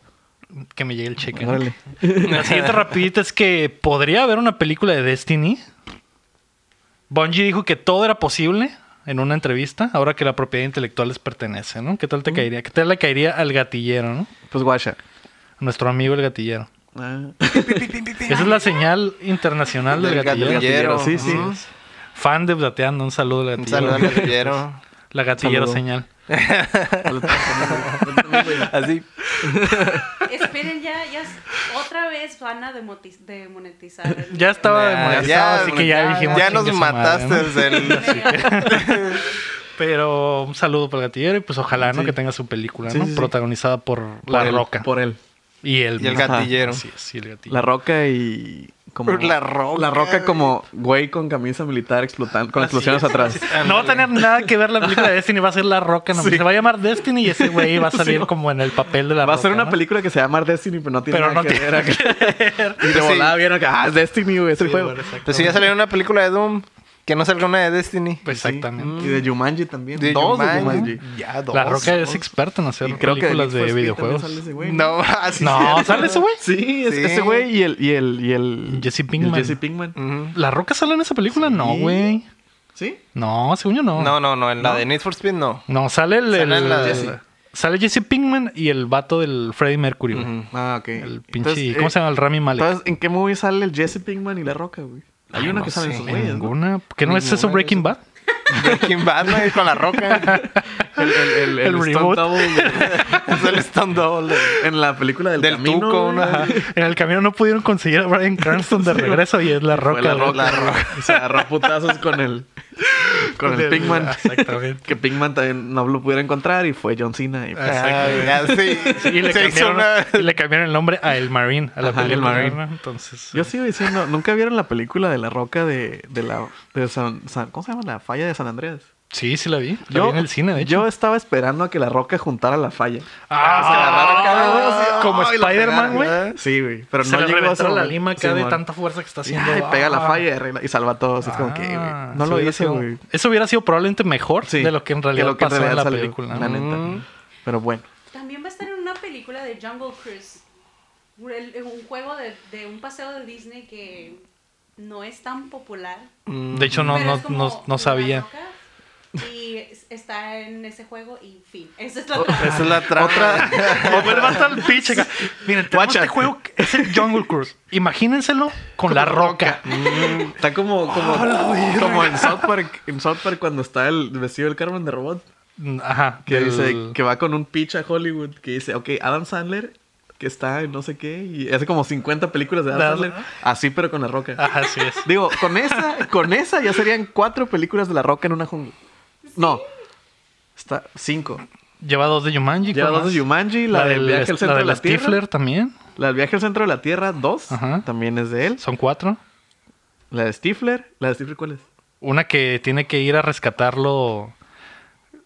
A: que me llegue el cheque. ¿no?
C: Órale.
A: La siguiente rapidita es que podría haber una película de Destiny. Bungie dijo que todo era posible en una entrevista, ahora que la propiedad intelectual les pertenece, ¿no? ¿Qué tal
C: Mm.
A: te caería? ¿Qué tal le caería al gatillero, ¿no?
C: Pues guacha.
A: Nuestro amigo el gatillero.
C: Ah,
A: Esa es la señal internacional del
B: Del
A: gatillero.
B: gatillero.
C: gatillero, Sí, sí.
B: Ujú.
A: Fan de Plateando, un saludo al
B: Un
A: gatillero.
B: saludo al gatillero.
A: La gatillero
C: Saludo.
A: señal.
B: Así.
D: Esperen, ya, ya s- otra vez van a demoti- demonetizar. el-
A: Ya estaba
B: Nah,
A: demonetizado,
B: ya,
A: así que ya
B: ya-
A: dijimos.
B: ya nos
A: "Chingue su madre",
B: mataste
A: ¿no?
B: desde el-
A: Pero un saludo para el gatillero y pues ojalá no que tenga su película,
C: Sí,
A: ¿no?
C: sí, sí.
A: Protagonizada por, La
C: él,
A: Roca.
C: Por él.
A: Y el,
B: Y el
A: mismo.
B: gatillero.
A: Así es, y el gatillero.
C: La roca y. Como,
B: La Roca,
C: La roca como güey con camisa militar explotando. Con explosiones atrás.
A: No va a tener nada que ver la película de Destiny, va a ser La Roca. nomás. Se va a llamar Destiny y ese güey va a salir como en el papel de La
C: Va a
A: Roca,
C: ser una
A: ¿no?
C: película que se llama Destiny, pero no tiene
A: Pero
C: nada
A: no
C: que
A: tiene
C: ver acá. Y de
B: Sí.
C: volada vieron que, ah, es Destiny, güey, es el juego.
B: Pues si ya salió una película de Doom, que no salga una de Destiny.
A: Pues exactamente.
C: Y de Jumanji también.
B: De
C: Dos de
B: Jumanji.
C: Jumanji.
B: Ya, dos.
A: La Roca es experta en hacer
C: Y creo que
A: películas
C: Need for
A: de
C: Speed
A: videojuegos.
C: también sale ese güey,
B: No, así
A: No,
B: es.
A: sale ese güey.
C: Sí, es-
B: Sí.
C: ese güey y el, y el, y el...
A: Jesse
C: y el
A: Pinkman.
C: Jesse Pinkman.
B: Ujú.
A: ¿La Roca sale en esa película? No,
C: Sí.
A: güey.
C: ¿Sí?
A: No, según yo no.
B: No, no, no, en la de Need for Speed no.
A: No, sale el.
B: Sale
A: el-
B: la de-
A: sale Jesse Pinkman y el vato del Freddie Mercury, güey.
B: Ujú.
C: Ah, ok.
A: El pinche.
C: eh,
A: ¿Cómo se llama? El Rami Malek.
C: Entonces, ¿en qué movie sale el Jesse Pinkman y La Roca, güey? Hay
B: Ay,
C: una
B: no
C: que sale en
B: sé,
C: sus güeyes, ¿no?
A: Ninguna. ¿Por qué no es
C: Ninguna
A: eso
C: de
A: Breaking Bad?
B: Breaking Bad, ¿no? Y con la Roca.
C: El, el,
A: El
C: el, el stunt
A: reboot.
C: double de-
B: es el stand double.
C: en la película del,
B: Del
C: camino,
B: tuco,
C: güey.
B: una-
A: En el camino no pudieron conseguir a Brian Cranston de regreso y es la roca.
C: Fue la
A: güey.
C: roca. güey. Se agarró a putazos con el... Con el
A: Ah,
C: Pinkman.
A: Exactamente.
C: Que Pinkman también no lo pudiera encontrar y fue John Cena. Y pues,
B: Ah, ya, sí.
A: Sí, y le,
B: Se hizo
A: cambiaron,
B: una-
A: y le cambiaron el nombre a El Marine, a la
C: Ajá, El
A: película.
C: Marine.
A: ¿no? Entonces,
C: Yo sigo diciendo, ¿nunca vieron la película de La Roca de, de la... de San- San- ¿Cómo se llama? La falla de San Andrés.
A: sí, sí la vi. La vi en el cine, de hecho.
C: Yo estaba esperando a que La Roca juntara la falla. Ah,
A: Ah, como
B: Ay, la
A: Spider-Man, güey.
B: cagaron,
C: Sí, güey. Pero
A: Se
C: no
A: le
C: llegó a
A: reventó
C: eso,
A: la
C: güey.
A: lima acá de
C: Simón.
A: tanta fuerza que está
C: Y
A: haciendo.
C: ay, pega la
A: Ah.
C: falla y arregla- y salva a todos. es como
A: Ah,
C: que, güey,
A: eso
C: no lo
A: hubiera
C: hizo,
A: sido-
C: güey.
A: Eso hubiera sido probablemente mejor
C: Sí,
A: de lo que en realidad
C: de lo que en
A: pasó en la
C: realidad salió,
A: película. ¿no?
C: La neta.
B: Mm.
C: Pero bueno.
D: También va a estar en una película de Jungle Cruise. Un- el- Un juego de, de un paseo de Disney que no es tan popular.
A: De hecho, no,
D: pero
A: no,
D: es como
A: no, no
D: una
A: sabía.
D: roca Y es- está en ese juego y fin. Esa
A: Oh,
D: es la trama.
B: Esa es la
C: Ah,
B: trama.
A: O vuelva hasta el pinche. acá. Miren, tenemos
C: Guacha.
A: este juego que es el Jungle Cruise. Imagínenselo con la roca.
C: Mm. Está como, como, como en South Park, en South Park cuando está el vestido del Carmen de Robot.
A: Mm, Ajá.
C: Que
A: del-
C: dice que va con un pitch a Hollywood que dice, ok, Adam Sandler, que está en no sé qué, y hace como 50 películas de Adam
A: Adam- Ah.
C: Sandler, así pero con la roca.
A: Ajá, así es.
C: Digo, con esa, con esa ya serían cuatro películas de la roca en una jungla. No. Está cinco.
A: Lleva dos de Jumanji.
C: Lleva
A: ¿cuál
C: dos de
A: más?
C: Jumanji, la, del viaje al
A: la
C: centro de
A: del
C: la, Tierra.
A: Stifler también.
C: La del viaje al centro de la Tierra, dos.
A: Ajá.
C: También es de él.
A: Son cuatro.
C: La de Stifler. ¿La de Stifler cuál es?
A: Una que tiene que ir a rescatarlo.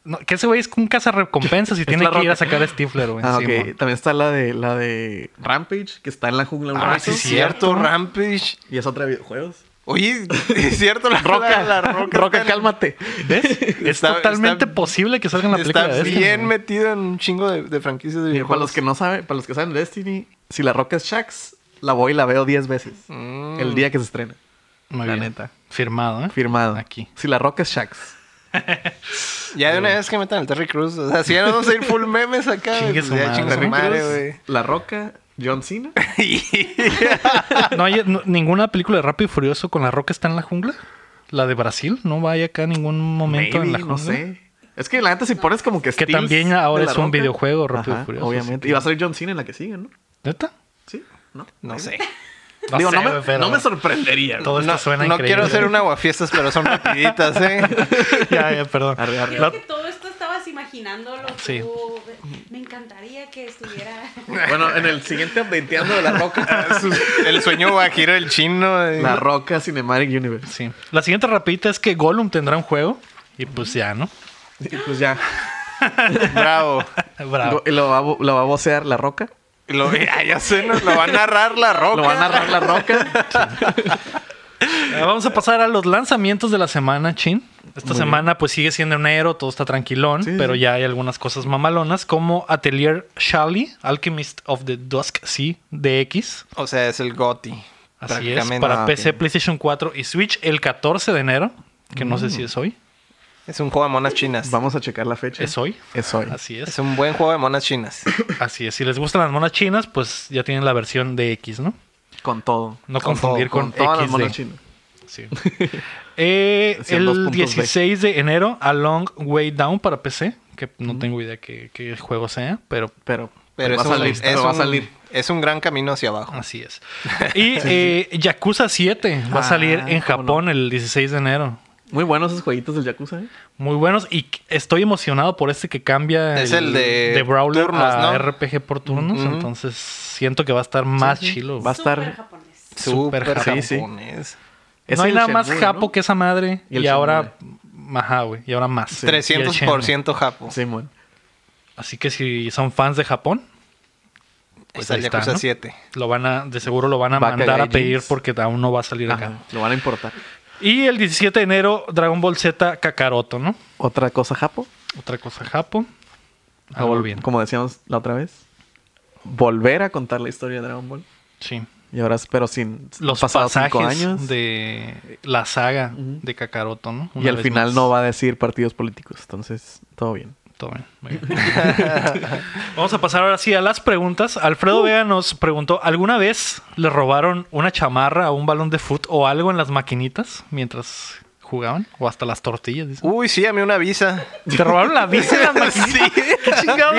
A: No, que ese güey es un cazarrecompensas y tiene
C: la
A: que ir
C: Roca.
A: a sacar a Stifler, güey.
C: Ah, ok.
A: sí, mon.
C: También está la de la de Rampage, que está en la jungla un
A: Ah,
C: rato.
A: sí, sí.
B: Cierto, Rampage.
C: Y es otra de videojuegos.
B: Oye, es cierto, la
C: Roca,
B: la- la roca.
C: roca
B: está-
C: cálmate.
A: ¿Ves? Es
B: Está-
A: totalmente
B: está-
A: posible que salga en la película
B: Está
A: de Destiny,
B: bien
A: güey.
B: metido en un chingo de, de franquicias de
C: Mira, para
B: videojuegos.
C: los que no saben, para los que saben Destiny, si la roca es Shax, la voy y la veo 10 veces.
A: Mm.
C: El día que se estrena.
A: Muy
C: La
A: bien.
C: neta.
A: Firmado, ¿eh?
C: Firmado.
A: Aquí.
C: Si la roca es Shax.
B: Ya de una vez que metan al Terry Cruz, o sea, si ya nos vamos a ir full memes acá,
A: Chingue
B: pues
A: su
B: ya
A: madre.
B: chingue su
A: Terry
B: madre,
C: Cruz,
B: güey.
C: La roca, John Cena.
A: ¿No hay no- ninguna película de Rápido y Furioso con la roca está en la jungla? ¿La de Brasil? ¿No vaya acá en ningún momento
C: Maybe,
A: en la jungla?
C: no sé. Es que la neta, si pones como que
A: Que
C: stills
A: también
C: de
A: ahora
C: la
A: es un
C: Roca,
A: videojuego, Rápido y
C: ajá,
A: Furioso,
C: Obviamente.
A: sí.
C: Y va a salir John Cena en la que sigue, ¿no?
A: ¿Neta?
C: Sí, ¿no?
B: No sé.
A: No
C: Digo,
A: sé,
C: no, me,
A: güey, pero
C: no me sorprendería. güey.
A: Todo esto
B: no,
A: suena
B: no
A: increíble.
B: quiero hacer un aguafiestas, pero son rapiditas, ¿eh?
A: ya, ya, perdón.
C: Arre, arre.
D: Creo
A: La-
D: que todo esto estabas imaginándolo.
A: Sí.
D: tú. Me encantaría que estuviera.
C: Bueno, en el siguiente updateando de La Roca.
B: El sueño guajiro del chino. eh.
C: La Roca Cinematic Universe.
A: Sí. La siguiente rapidita es que Gollum tendrá un juego. Y pues ya, ¿no?
C: Y pues ya.
B: Bravo.
A: Bravo.
C: Lo, lo va, a vo- lo va a vocear La Roca.
B: Lo, ah, ya sé, nos lo va a narrar la roca.
C: Lo va a narrar La Roca.
A: Eh, Vamos a pasar a los lanzamientos de la semana, Chin. Esta semana, pues sigue siendo enero, todo está tranquilón,
C: Sí,
A: pero
C: sí.
A: ya hay algunas cosas mamalonas, como Atelier Shally, Alchemist of the Dusk Sea DX.
B: O sea, es el Goti.
A: Así es,
B: prácticamente.
A: para
C: Ah,
A: PC,
C: ok.
A: PlayStation 4 y Switch el 14 de enero, que no
C: Mm.
A: sé si es hoy.
B: Es un juego de monas chinas.
C: Vamos a checar la fecha.
A: Es hoy.
C: Es hoy.
A: Así
B: Es
A: es.
B: un buen juego de monas chinas.
A: Así es. Si les gustan las monas chinas, pues ya tienen la versión de X, ¿no?
C: Con todo.
A: No
B: Con
A: confundir
B: todo,
A: con,
C: todas las
A: XD.
C: monas chinas.
A: Sí. Eh,
C: Así en
A: el
C: 2.2.
A: 16 de enero, A Long Way Down para PC, que no tengo idea qué, qué juego sea, pero
C: Pero,
B: Pero
C: va a
B: es un-
C: salir.
B: es
C: pero va a
B: un-
C: salir.
B: Es un gran camino hacia abajo.
A: así es. Y eh, Yakuza 7 va a salir
C: Ah,
A: en
C: cómo no.
A: Japón el 16 de enero.
C: Muy buenos esos jueguitos del Yakuza, ¿eh?
A: Muy buenos y qu- estoy emocionado por este que cambia
B: Es el de
A: Brawler
B: turnos,
A: a
B: ¿no?
A: RPG por turnos,
B: Ujú.
A: entonces siento que va a estar más chilo.
C: Va a estar-
D: súper japonés.
A: Súper
B: Súper
C: japonés.
B: japonés.
C: Es
A: no hay
C: el
A: nada más
C: Shenmue, ¿no?
A: japo que esa madre
C: Y
A: y,
C: el
A: ahora ajá, güey, y ahora más. Y el
B: 300% japo.
C: Sí, bueno.
A: Así que si son fans de Japón, pues
B: está
A: ahí
B: el
A: está,
B: Yakuza
A: ¿no?
B: 7.
A: lo van a, de seguro lo van a
C: Baca
A: mandar a
C: Gaijins.
A: pedir porque aún no va a salir acá.
C: Ajá, Lo van a importar.
A: Y el 17 de enero, Dragon Ball Z Kakaroto, ¿no?
C: Otra cosa, Japo.
A: Otra cosa japo.
C: A
A: Algo
C: vol-
A: bien.
C: Como decíamos la otra vez. Volver a contar la historia de Dragon Ball.
A: Sí.
C: Y ahora, pero sin.
A: Los
C: pasado
A: pasajes
C: cinco años.
A: de la saga de Kakaroto, ¿no?
C: Y al final no va a decir partidos políticos. Entonces, todo bien.
A: Todo bien, muy bien. Vamos a pasar ahora sí a las preguntas.
C: Uh.
A: Alfredo Vega nos preguntó, ¿alguna vez le robaron una chamarra o un balón de foot o algo en las maquinitas mientras jugaban? O hasta las tortillas, dice.
B: Uy, sí, a mí una visa.
A: ¿Te robaron la bici en las maquinitas? ¿Qué chingado?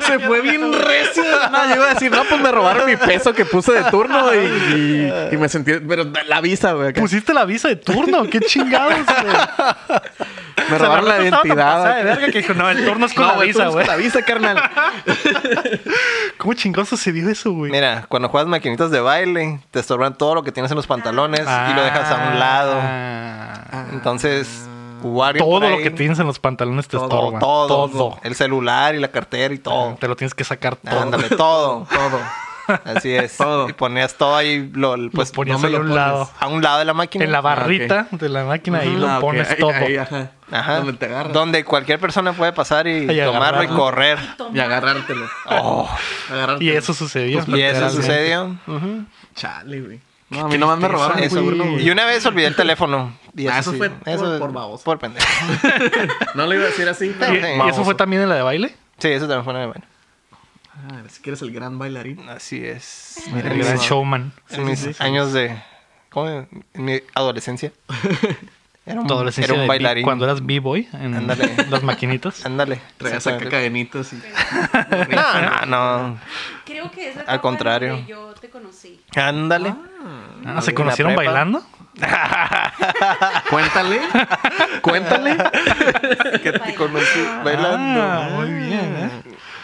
C: Se fue bien recio. No, yo iba a decir, no, pues me robaron mi peso que puse de turno y, y- y me sentí. Pero la visa, güey. acá.
A: ¿Pusiste la visa de turno? ¿Qué chingados, güey?
C: Me robaron la, identidad.
A: de verga que dijo, no, el turno es con
C: No,
A: la
C: güey, tú
A: visa,
C: busca
A: güey.
C: La visa, carnal.
A: ¿Cómo chingoso se dio eso, güey?
B: Mira, cuando juegas maquinitas de baile, te estorban todo lo que tienes en los pantalones y lo dejas a un lado.
A: lado.
B: Entonces, hubo
A: Ah,
B: alguien
A: Todo
B: por
A: lo
B: ahí.
A: que tienes en los pantalones te
B: todo,
A: estorba.
B: todo,
A: Todo.
B: El celular y la cartera y todo. Ah,
A: Te lo tienes que sacar todo.
B: Ándale, todo.
C: Todo.
B: Así es.
C: Todo.
B: Y ponías todo ahí, lo, pues
A: ponías
B: me
A: ahí
B: lo
A: a un
B: pones.
A: lado.
B: A un lado de la máquina.
A: En la barrita de la máquina ahí lo
C: Ah, ok.
A: pones
C: Ahí-
A: todo.
C: ahí, ajá.
B: Ajá.
C: Donde te agarras.
B: Donde cualquier persona puede pasar y
A: Ahí
B: tomarlo y
A: agarrarlo.
B: correr.
D: Toma.
C: Y agarrártelo.
B: Oh,
C: Agarrártelo.
A: Y eso sucedió.
B: y eso
A: literalmente.
B: sucedió. Ujú.
C: Chale, güey. No, a mí nomás me robaron
B: Eso.
C: mi turno,
B: Y
C: güey.
B: una vez olvidé el teléfono. Y
C: Ah, eso fue por-
B: es-
C: por baboso.
B: Por pendejo.
C: No lo iba a decir así.
A: ¿Y,
C: pero-
A: y eso fue también en la de baile?
B: Sí, eso también fue una bueno.
C: Ah, si quieres el gran bailarín.
B: Así es.
C: Mira,
A: El gran
C: sí.
A: showman.
B: En mis años de. ¿Cómo? En mi adolescencia. Era
A: Tu adolescencia
B: era
A: de
B: un
A: bi-
B: bailarín.
A: Cuando eras B-boy en
B: Ándale.
A: las maquinitas.
B: Ándale.
C: Traías acá
B: exactamente.
C: cadenitas y...
B: No, Ah, no, no.
D: Creo que es la
B: Al
D: etapa en
B: contrario.
D: donde yo te conocí.
B: Ándale.
A: Ah, ¿Se
B: En la
A: conocieron
B: prepa.
A: bailando?
C: Cuéntale. Cuéntale.
B: que te conocí bailando.
A: Ah, muy bien. ¿eh?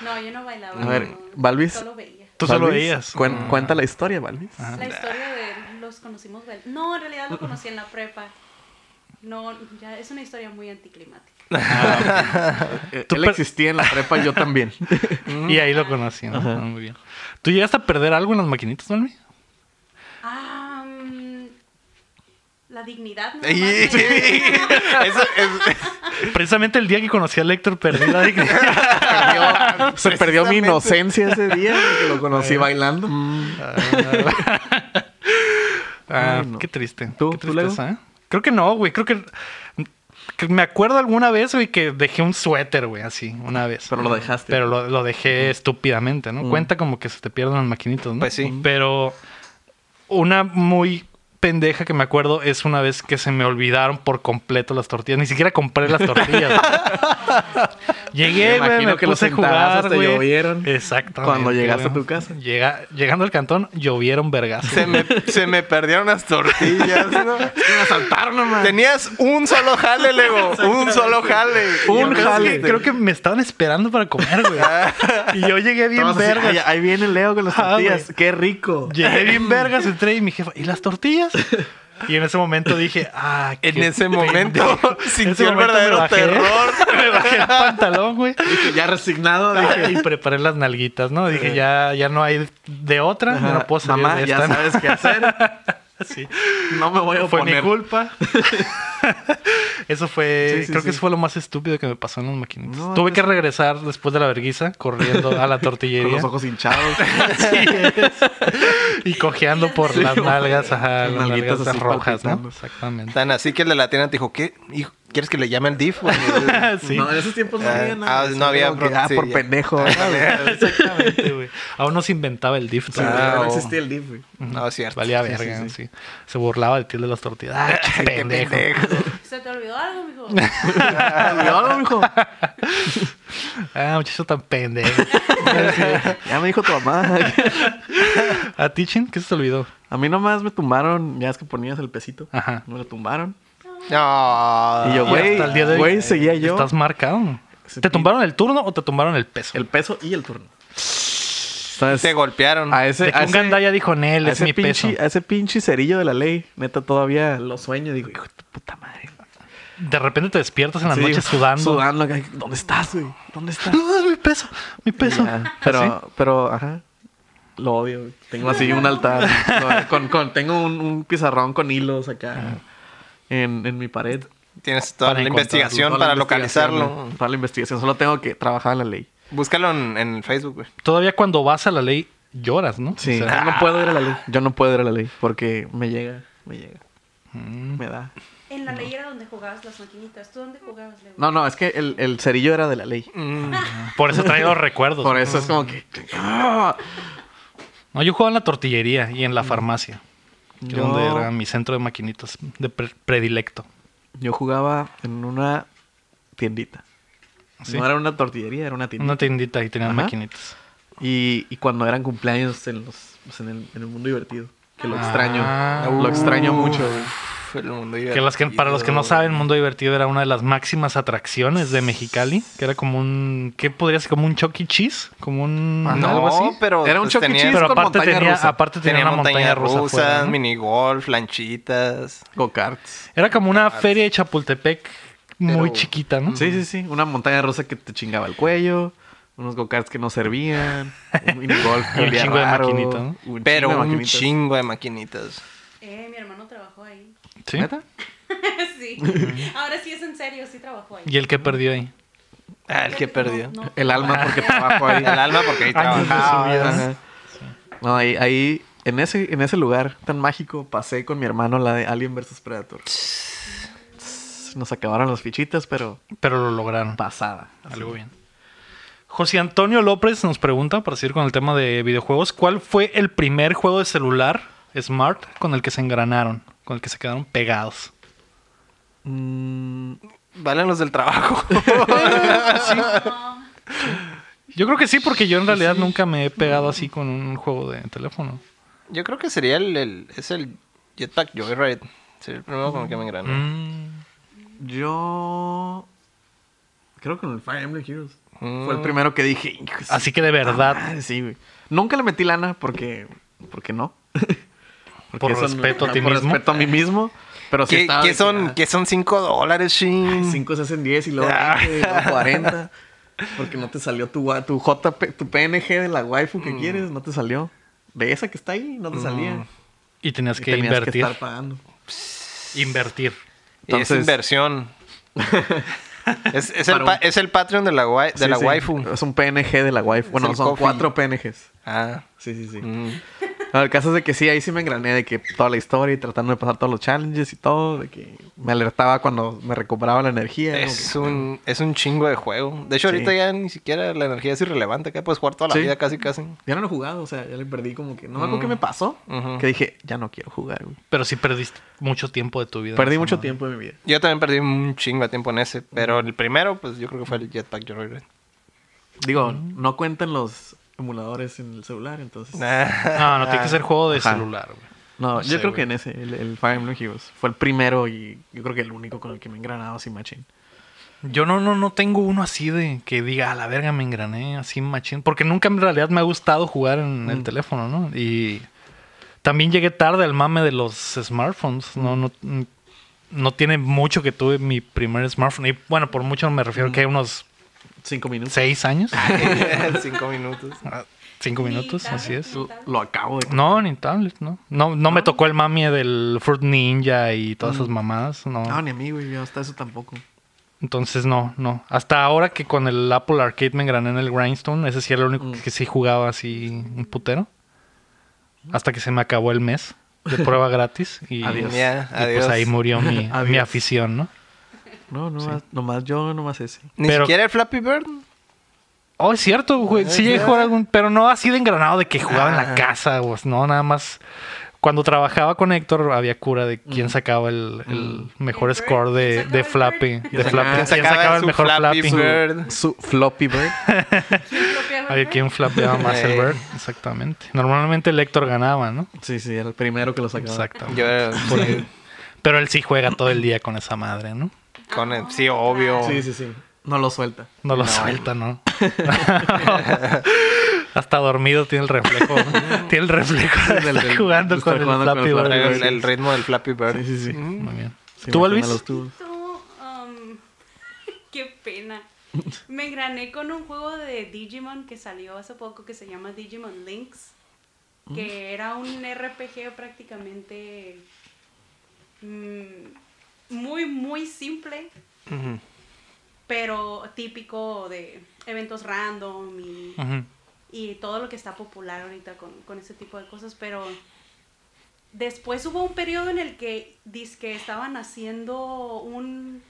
D: No, yo no bailaba.
C: A ver,
D: no.
C: Valvis.
D: Solo veía.
A: Tú solo
C: Valvis,
A: veías.
C: cuen- Cuenta la historia, Valvis.
D: La historia de los conocimos bail- No, en realidad lo conocí en la prepa. No, ya es una historia muy anticlimática.
A: Ah,
C: Eh,
A: Tú
C: Él
A: per-
C: existía en la prepa, yo también.
A: Y ahí lo conocí. ¿no? Ah, Muy bien. ¿Tú llegaste a perder algo en las maquinitas, Valmi?
D: Ah, mm, la dignidad. nada
B: Y-
D: más que-
B: Eso es-
A: Precisamente el día que conocí a Héctor perdí la dignidad.
C: Perdió- se perdió mi inocencia ese día que lo conocí bailando.
A: Ah,
C: Ay, no.
A: Qué triste.
C: ¿Tú-
A: qué
C: tú,
A: tristeza, ¿eh? Creo que no, güey. Creo que... que Me acuerdo alguna vez, güey, que dejé un suéter, güey, así, una vez.
C: Pero lo dejaste.
A: Pero lo, lo dejé estúpidamente,
C: Mm.
A: ¿no? Cuenta como que se te pierden las maquinitas, ¿no?
B: Pues sí.
A: Pero una muy pendeja que me acuerdo es una vez que se me olvidaron por completo las tortillas. Ni siquiera compré las tortillas. Llegué, güey,
C: Me imagino
A: me
C: que
A: puse a
C: los centavazos
A: jugar,
C: te
A: güey.
C: llovieron
A: Exactamente.
C: cuando llegaste
A: güey.
C: a tu casa.
A: Llega, llegando al cantón, llovieron vergas.
B: Se me, se me perdieron las tortillas, ¿no?
C: Me asaltaron, nomás.
B: Tenías un solo jale, Lego. Un solo jale.
A: Un jale.
B: Creo
A: creo que me estaban esperando para comer, güey. y yo llegué bien
C: Todos así,
A: vergas.
C: "Ay, ahí viene Leo con las
A: Ah, güey.
C: tortillas. ¡Qué rico!
A: Llegué bien vergas, entré y mi jefa, ¿y las tortillas? Y en ese momento dije, ah, qué
B: En ese
A: pena".
B: momento sintió
A: En ese
B: el
A: momento
B: verdadero
A: me bajé-
B: terror.
A: Me bajé el pantalón, güey.
C: Dije, ya resignado, dije.
A: Y preparé las nalguitas, ¿no? Dije, ya, ya no hay de otra, ya no puedo salir
C: Mamá,
A: de
C: ya
A: esta".
C: sabes qué hacer.
A: Sí.
C: No me voy a
A: Fue mi
C: oponer.
A: culpa. Eso fue,
C: Sí, sí,
A: creo que
C: sí.
A: eso fue lo más estúpido que me pasó en los maquinitos.
C: No,
A: Tuve
C: pues-
A: que regresar después de la verguiza, corriendo a la
C: Con
A: tortillería
C: los ojos hinchados.
A: y cojeando por las nalgas, ajá,
C: Las
A: las
C: nalguitas
A: nalgas
C: así
A: rojas,
C: palpitando.
A: ¿no? Exactamente.
B: Tan así que el de la tienda te dijo, ¿qué? Hijo, ¿Quieres que le llame al DIF? güey?"
A: Sí.
C: No, eh. en esos tiempos no
B: Ah,
C: había nada.
B: ah,
C: así
B: no había
C: como que,
B: pro-
C: ah,
B: sí,
C: por
B: ya.
C: pendejo.
A: Exactamente, güey. Aún no se inventaba el diff.
C: Sí,
A: todavía.
B: Ah,
C: no
B: oh.
C: existía el DIF, güey.
B: No, es cierto.
A: Valía
C: Sí, sí,
A: verga, sí,
C: sí.
A: Se burlaba de ti de las tortillas. Ah, qué
B: Qué
A: pendejo.
B: pendejo.
D: ¿Se te olvidó algo, mijo?
C: Ah, ¿me olvidó algo, mijo?
A: Ah, muchacho tan pendejo.
C: Ya me dijo tu mamá.
A: ¿A ti, Chin? ¿Qué se te olvidó?
C: A mí nomás me tumbaron, ya es que ponías el pesito.
A: Ajá.
C: Me lo tumbaron.
B: No.
C: Y yo,
A: Y
C: güey,
A: hasta el día de hoy, eh,
C: güey, seguía yo.
A: ¿Estás marcado?
C: Sí.
A: ¿Te tumbaron el turno o te tumbaron el peso?
C: El peso y el turno.
A: pues,
C: ¿Sabes?
B: Te golpearon.
C: A ese,
A: De que
C: a
A: un
C: ese-
A: gandaya dijo, Nel,
C: a
A: es
C: ese
A: mi peso.
C: pinche, a ese pinche cerillo de la ley, neta, todavía lo sueño. Digo, hijo de tu puta madre.
A: De repente te despiertas en las
C: Sí,
A: noches
C: digo,
A: sudando.
C: Sudando. acá, ¿Dónde estás, güey? ¿Dónde estás?
A: Ah, mi peso, mi peso.
C: Ya, pero,
A: ¿Sí?
C: pero, ajá. Lo odio, güey. Tengo así un altar. no, con, con, tengo un, un pizarrón con hilos
A: Ah.
C: acá en, en mi pared.
B: Tienes toda
A: Para
B: la
A: encontrarlo,
B: investigación
C: Toda la
B: para
C: investigación,
B: localizarlo.
C: güey. Toda la investigación. Solo tengo que trabajar la ley.
B: Búscalo en, en Facebook, güey.
A: Todavía cuando vas a la ley lloras, ¿no?
C: Sí,
A: O sea,
C: yo no puedo ir a la ley. Yo no puedo ir a la ley porque me llega, me llega,
A: mm,
C: me da.
D: En la ley era donde jugabas las maquinitas. ¿Tú dónde jugabas, Leo?
C: No, no, es que el, el cerillo era de la ley.
A: Mm. por eso traigo los recuerdos.
C: Por eso es
B: Mm.
C: como que... ¡Ah!
A: No, yo jugaba en la tortillería y en la farmacia. que
C: Yo-
A: Donde era mi centro de maquinitas de pre- predilecto.
C: Yo jugaba en una tiendita.
A: Sí.
C: No era una tortillería, era una tiendita.
A: Una tiendita y tenían
C: Ajá.
A: maquinitas.
C: Y, y cuando eran cumpleaños en, los, pues, en, el, en el mundo divertido. Que lo
A: Ah. Uh.
C: extraño. Lo extraño mucho. güey.
B: Uf, el mundo
A: Que las que, para los que no
B: divertido.
A: saben, Mundo Divertido era una de las máximas atracciones de Mexicali. Que era como un... ¿Qué podría ser? Como un Chuck E. Cheese. Como un...
B: Ah,
A: algo
B: no,
A: así.
B: pero
C: Era un
B: pues,
C: Chuck E.
B: tenía-
C: Cheese
A: Pero
C: con
A: aparte
C: montaña
A: tenía,
C: rusa.
A: aparte tenía, una montaña rusa. afuera, ¿no?
B: minigolf, lanchitas.
C: Go-karts.
A: Era como una feria de Chapultepec muy
B: Pero-
A: chiquita, ¿no?
C: Mm. Sí, sí, sí. Una montaña rusa que te chingaba el cuello. Unos go-karts que no servían. Un minigolf que
A: Y un
C: olía
A: chingo de
C: raro,
A: maquinita, ¿no?
C: un
B: Pero
C: chingo de
B: un
C: maquinitas.
B: chingo de maquinitas.
D: Eh, mi hermano trabajó ahí.
A: ¿Sí?
C: ¿Neta?
D: sí. Ahora sí es en serio, sí trabajó ahí.
A: ¿Y el que perdió ahí?
B: Ah, el que perdió.
D: No, no.
C: El alma porque trabajo ahí.
B: El alma porque ahí
A: Años de
B: trabajaba.
A: su vida.
B: Ajá.
C: Ajá. No, ahí, ahí en, ese, en ese lugar tan mágico pasé con mi hermano la de Alien vs Predator. Nos acabaron las fichitas, pero
A: Pero lo lograron.
C: pasada.
A: Algo bien. José Antonio López nos pregunta, para seguir con el tema de videojuegos, ¿cuál fue el primer juego de celular smart con el que se engranaron? Con el que se quedaron pegados.
C: Mm,
B: Valen los del trabajo.
D: No.
A: Yo creo que sí, porque yo en realidad nunca me he pegado así con un juego de teléfono.
B: Yo creo que sería el, el- es el Jetpack Joyride. Sería el primero con el que me engrané.
A: Mm.
C: yo creo que con el Fire Emblem Heroes.
B: Mm.
C: Fue el primero que dije. "Hijo de su
A: Así que de verdad,
C: madre", sí, güey. Nunca le metí lana porque, porque no. Porque
A: Por
C: eso no-
A: respeto a ti
C: por
A: mismo.
C: respeto a mí mismo. Pero sí
B: ¿Qué,
C: estaba
B: qué
C: de que,
B: son,
C: ah,
B: ¿Qué son 5 dólares, Shin?
C: 5 se hacen 10 y luego
B: Ah.
C: 20 y luego 40. Porque no te salió tu, wa- tu, JP, tu PNG de la waifu
B: Mm.
C: que quieres, no te salió. De esa que está ahí, no te salía.
A: y tenías
C: Y
A: que
C: tenías
A: invertir.
C: estar pagando.
A: Invertir.
B: Es
C: Entonces-
B: inversión. es, es el
C: Para
B: pa-
C: un-
B: es el Patreon de la, guai- de
C: Sí,
B: la
C: sí.
B: waifu.
C: Es un PNG de la waifu. Bueno,
B: el
C: son
B: coffee.
C: cuatro PNGs.
B: Ah.
C: Sí, sí, sí.
B: mm.
C: No, el caso es de que sí, ahí sí me engrané de que toda la historia y tratando de pasar todos los challenges y todo, de que me alertaba cuando me recuperaba la energía. ¿no?
B: Es un, es un chingo de juego. De hecho,
C: Sí.
B: ahorita ya ni siquiera la energía es irrelevante. Acá puedes jugar toda la
C: Sí.
B: vida casi, casi.
C: Ya no lo he jugado, o sea, ya le perdí como que... No me acuerdo
B: Mm.
C: qué me pasó,
B: Ujú.
C: que dije, ya no quiero jugar, güey.
A: Pero sí perdiste mucho tiempo de tu vida.
C: Perdí
A: Esa
C: mucho
A: madre.
C: tiempo de mi vida.
B: Yo también perdí un chingo de tiempo en ese. Pero el primero, pues yo creo que fue el Jetpack Joyride.
C: Digo, no cuentan los emuladores en el celular, entonces...
A: No, no, tiene que ser juego de
C: Ah, Ajá.
A: celular, güey.
C: No,
A: No
C: yo
A: sé,
C: creo
A: güey.
C: que en ese, el, el Fire Emblem Heroes, fue el primero y yo creo que el único con el que me he engranado así machín.
A: Yo no, no, no tengo uno así de que diga, a la verga me engrané, así machín. Porque nunca en realidad me ha gustado jugar en el teléfono, ¿no? Y también llegué tarde al mame de los smartphones. No, no, mm, no tiene mucho que tuve mi primer smartphone. Y bueno, por mucho me refiero que hay unos
C: Cinco minutos.
A: seis años,
B: Cinco minutos.
A: Ah, cinco
D: Ni
A: minutos,
D: tablet,
A: así es.
D: ni-
C: Lo acabo de...
A: No, ni tablet, no. No, no, me tocó el mami del Fruit Ninja y todas esas mamadas, no.
C: No, ni a mí, güey, yo hasta eso tampoco.
A: Entonces no, no. Hasta ahora que con el Apple Arcade me engrané en el Grindstone, ese sí era lo único que sí jugaba así un putero. Hasta que se me acabó el mes de prueba gratis y,
C: Adiós.
A: y
B: Ya,
A: pues
B: adiós.
A: ahí murió mi, mi
C: Adiós.
A: afición, ¿no?
C: No, no más, nomás yo, nomás ese.
B: Ni
A: Pero-
B: siquiera el Flappy Bird.
A: Oh, es cierto, güey. Sí llegué a jugar algún... Pero no así de engranado de que jugaba en
B: Ah.
A: la casa, pues no, nada más... Cuando trabajaba con Héctor había cura de quién
B: Mm.
A: sacaba el, el mejor
D: El Bird,
A: score de,
D: ¿quién
A: de
D: sacaba el
A: Flappy.
D: Bird?
A: De Flappy.
B: ¿Quién sacaba su Flappy
A: Flappy?
B: Bird?
C: Su floppy bird.
D: ¿Quién bloquea
A: A ver
D: Bird?
A: quién flapeaba más el
B: Eh.
A: Bird. Exactamente. Normalmente el Héctor ganaba, ¿no?
C: Sí, sí, era el primero que lo sacaba.
A: Exactamente.
B: Yo era- sí,
A: Pero él sí juega todo el día con esa madre, ¿no?
B: con el- sí, obvio.
C: Sí, sí, sí. No lo suelta.
A: No lo suelta, ¿no? Hasta dormido tiene el reflejo. ¿no? tiene el reflejo de
C: Del-
A: estar
C: del-
A: jugando
C: de
A: con
C: estar jugando
A: el
C: con
A: Flappy
C: el
A: Bird.
C: Flappy
B: Traigo
C: Bird.
B: el, el ritmo del Flappy Bird.
C: Sí, sí, sí.
A: Muy bien.
C: Sí,
A: Mm. ¿Tú,
C: me
A: Alvis?
C: suena los tubos.
D: Tú, um, qué pena. Me engrané con un juego de Digimon que salió hace poco que se llama Digimon Links, que era un RPG prácticamente mm, muy, muy simple,
B: Ujú.
D: pero típico de eventos random y
A: Ujú.
D: y todo lo que está popular ahorita con, con ese tipo de cosas, pero después hubo un periodo en el que que estaban haciendo un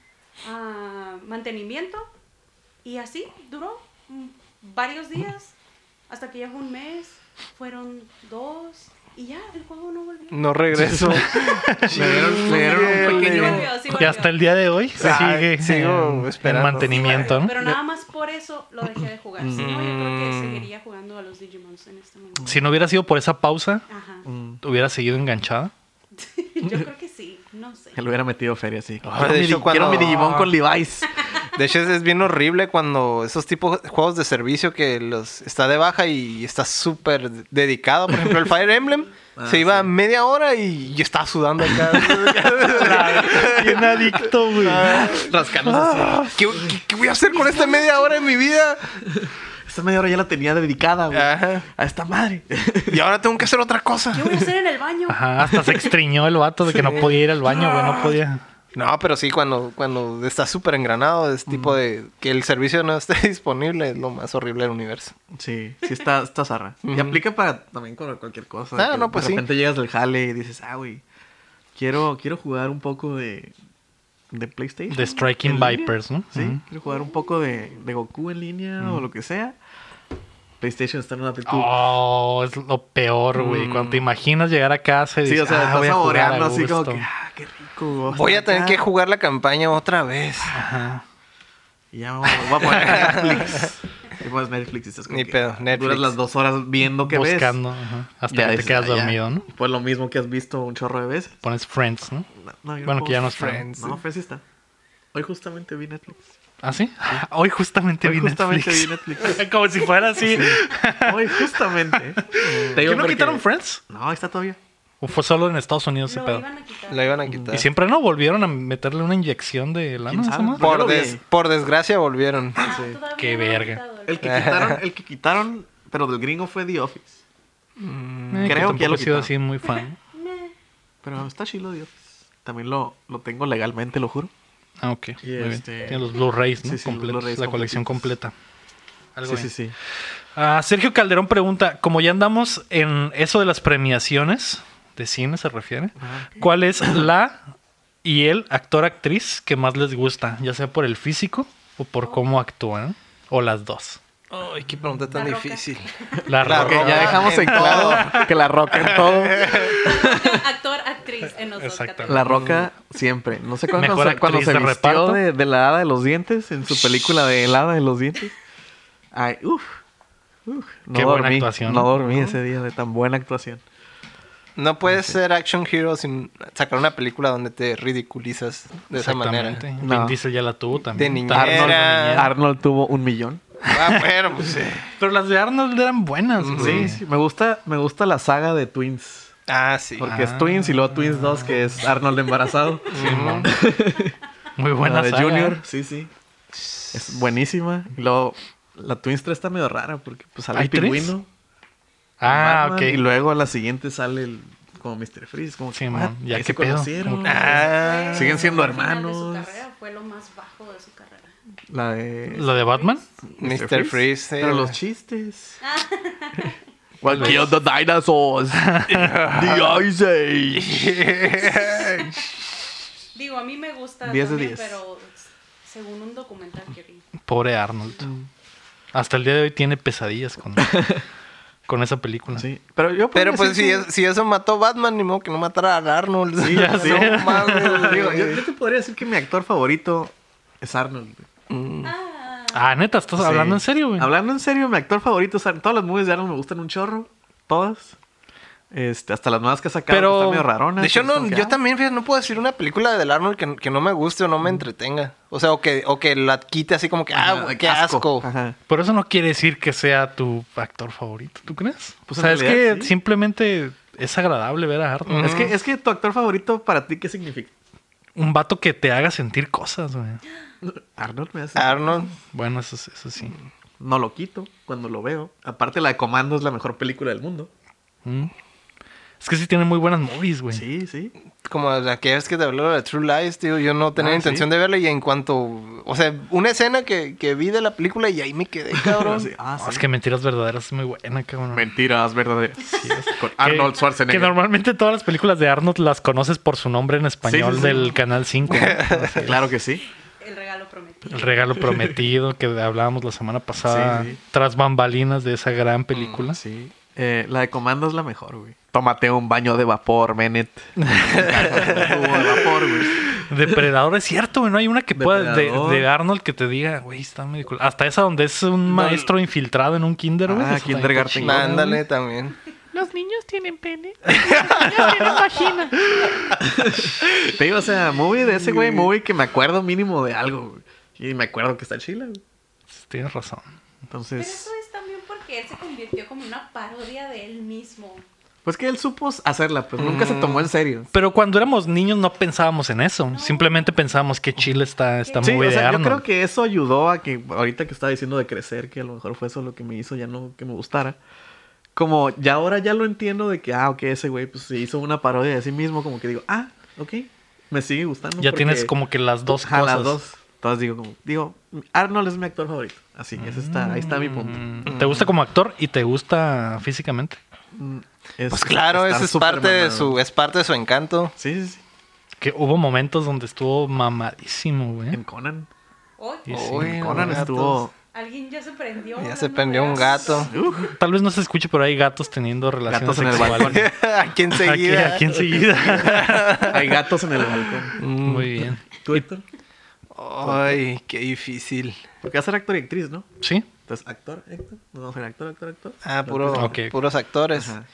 D: ah, mantenimiento y así duró mm, varios días, hasta que ya fue un mes, fueron dos y ya el juego no volvió.
B: No regreso.
C: Le dieron, le dieron
D: Sí
C: un pequeño...
D: volvió, sí
A: Y
D: volvió.
A: hasta el día de hoy sigue
B: sigo
A: en- en,
B: esperando.
A: mantenimiento, ¿no?
D: Pero nada más por eso lo dejé de jugar. Si no, yo creo que seguiría jugando a los Digimons en este momento.
A: Si no hubiera sido por esa pausa,
D: Ajá.
C: Mm.
A: hubiera seguido enganchada.
D: Yo creo que sí, no sé.
C: Que le hubiera metido feria así.
B: Ah,
C: quiero,
B: de
C: mi,
B: hecho,
C: di-
B: cuando-
C: quiero mi Digimon con Levi's.
B: De hecho, es, es bien horrible cuando esos tipos de juegos de servicio que los está de baja y está súper dedicado. Por ejemplo, el Fire Emblem se iba media hora y yo estaba sudando acá.
A: Bien adicto, güey.
B: Rascándose así. ¿Qué, qué- qué voy a hacer con esta media hora de mi vida?
C: Esta media hora ya la tenía dedicada, güey.
B: Ajá.
C: A esta madre.
B: Y ahora tengo que hacer otra cosa.
D: ¿Qué voy a hacer en el baño?
A: Ajá, hasta se extriñó el vato de que no podía ir al baño, güey,
C: Ah.
A: no podía.
B: No, pero sí, cuando, cuando está súper engranado, es tipo de que el servicio no esté disponible, es lo más horrible del universo.
C: Sí, sí está, está zarra. Y
B: Ujú.
C: aplica para también con cualquier cosa.
B: Ah,
C: que
B: no, pues
C: De
B: sí.
C: repente llegas del jale y dices, ah, güey, quiero, quiero jugar un poco de, de PlayStation.
A: The Striking
C: en línea".
A: Vipers, ¿no?
C: Sí,
A: Ujú.
C: quiero jugar un poco de, de Goku en línea o lo que sea. PlayStation está en una actitud.
A: Oh, es lo peor, güey. Cuando te imaginas llegar a casa y
C: Mm. sí,
A: dices,
C: o sea,
A: "Ah,
C: estás
A: voy a jugar
C: saboreando
A: a
C: así como
A: gusto".
C: que, ah, qué rico.
B: Voy a
C: estar
B: tener
C: acá.
B: que jugar la campaña otra vez.
A: Ajá.
C: Y ya me voy a- voy a poner Netflix. Y pones Netflix y estás como
B: Ni
C: que
B: pedo, Netflix.
C: Duras las dos horas viendo qué ves.
A: Buscando, ajá, hasta
C: Ya
A: que te
C: dices,
A: quedas
C: "Ah, ya".
A: dormido, ¿no?
C: Pues lo mismo que has visto un chorro de veces.
A: Pones Friends, ¿no?
C: No, no, yo
A: Bueno, que ya
C: puedo-
A: no es Friends.
C: No, Friends sí está. Hoy justamente vi Netflix.
A: ¿Ah, sí? Hoy justamente
C: Hoy
A: vi
C: justamente vi
A: Netflix.
C: Netflix.
A: como si fuera así.
C: Hoy justamente. Te digo
A: ¿Qué no
C: porque-
A: quitaron Friends?
C: No, ahí está todavía.
A: ¿O fue solo en Estados Unidos ese
D: Lo
A: pedo?
D: iban a quitar.
B: Lo iban a quitar.
A: Y siempre no volvieron a meterle una inyección de lana. a esa
C: sabe?
A: madre?
C: Yo lo
B: Por,
C: vi.
B: des- por desgracia volvieron.
D: Ah, todavía
A: Qué
D: no lo han
A: verga.
D: quitado.
C: El que quitaron, el que quitaron, pero del gringo fue The Office.
A: Eh,
C: Creo que ya
A: tampoco
C: lo
A: he sido
C: quitaron.
A: así muy fan.
D: Nah.
C: Pero está chilo The Office. También lo, lo tengo legalmente, lo juro.
A: Ah, ok.
C: Y
A: muy bien.
C: este-
A: Tiene los Blu-rays, ¿no?
C: Sí, sí, los
A: Completos,
C: Blu-rays
A: la colección completa. algo
C: Sí,
A: bien.
C: sí, sí.
A: Ah, Sergio Calderón pregunta, como ya andamos en eso de las premiaciones, de cine se refiere, ¿cuál es la y el actor actriz que más les gusta? Ya sea por el físico o por cómo actúan, o las dos.
E: Ay, qué pregunta tan
D: La roca.
E: difícil.
A: La
B: La
A: Roca.
C: Ok, ya
B: Roca
C: dejamos Ah, en
B: en
C: claro que la roca en todo.
D: Actor, actriz en los dos
A: Exacto.
D: categorías.
C: La roca siempre. No sé cuándo
A: Mm. Mejor
C: se, cuando
A: actriz
C: se
A: de
C: vistió
A: reparto.
C: de, de la hada de los dientes en su película de el hada de los dientes. Ay, uff. Uf, no
A: Qué buena
C: dormí,
A: actuación.
C: no dormí ese día de tan buena actuación.
B: No puedes ser action hero sin sacar una película donde te ridiculizas de esa manera.
A: Exactamente.
C: No.
A: Vin Diesel ya la tuvo también.
B: De
A: También
B: niñera.
A: Arnold de niñera.
C: Arnold tuvo un millón.
B: Ah, bueno, pues sí.
A: Pero las de Arnold eran buenas. güey.
C: Sí, sí, me gusta, me gusta la saga de Twins.
B: Ah, sí.
C: Porque es Twins y luego Twins 2, que es Arnold embarazado.
B: Simón.
A: Muy buena
C: la de
A: saga.
C: Junior, sí, sí. Es buenísima. Y luego la Twins 3 está medio rara porque pues sale
A: ¿Hay
C: el
A: tres?
C: pingüino.
A: Ah,
C: Batman,
A: ok.
C: Y luego a la siguiente sale el, como Mr. Freeze. Como que,
A: Simón,
C: "What?
A: ya
C: Ahí
A: qué
C: se
A: pedo".
C: conocieron.
A: Como-
B: Ah,
C: Siguen siendo
D: Al final de su
C: hermanos.
D: carrera fue lo más bajo de su carrera.
C: La de...
A: ¿Lo de Batman?
B: Mr. Freeze. eh. sí.
C: ¿Este Pero los chistes. Well, kill the dinosaurs. the Ice Age.
D: Digo, a mí me gusta
C: Diez de
D: también,
C: diez.
D: pero s- según un documental que vi.
A: Pobre
C: Mm.
A: Arnold. Hasta el día de hoy tiene pesadillas con, con esa película.
C: Sí, pero yo
B: Pero
C: podría
B: pues
C: decir
B: si,
C: que-
B: es- si eso mató a Batman, ni modo que no matara a Arnold.
C: Sí, ya sé.
B: No mames,
C: Digo,
B: digo, eh.
C: yo, yo te podría decir que mi actor favorito es Arnold. güey.
D: Ah,
A: Ah, neta, estás hablando
C: Sí.
A: en serio, güey.
C: Hablando en serio, mi actor favorito es Arnold. Todas las movies de Arnold me gustan un chorro. Todas. Este, hasta las nuevas que ha sacado
A: Pero-
C: que están medio raronas.
B: De hecho,
C: pero es
B: no,
C: como que,
B: yo
C: ah,
B: también fíjate, no puedo decir una película del Arnold que, que no me guste o no me entretenga. O sea, o que, o que la quite así como que, ah,
C: Mm. ajá,
B: güey, qué asco.
C: Ajá.
A: Pero eso no quiere decir que sea tu actor favorito, ¿tú crees?
C: Pues,
A: o sea,
C: en
A: es
C: realidad,
A: que
C: sí. Mm.
A: simplemente es agradable ver a Arnold.
C: Es, que, es que tu actor favorito para ti, ¿qué significa?
A: Un vato que te haga sentir cosas, güey.
C: Arnold me hace.
B: Arnold.
A: Bueno, eso, sí- eso sí.
C: No lo quito cuando lo veo. Aparte, la de Comando es la mejor película del mundo.
A: Mm. Es que sí tiene muy buenas movies, güey.
C: Sí, sí.
B: Como la que es que te habló de True Lies, tío. Yo no tenía
C: Ah,
B: intención
C: ¿sí?
B: de verla y en cuanto. O sea, una escena que, que vi de la película y ahí me quedé, cabrón.
C: Así, ah,
A: No, Es
C: sí.
A: que Mentiras Verdaderas es muy buena, cabrón.
C: Mentiras verdaderas. Con
A: Que- Que normalmente todas las películas de Arnold las conoces por su nombre en español
C: Sí, sí, sí.
A: del Canal 5. ¿no?
C: Claro que sí.
D: el regalo prometido.
A: El regalo prometido que hablábamos la semana pasada.
C: Sí, sí.
A: Tras bambalinas de esa gran película.
C: Sí. Eh, la de comando es la mejor, güey. Tómate un baño de vapor, Menet. Un jugo de vapor, güey.
A: Depredador es cierto, güey. No hay una que pueda de,
C: Depredador.
A: de Arnold que te diga, güey, está medio cool". Hasta esa donde es un maestro infiltrado en un kinder, güey.
C: Ah,
A: Esa está bien
C: kindergarten.
A: chingona,
B: Mándale también.
F: Los niños tienen pene. Los niños tienen vagina.
C: Te digo, o sea, movie de ese güey, movie que me acuerdo mínimo de algo, güey. Y me acuerdo que está chila, güey.
A: güey. Tienes razón.
D: Pero eso
C: Entonces,
D: es también porque él se convirtió como en una parodia de él mismo.
C: pues que él supo hacerla, pues nunca se tomó en
A: Mm.
C: serio.
A: Pero cuando éramos niños no pensábamos en eso. Simplemente pensábamos que Chile está, está
C: Sí,
A: muy
C: o
A: de
C: sea, yo
A: Arnold.
C: creo que eso ayudó a que, ahorita que estaba diciendo de crecer, que a lo mejor fue eso lo que me hizo ya no que me gustara. Como ya ahora ya lo entiendo de que, ah, ok, ese güey pues se hizo una parodia de sí mismo, como que digo, ah, ok, me sigue gustando.
A: ya
C: porque-
A: tienes como que las dos
C: Ajá,
A: cosas.
C: las dos. Entonces digo, como, digo, Arnold es mi actor favorito. Así, ese está, ahí está mi punto.
A: Mm, ¿Te gusta como actor y te gusta físicamente?
C: Mm, Es-
B: Pues claro,
C: está
B: esa es
C: súper
B: parte de
C: mamado.
B: su, es parte de su encanto.
C: Sí, sí, sí.
A: Que hubo momentos donde estuvo mamadísimo, güey.
C: En Conan.
D: Hoy
A: Sí, sí.
B: Uy,
C: En Conan
B: gatos.
C: estuvo.
D: alguien ya se prendió.
B: Ya se
D: hablando
B: prendió
D: de
B: un
D: gatos.
B: gato.
A: Tal vez no se escuche, pero hay gatos teniendo relaciones
C: Gatos en el
A: sexuales.
C: balcón.
B: Aquí
A: Aquí,
B: enseguida.
A: aquí enseguida.
C: Hay gatos en el balcón.
A: Muy bien.
C: ¿Tú, Héctor?
B: Ay, qué difícil.
C: Porque vas a ser actor y actriz, ¿no?
A: ¿Sí?
C: Entonces, actor, Héctor. Nos vamos a ir actor, actor, actor.
B: Ah, puro,
A: Ok.
B: puros actores.
C: Ajá.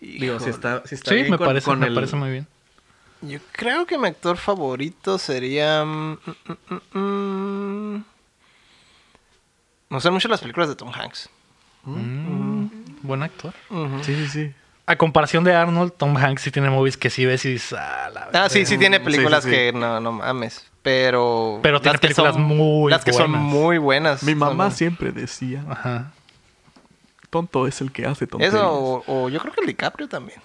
B: Híjole.
C: Digo, si está, si está
A: Sí,
C: bien
A: me,
C: con-
A: parece,
C: con
A: me
C: el-
A: parece muy bien.
B: Yo creo que mi actor favorito sería. mm, mm, mm, mm, mm. Me gustan mucho las películas de Tom Hanks.
A: Mm, Buen actor.
B: Ujú.
C: Sí, sí, sí.
A: A comparación de Arnold, Tom Hanks sí tiene movies que sí ves y dices, ah, la
B: Ah, sí, sí tiene
C: Eh, sí,
B: películas
C: sí.
B: que no, no mames. Pero.
A: Pero tiene
B: las que
A: películas muy
B: Las que son
A: buenas.
B: muy buenas.
C: Mi mamá
B: Son-
C: siempre decía,
A: Ajá.
C: tonto es el que hace tonterías.
B: Eso, o, o yo creo que el DiCaprio también.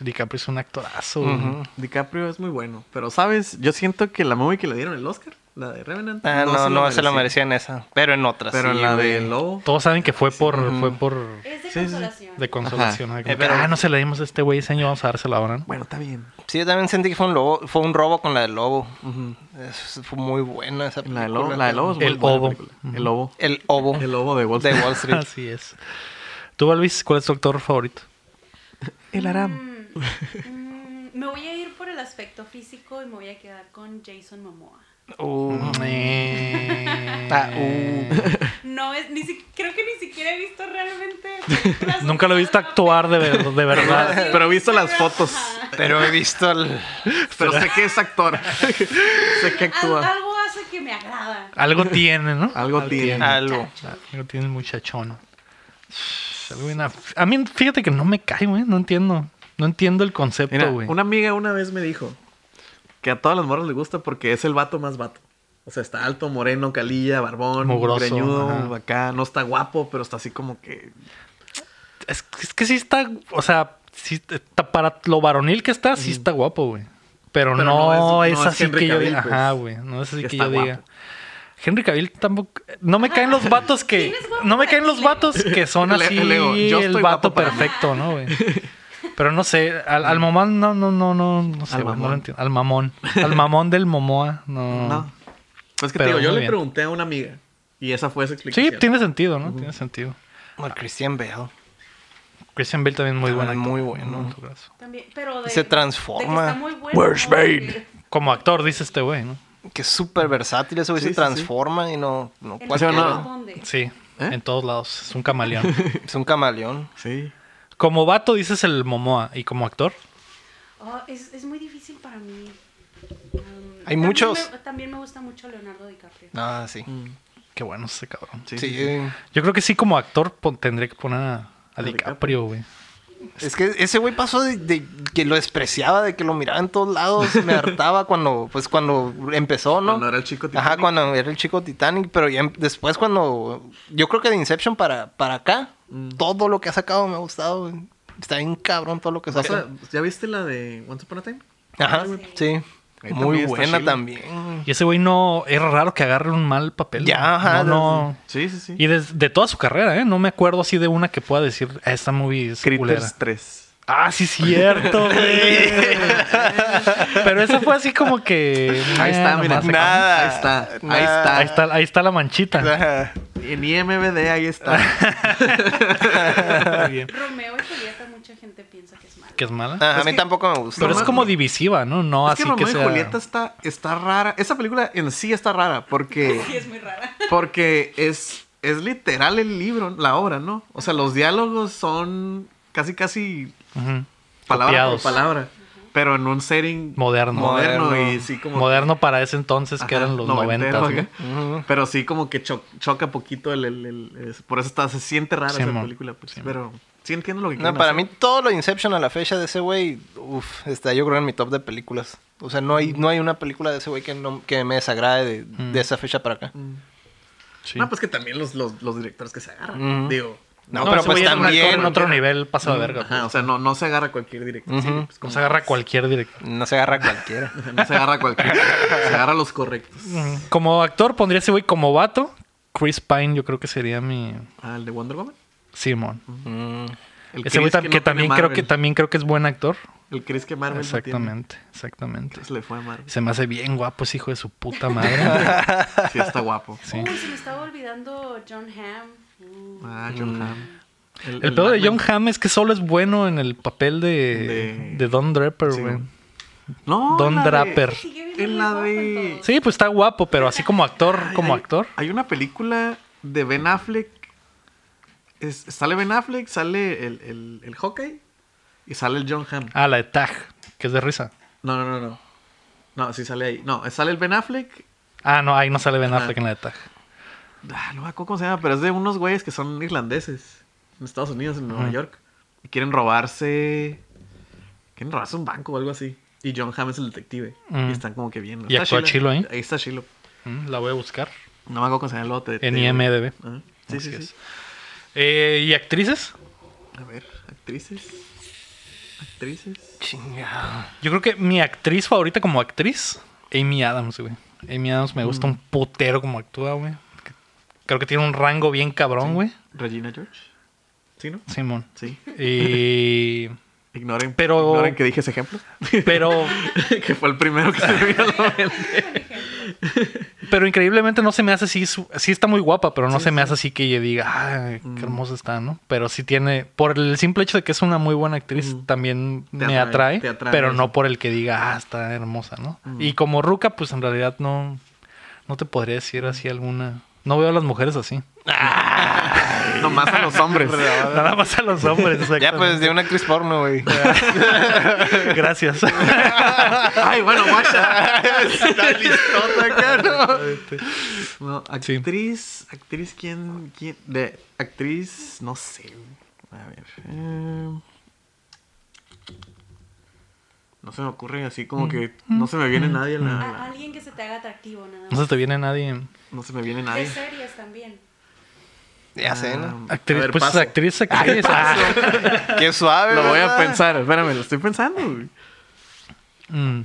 A: DiCaprio es un actorazo.
B: Ujú.
A: güey.
C: DiCaprio es muy bueno, pero sabes, yo siento que la movie que le dieron el Oscar La de Revenant.
B: Ah, no, no,
C: se la
B: se lo
C: merecía.
B: merecía en esa. Pero en otras.
C: Pero
B: sí,
C: en la
B: güey.
C: de Lobo.
A: Todos saben que fue por,
B: Ujú.
A: fue por
D: Es
C: Sí, sí,
D: de
C: sí.
D: consolación.
A: de consolación.
C: Ajá.
A: ¿no? Como
B: Eh, pero-
A: que, ah, no se la dimos a este güey ese año, vamos a dársela ahora. ¿no?
C: Bueno, está bien.
B: Sí, yo también sentí que fue un, lobo, fue un robo con la de Lobo.
C: Ujú.
B: Es- fue muy buena esa película.
C: La de Lobo, la de Lobo es muy
A: El
C: buena
A: Lobo.
C: película. El Lobo.
B: El Obo.
C: El Lobo de Wall
B: de
C: Street.
B: Wall Street.
A: Así es. ¿Tú, Alvis, cuál es tu actor favorito?
C: El Aram.
D: Mm, mm, me voy a ir por el aspecto físico y me voy a quedar con Jason Momoa.
B: Uh,
A: Mm. Eh,
B: Ah, uh.
D: No es, ni si- creo que ni siquiera he visto realmente. películas
A: Nunca lo he visto
D: donde
A: actuar de, ver- de verdad.
D: Sí,
C: Pero he visto las
D: pero-
C: fotos.
D: ajá.
B: Pero he visto el...
C: Pero sé que es actor. sé que
D: Al-
C: actúa.
D: algo hace que me agrada.
A: Algo tiene, ¿no?
C: Algo tiene.
B: algo.
A: Algo tiene el muchachón. Algo bien af- A mí, fíjate que no me cae, güey. No entiendo. No entiendo el
C: Mira,
A: concepto, güey.
C: una amiga una vez me dijo que a todas las morras les gusta porque es el vato más vato. O sea, está alto, moreno, calilla, barbón,
A: Mugroso,
C: greñudo,
A: ajá.
C: acá. No está guapo, pero está así como que...
A: Es, es que sí está, o sea, sí está- para lo varonil que está, sí está guapo, güey. Pero, no,
C: Pero no es-
A: es,
C: no es
A: así
C: Henry
A: que yo
C: Cavill,
A: diga.
C: pues,
A: Ajá, güey. No es así
C: que
A: que
C: está
A: yo diga.
C: guapo.
A: Henry Cavill tampoco. No me caen los vatos que.
D: ¿Quién es guapo
A: No me caen
D: para
A: los
D: ti,
A: vatos que son
C: Le-
A: así.
C: le digo, yo
A: el
C: estoy
A: vato
C: guapo para ti.
A: perfecto, ¿no, güey? Pero no sé, al, al momón, no, no, no, no, no sé,
C: Al
A: güey, no
C: mamón.
A: lo entiendo. Al mamón. Al mamón del Momoa, no.
C: No. Pues que
A: Pero
C: te digo, yo
A: muy
C: le
A: bien.
C: pregunté a una amiga y esa fue su
A: Sí,
C: explicación.
A: tiene sentido, ¿no? Tiene sentido.
B: Como el Christian Bale.
A: Christian Bale también muy
C: Ah,
B: También
A: bueno.
B: muy bueno.
D: También, pero de,
B: Se
D: de que
B: transforma.
D: está muy bueno,
B: Where's
D: ¿no?
B: Bane?
D: Porque
A: Como actor, dice este güey, ¿no?
B: Que es súper versátil. Eso güey
C: Sí,
B: se
C: sí, sí.
B: transforma y no... no
D: en
B: cualquiera.
D: todos
C: no.
D: donde.
A: Sí,
C: ¿Eh?
A: en todos lados. Es un camaleón.
B: Es un camaleón.
C: Sí.
A: como vato dices el Momoa y como actor.
D: Oh, es, es muy difícil para mí. Um,
B: Hay
D: también
B: muchos.
D: me- también me gusta mucho Leonardo DiCaprio.
B: Ah, sí.
A: Qué bueno ese cabrón.
C: Sí.
B: Sí. eh,
A: Yo creo que sí como actor pon- tendría que poner a, a
C: A
A: DiCaprio, güey.
B: Es que ese güey pasó de, de que lo despreciaba, de que lo miraba en todos lados, me hartaba cuando, pues cuando empezó, ¿no?
C: Cuando era el chico
B: Ajá,
C: Titanic.
B: cuando era el chico Titanic, pero ya em- después cuando, yo creo que de Inception para, para acá,
C: Mm.
B: todo lo que ha sacado me ha gustado, güey. Está bien cabrón todo lo que
C: O sea,
B: saca.
C: ¿Ya viste la de Once Upon a Time?
B: Ajá, sí.
C: Ahí
B: Muy
C: también está
B: buena
C: chila.
B: también.
A: Y ese güey no... Es raro que agarre un mal papel.
B: Ya,
A: güey.
B: ajá,
A: No, no.
C: Sí, sí, sí.
A: Y des- de, toda su carrera, ¿eh? No me acuerdo así de una que pueda decir, "Ah, esta movie es culera".
C: Critters 3.
A: Ah, sí, cierto, güey. Pero esa fue así como que...
C: Ahí está,
A: eh,
C: mira.
A: nomás-
B: nada,
C: Ahí está. Ahí
B: nada.
C: está.
A: Ahí está, ahí está la manchita.
B: Ajá.
C: En IMBD ahí está.
A: Muy bien.
D: Romeo y Julieta, mucha gente piensa que es malo.
A: Que es mala.
B: Ajá,
C: Es
B: a mí
C: que-
B: tampoco me gusta.
A: Pero es
C: Romeo-
A: como divisiva, ¿no? No
C: es
A: así
C: que
A: que,
C: Romeo y
A: sea...
C: Julieta está, está rara. Esa película en sí está rara porque...
D: Sí, es muy rara.
C: Porque es, es literal el libro, la obra, ¿no? O sea, los diálogos son casi, casi
A: Ujú.
C: palabra
A: Copiados.
C: por palabra. Pero en un setting
A: Moderno.
C: moderno,
B: Moderno.
C: y sí como...
A: Moderno para ese entonces que
C: Ajá,
A: eran los
C: noventero
A: 90.
C: acá. Pero sí como que cho- choca poquito el... el- el- es- por eso está, se siente rara esa
A: Simón.
C: película. pues,
A: Simón.
C: pero sí entiendo lo que
B: No,
C: quieren
B: para
C: hacer.
B: mí todo lo de Inception a la fecha de ese güey, uff, está yo creo en mi top de películas. O sea, no hay, no hay una película de ese güey que, no, que me desagrade de, de esa fecha para acá.
C: No, pues que también los, los, los directores que se agarran.
B: Ujú.
C: Digo...
B: No, pero pues también...
A: En otro nivel pasado de verga.
C: Ajá, o sea, no, no se agarra cualquier director. sí,
B: Ujú.
C: pues,
A: Como se agarra cualquier director.
B: No se agarra a cualquiera.
C: No se agarra cualquiera. se agarra los correctos.
A: Como actor pondría ese güey como vato. Chris Pine yo creo que sería mi
C: Ah, el de Wonder Woman.
A: Simon.
B: Mm.
C: El
A: Ese güey
C: Chris
A: tam- que,
C: no
A: también
C: tiene
A: creo
C: Marvel.
A: que también creo que es buen actor.
C: El Chris que Marvel no tiene.
A: exactamente, exactamente.
C: Se le fue a Marvel.
A: Se me hace bien guapo ese hijo de su puta madre.
C: Sí, está guapo.
A: Sí.
D: Uy, se me estaba olvidando John Hamm. Uh.
C: Ah, John Hamm.
A: Mm. El pedo de John Hamm es que solo es bueno en el papel
C: De-
A: de, de Don Draper,
C: Sí.
A: güey.
C: No,
A: Don
C: la de-
A: Draper.
D: Sigue bien
C: Ah. En la
D: muy guapo en
C: de-
D: todo.
A: Sí, pues está guapo, pero así como actor,
C: Ay,
A: como
C: hay-
A: actor.
C: Hay una película de Ben Affleck. Es- sale Ben Affleck, sale el, el, el Hawkeye y sale el John Hamm.
A: Ah, la de Tag, que es de risa.
C: No, no, no, no. No, sí sale ahí. No, sale el Ben Affleck.
A: Ah, no, ahí no sale Ben
C: Ajá.
A: Affleck en la de Tag.
C: Ah, no me acuerdo cómo se llama, pero es de unos güeyes que son irlandeses. En Estados Unidos, en Nueva York. Y quieren robarse. Quieren robarse un banco o algo así. Y John Hamm es el detective.
A: Mm.
C: Y están como que viendo.
A: ¿Y
C: Está
A: actúa ¿eh? Chilo ahí?
C: Ahí está Chilo.
A: Mm, La voy a buscar
C: No me acuerdo cómo se llama el lote.
A: en IMDB.
C: Sí,
A: Así
C: sí, sí.
A: es. Eh, ¿Y actrices?
C: A ver, actrices. Actrices.
B: Chingado.
A: Yo creo que mi actriz favorita como actriz, Amy Adams, güey. Amy Adams me
C: Mm.
A: gusta un putero como actúa, güey. Creo que tiene un rango bien cabrón, güey.
C: Regina George. ¿Sí, no?
A: Simón.
C: Sí.
A: Y...
C: Ignoren,
A: Pero-
C: ignoren que dije ese ejemplo.
A: Pero,
C: que fue el primero que se me vino a la mente.
A: pero increíblemente no se me hace así. su- Sí está muy guapa, pero no se me hace así que ella diga, ay,
C: Mm.
A: qué hermosa está, ¿no? Pero sí tiene, por el simple hecho de que es una muy buena actriz,
C: Mm.
A: también
C: Te
A: me
C: atrae,
A: atrae,
C: te atrae
A: pero
C: eso. Mm.
A: no por el que diga, ah, está hermosa, ¿no? Y como Ruca, pues en realidad no, no te podría decir así alguna. No veo a las mujeres así.
C: Nomás a los hombres.
A: Nada más a los hombres.
B: Pues, Ya, pues,
A: exactamente.
B: de una actriz porno, güey.
A: Gracias.
C: Ay, bueno, guacha. Está listota acá, ¿no? No,
A: Sí.
C: actriz, actriz, ¿quién, quién? De actriz, no sé. A ver. eh, no se me ocurre así como que no se me viene
A: Mm.
C: nadie. a la- a
D: A-
C: la-
D: alguien que se te haga atractivo, nada
A: No
D: más.
A: se te viene nadie.
C: no se me viene
D: De
C: nadie.
D: series también.
B: Ya sé, ¿no?
C: Ah,
A: Actriz,
C: a ver,
A: pues
C: paso.
A: actriz, actriz. Ah.
B: Qué suave,
C: Lo voy a
B: ¿verdad?
C: pensar, espérame, lo estoy pensando. güey.
A: Mm,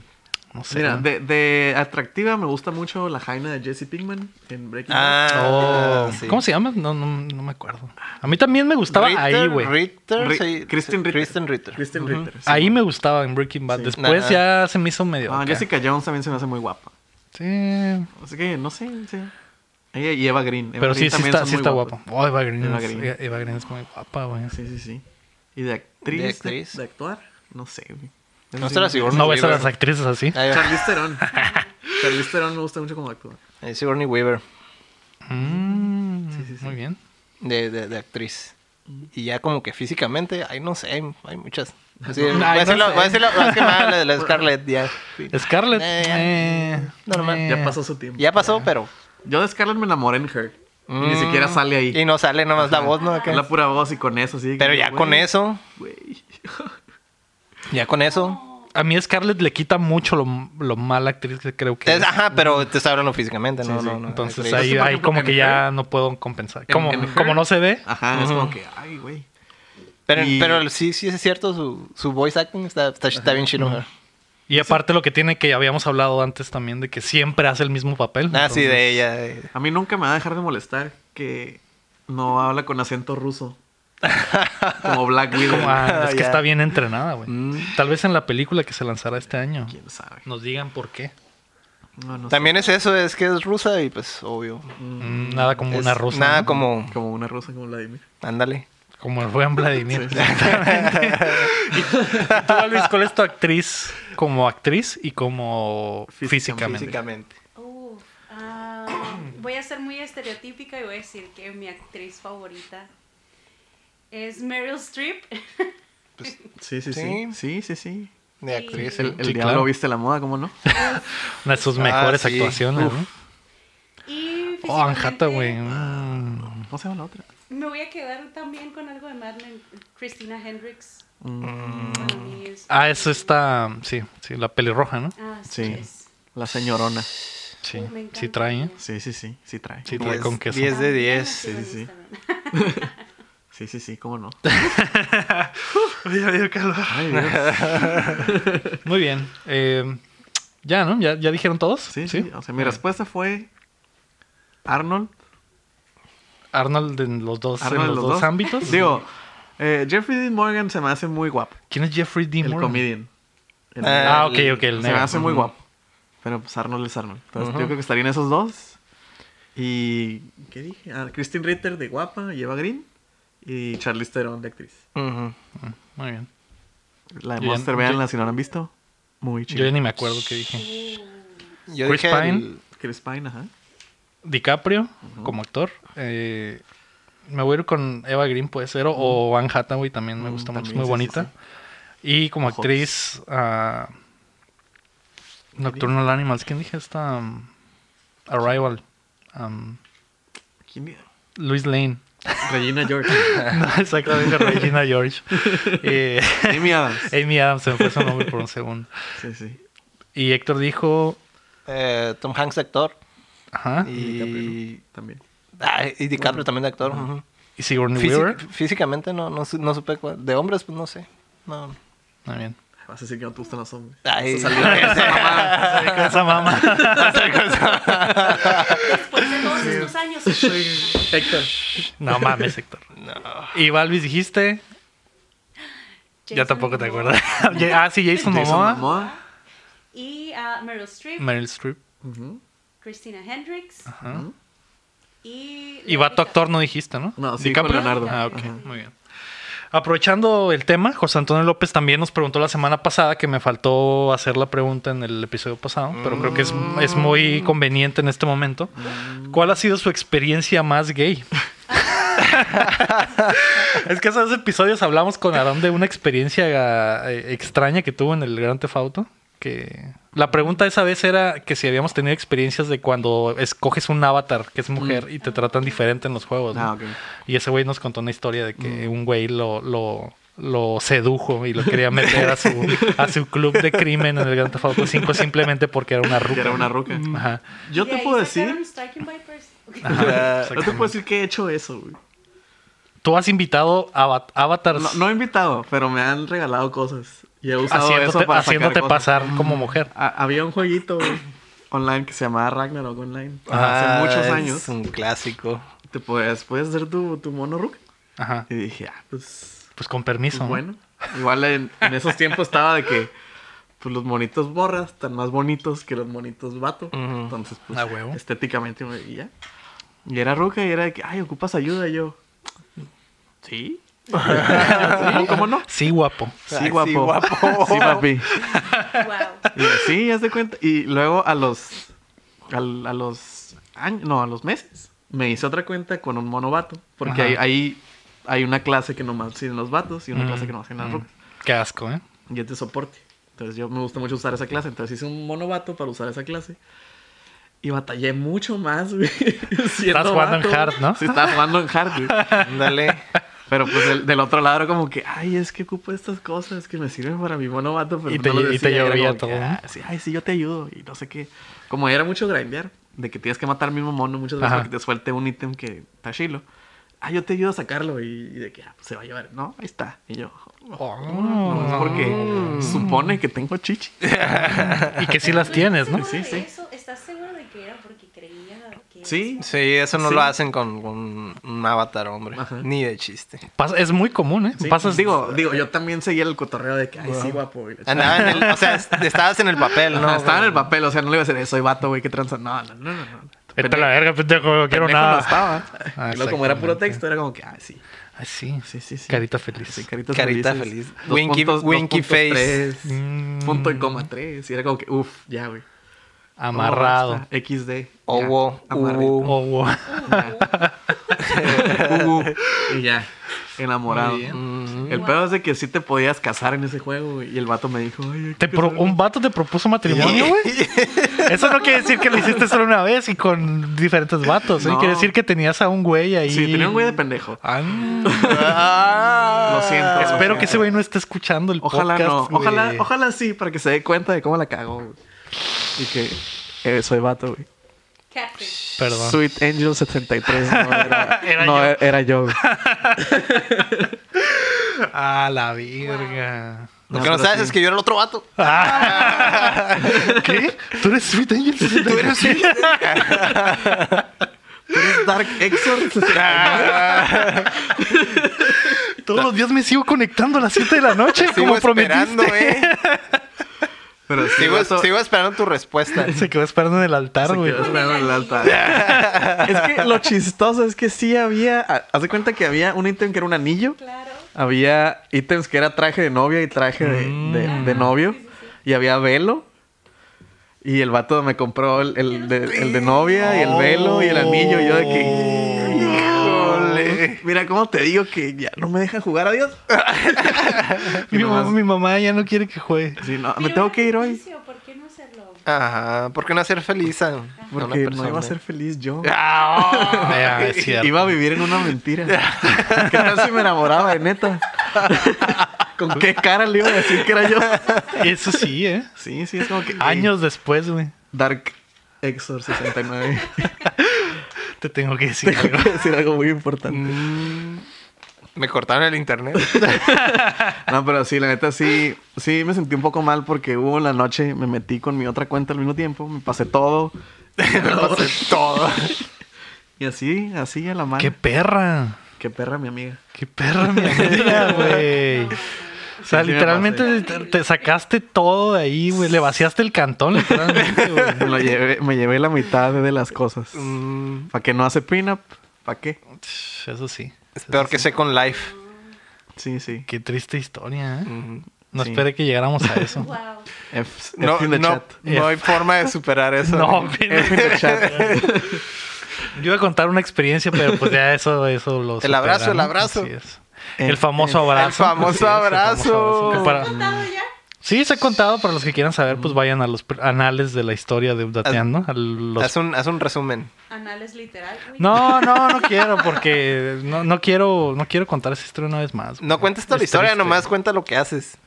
A: no sé.
C: Mira, de, de atractiva me gusta mucho la jaina de Jesse Pinkman en Breaking Bad.
B: Ah,
A: Oh,
B: sí.
A: ¿Cómo se llama? No, no, no me acuerdo. A mí también me gustaba
B: Ritter,
A: ahí, güey.
B: Ritter,
C: Ri-
B: sí,
C: Kristen
B: sí,
C: Ritter.
B: Kristen Ritter.
C: Kristen
B: Ujú.
C: Ritter. sí. Ah,
A: Ahí me gustaba en Breaking Bad.
C: Sí.
A: Después
B: Ajá.
A: ya se me hizo medio.
C: Ah,
A: acá.
C: Jessica Jones también se me hace muy guapa.
A: Sí.
C: Así que no sé, sí. Ella y Eva Green. Eva
A: Pero sí, sí
C: Green también
A: está,
C: son
A: sí
C: muy
A: está
C: guapas.
A: guapa. Oh, Eva Green.
C: Eva
A: Eva
C: Green.
A: Green. Es, Eva Green es muy guapa, güey.
C: Sí, sí, sí. Y de actriz.
B: De actriz.
C: De, de actuar. No sé, güey.
B: No será Sigourney
A: No ves a
B: Weaver.
A: las actrices así.
B: Ahí va.
C: Charlize Theron. Charlize Theron me gusta mucho como actúa.
B: Ahí Eh, Sigourney Weaver,
A: Mm,
C: Ah. Sí, sí, sí.
A: Muy bien.
B: de, de, de actriz. Y ya como que físicamente, ay, no sé, hay, hay muchas. Así,
A: Ay,
B: voy a
A: no
B: decir la-
A: sé.
B: voy a decir la- más que nada la de la Scarlett, ya. Sí.
A: Scarlett.
B: Eh, ya.
A: eh,
B: Normal.
A: eh.
C: Ya pasó su tiempo.
B: Ya pasó, pero...
C: Yo de Scarlett me enamoré en Her. Y ni
B: mm,
C: siquiera sale ahí.
B: Y no sale nomás la voz, ¿no? Acá.
C: Es la pura voz y con eso, sí.
B: Pero ya
C: güey,
B: con eso,
C: güey.
B: ya con eso...
A: A mí Scarlett le quita mucho lo, lo mala actriz que creo que
B: Es-
A: es. Mm.
B: ajá, pero te está hablando físicamente,
C: Sí,
B: no,
C: sí.
B: no, no.
A: Entonces
B: actriz.
A: ahí,
C: por
A: ahí
C: ejemplo,
A: como
C: en
A: que ya no puedo compensar. Como,
C: en Her-
A: como no se
B: Ah,
A: ve,
C: Ajá, es como que, ay, güey.
B: Pero,
C: Y-
B: pero sí, sí es cierto, su, su voice acting está, está, está bien chido. güey.
A: Y aparte lo que tiene que habíamos hablado antes también de que siempre hace el mismo papel.
B: Ah, sí, de
A: entonces-
B: ella. de-
C: A mí nunca me va a dejar de molestar que no habla con acento ruso. Como Black Widow.
A: Como, ah, es que
B: Ya. Mm.
A: está bien entrenada, güey. Tal vez en la película que se lanzará este año
C: ¿Quién sabe?
A: nos digan por qué.
C: No, no sé.
B: También es eso, es que es rusa y pues obvio.
A: Mm, Nada como
B: Es
A: una rusa.
B: Nada
A: ¿no?
B: como,
C: Como una rusa como Vladimir.
B: ándale.
A: Como el buen Vladimir. Exactamente. Y Tú, Luis, ¿cuál es tu actriz como actriz y como
C: Físicamente.
A: físicamente?
B: Físicamente.
D: Uf, ah, voy a ser muy estereotípica y voy a decir que mi actriz favorita es Meryl Streep.
C: Sí, sí, sí.
B: Sí.
C: Sí, sí, sí.
B: Pues, De actriz.
C: El, el
A: Sí,
C: diablo
A: claro.
C: viste la moda, ¿cómo no?
A: Una de sus
B: Ah,
A: mejores
B: sí.
A: actuaciones, ¿no?
D: y
A: Oh, Anne
D: físicamente,
A: Hathaway. mm.
C: ¿Cómo se llama la otra?
D: Me voy a quedar también con algo de Madeleine. Christina Hendricks.
C: Mm.
D: para mí es-
A: Ah, es esta. Sí, sí, la pelirroja, ¿no?
D: Ah, sí.
C: Sí.
D: es.
C: La señorona.
A: Sí,
D: me encanta
A: sí trae. ¿eh?
D: ella.
C: Sí, sí, sí. Sí trae.
A: Sí trae
B: Diez-
A: con queso.
B: 10 de
D: Ah,
B: 10.
D: sí,
C: sí, sí.
D: Instagram.
C: Sí, sí, sí. ¿Cómo no?
A: Ay, Dios. Muy bien. eh, ya, ¿no? ¿Ya, ya dijeron todos? Eh,
C: Sí, sí. O sea, mi respuesta fue Arnold.
A: Arnold en los dos, en
C: Arnold
A: los dos, ámbitos.
C: Digo, eh, Jeffrey Dean Morgan se me hace muy guapo.
A: ¿Quién es Jeffrey D.
C: El
A: Morgan?
C: comedian. El-
A: Ah, ok,
B: El-
A: ok, el
C: Se me
A: negro.
C: hace muy guapo. Pero pues Arnold es Arnold. Entonces yo creo que estarían esos dos. Y. ¿Qué dije? Ah, Christine Ritter de guapa y Eva Green. Y Charlize Theron de actriz.
B: Ujú.
A: Muy bien.
C: La de
A: Yo ya-
C: Monster,
A: yo-
C: veanla si no la han visto. Muy
A: Yo
C: chida.
A: ya ni me acuerdo qué dije.
B: Yo
A: Chris
B: dije el-
A: Pine.
C: Chris Pine, ajá.
A: DiCaprio, como actor. eh, me voy a ir con Eva Green, puede ser. o- O Anne Hathaway también me
C: Mm,
A: gusta mucho. Es
C: también,
A: muy
C: sí, sí,
A: bonita. Y como
C: Ojos.
A: actriz. ah, Nocturnal Animals. ¿Quién dije esta? um, Arrival. um,
C: ¿Quién era?
A: Louis Lane.
C: Regina George.
A: No, exactamente, Regina George. Eh,
C: Amy Adams.
A: Amy Adams se me fue su nombre por un segundo.
C: Sí, sí.
A: Y Héctor dijo.
B: eh, Tom Hanks de actor.
A: Ajá.
B: Y,
C: También.
B: ah, y DiCaprio también de actor. ujú.
A: Y Sigourney
B: Físic-
A: Weaver.
B: físicamente no, no, su- no supe cuál. De hombres, pues no sé. No.
A: Muy bien.
C: Vas a decir que no te gustan los hombres.
B: Ay,
C: Eso salió de esa mamada.
A: Ay, con esa mamá.
D: Después de todos estos años.
C: Héctor.
A: No mames, Héctor.
B: No.
A: Y Valvis dijiste, ya
D: Jason
A: tampoco te
D: Momoa.
A: acuerdas. Ya- ah, sí, Jason,
C: Jason
A: Momoa.
C: Momoa.
D: Y ah, Meryl Streep,
A: Meryl Streep.
C: Ujú.
D: Christina Hendricks
A: Ajá.
C: ¿Mm?
D: y...
A: Y va tu actor, no dijiste, ¿no?
C: No, sí,
A: ¿DiCaprio?
C: con Leonardo.
A: Ah, ok,
C: Ajá.
A: muy bien. Aprovechando el tema, José Antonio López también nos preguntó la semana pasada que me faltó hacer la pregunta en el episodio pasado, pero creo que es, es
C: Mm.
A: muy conveniente en este momento. ¿Cuál ha sido su experiencia más gay? es que hace dos episodios hablamos con Aarón de una experiencia eh, extraña que tuvo en el Gran Tefauto. Que la pregunta esa vez era que si habíamos tenido experiencias de cuando escoges un avatar que es mujer y te tratan diferente en los juegos. ¿no?
C: Ah, ok.
A: Y ese güey nos contó una historia de que un güey lo, lo, lo sedujo y lo quería meter a su, a su club de crimen en el Gran Theft Auto 5 simplemente porque era una ruca.
C: Que era una ruca.
A: Ajá.
C: Yo
D: y
C: te
D: ahí
C: puedo
D: sacaron
C: decir.
D: Striking Vipers.
B: Ah,
C: Yo te puedo decir que he hecho eso, güey.
A: Tú has invitado a avatars
C: No, no he invitado, pero me han regalado cosas. Y he usado eso
A: haciéndote,
C: para sacar
A: haciéndote
C: cosas. Mm.
A: pasar como mujer.
C: A- había un jueguito güey, online que se llamaba Ragnarok Online.
B: Ah,
C: hace muchos
B: es
C: años.
B: un clásico.
C: Te puedes, puedes hacer tu, tu mono ruca.
A: Ajá.
C: Y dije, ah, pues.
A: Pues con permiso.
C: pues
A: ¿no?
C: bueno. Igual en, en esos tiempos estaba de que. Pues los monitos borras están más bonitos que los monitos vato. Entonces, pues.
A: Ah, huevo.
C: Estéticamente, me- y ya. Y era ruca y era de que, ay, ocupas ayuda. Y yo, sí. "Sí, ¿Cómo no?
A: Sí, guapo.
C: Sí,
B: Ay, sí,
C: guapo.
B: guapo.
C: Sí, papi.
D: wow.
C: Y sí, haz de cuenta. Y luego a los. al- a los años. No, a los meses. Me hice otra cuenta con un mono vato. Porque
A: Ajá.
C: hay, hay, hay una clase que nomás tienen los vatos y una clase que nomás tienen las
A: Mm,
C: rucas.
A: Qué asco, ¿eh?
C: Y este soporte. Entonces yo me gusta mucho usar esa clase. Entonces hice un mono vato para usar esa clase. Y batallé mucho más, güey. Estás
A: jugando en hard, ¿no?
C: Sí, estaba jugando en hard, güey.
B: Ándale.
C: Pero pues del, del otro lado era como que, ay, es que ocupo estas cosas que me sirven para mi mono vato, pero
A: Y te-
C: no lo
A: y te
C: decía, era
A: llovía
C: como que,
A: todo, ¿no?
C: "Ah, sí, ay, sí, yo te ayudo. Y no sé qué. Como era mucho grindear, de que tienes que matar al mismo mono muchas veces
A: Ajá.
C: para que te suelte un ítem que está chilo. Ah, yo te ayudo a sacarlo. Y, y de que, ah, pues, se va a llevar. No, ahí está. Y yo, "Oh,
A: Oh.
C: no, es porque supone que tengo chichi.
A: Y que sí las tienes, ¿no?
C: Sí,
D: Sí,
C: sí.
D: sí. Eso? ¿Estás seguro de que era porque creía que...
C: Sí.
B: Sí, eso no
C: Sí.
B: lo hacen con, con un avatar, hombre.
C: Ajá.
B: Ni de chiste.
A: Pasa- es muy común, ¿eh?
C: sí.
A: Pasas,
C: digo, digo, yo también seguía el cotorreo de que, ay, sí, guapo. y la chingada.
B: Andaba en el, o sea, est- estabas en el papel, Ah, ¿no?
C: Ajá, estaba en el papel, o sea, no le iba a decir, "Eh, soy vato, güey, qué tranza. No, no, no, no. no.
A: Vete a la verga, pendejo, no quiero
C: pendejo no
A: nada.
C: estaba.
A: Ah,
C: Y luego, como era puro
A: exactamente.
C: texto, era como que, ah, sí.
A: Ay, sí.
C: Sí, sí, sí.
A: Carita feliz.
C: Sí, caritas
B: Carita
C: felices.
B: feliz.
C: Dos
B: Winky-
C: puntos- dos
B: winky
C: puntos
B: face.
C: tres,
A: Mm.
C: Punto y coma tres. Y era como que, uff, ya, güey.
A: Amarrado.
C: Basta, XD.
B: Oh,
C: ya,
B: wow,
C: amarrado,
B: uh, wow.
A: Oh, wow.
C: uh, y ya, enamorado. Mm.
A: Muy bien.
B: Ujú.
C: El pedo es de que sí te podías casar en ese juego, güey. Y el vato me dijo, ay, hay
A: Te
C: que
A: pro-
C: casarme".
A: un vato te propuso matrimonio, güey. Eso no quiere decir que lo hiciste solo una vez y con diferentes vatos. ¿eh?
C: No.
A: Quiere decir que tenías a un güey ahí.
C: Sí, tenía un güey de pendejo.
A: Ah,
B: Ah.
C: Lo siento.
A: Espero que ese güey no esté escuchando el
C: Ojalá
A: podcast.
C: no.
A: güey.
C: Ojalá, ojalá sí, para que se dé cuenta de cómo la cagó, güey. Y que eh, soy vato, güey.
D: Catfish.
A: Perdón.
C: Sweet Angel 73. No, era,
A: Era
C: no,
A: yo.
C: era- era yo. güey.
A: Ah, la verga.
B: Lo
C: No,
B: que no
C: pero
B: sabes
C: sí.
B: es que yo era el otro vato.
A: ¿Qué? ¿Tú eres Sweet Angel?
B: Tú eres
C: Tú eres Dark Exor.
A: Todos los días me sigo conectando a las 7 de la noche,
B: Sigo
A: como
B: esperando,
A: prometiste.
B: eh.
C: Pero sí,
B: Sigo,
C: vato,
B: sigo esperando tu respuesta.
C: eh.
A: Se quedó esperando en el
C: Ah, se
A: altar, güey.
C: quedó esperando en el altar. es que lo chistoso es que sí había. ha- Haz de cuenta que había un ítem que era un anillo.
D: Claro.
C: Había ítems que era traje de novia y traje de, de- de novio. Y había velo. Y el vato me compró el, el de, el de novia y el velo y el anillo. Y yo de que. "Híjole, Mira, ¿cómo te digo que ya no me dejan jugar? Adiós.
A: Mi, mamá-
C: nomás-
A: mi mamá ya no quiere que juegue.
C: Sí, no, Ah, me
D: Pero
C: tengo
D: era
C: que ir hoy.
D: ficticio, ¿Por qué no hacerlo?
B: Ajá, ¿por qué no hacer feliz a a una
C: Porque
B: persona?
C: no iba a ser feliz yo.
A: Ah, es cierto.
C: Iba a vivir en una mentira. ¿Qué tal si me enamoraba de neta? ¿Con qué cara le iba a decir que era yo?
A: Eso sí, ¿eh?
C: Sí, sí, es como que.
A: Años después, güey.
C: Dark Exor 69.
A: Te tengo que decir
C: Tengo
A: algo.
C: que decir algo muy importante.
B: Me cortaron el internet.
C: No, pero sí, la neta sí, sí me sentí un poco mal porque hubo la noche, me metí con mi otra cuenta al mismo tiempo, me pasé todo
B: Me pasé todo.
C: y así, así a la mano.
A: ¡Qué
C: Qué,
A: perra!
C: perra mi amiga.
A: ¡Qué perra, mi amiga, güey! O sea,
C: Sí, sí me
A: literalmente te, te sacaste todo de ahí, güey. Le vaciaste el cantón, literalmente, güey.
C: Me, lo llevé, me llevé la mitad de las cosas.
B: Mm,
C: ¿Para qué no hace pin-up? ¿Para qué?
A: Eso sí.
B: es peor que Second Life.
C: Sí, sí.
A: Qué triste historia, ¿eh?
B: Mm.
A: No
C: Sí.
A: esperé que llegáramos a eso.
D: Wow.
C: F,
B: No,
C: F in the
B: no,
C: chat.
B: no hay forma de superar eso.
A: No,
B: güey.
A: güey.
C: F in the chat.
A: Yo iba a contar una experiencia, pero pues ya eso, eso lo
B: El abrazo,
A: supera, ¿no?
B: el abrazo. Eh,
A: Así es.
C: El-
A: El famoso abrazo.
B: el famoso
A: Así es, el
B: abrazo.
A: Que para-
D: ¿Has contado ya?
A: Sí, se ha contado. Para los que quieran saber,
B: Mm.
A: pues vayan a los pr- anales de la historia de Dateando. a los-
B: Haz un, haz un resumen.
D: Anales literal. güey.
A: No, no, no quiero, porque no, no quiero no quiero contar esa historia una vez más. güey.
B: No cuentes toda la
A: Es
B: historia,
A: triste.
B: nomás cuenta lo que haces.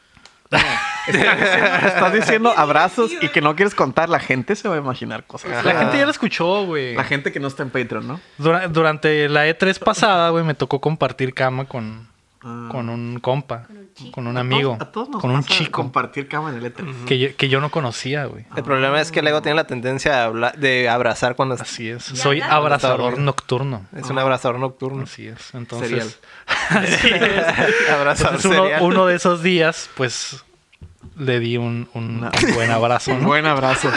C: Estás diciendo abrazos y que no quieres contar. La gente se va a imaginar cosas.
A: La gente ya la escuchó, güey.
C: La gente que no está en Patreon, ¿no?
A: Dura- durante la E3 pasada, güey, me tocó compartir cama con, con un compa,
D: Con un chico.
A: con un amigo,
C: Ah, A todos nos
A: con un
C: pasa
A: chico
C: Compartir cama en el éter.
A: que yo, que yo no conocía, güey.
B: El problema es que el ego tiene la tendencia de, habla- de abrazar cuando es,
A: Así es.
D: Y
A: Soy
D: hablar.
A: abrazador nocturno.
B: es un abrazador
C: Mm.
B: nocturno.
A: Así es. Entonces,
B: abrazador
A: entonces uno,
B: serial.
A: uno de esos días, pues le di un, un
C: Una-
A: buen abrazo,
C: Un
A: ¿no?
C: buen abrazo.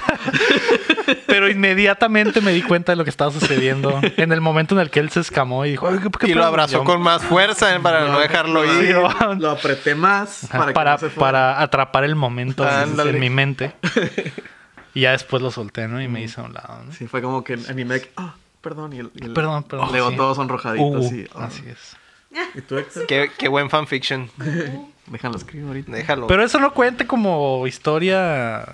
A: Pero inmediatamente me di cuenta de lo que estaba sucediendo. En el momento en el que él se escamó y dijo, "Ay, ¿qué- qué
B: Y lo
A: pedo?"
B: abrazó
A: Yo-
B: con más fuerza eh, para no dejarlo
A: Sí,
B: ir.
A: yo-
C: Lo apreté más
A: Ajá, para,
C: para, que no se fuera.
A: para atrapar el momento así,
B: Ándale.
A: en mi mente. Y ya después lo solté, ¿no? Y me hice a un lado, ¿no?
C: Sí, fue como que a mí me... Ah, perdón. Y el, y el-
A: Perdón, perdón,
C: Luego
A: sí.
C: todos sonrojaditos.
A: Uh,
C: sí. Ah.
A: Así es.
C: ¿Y tú, Héctor?
B: Qué, qué buen fanfiction.
C: Déjalo escribir ahorita.
B: Déjalo.
A: Pero eso no cuenta como historia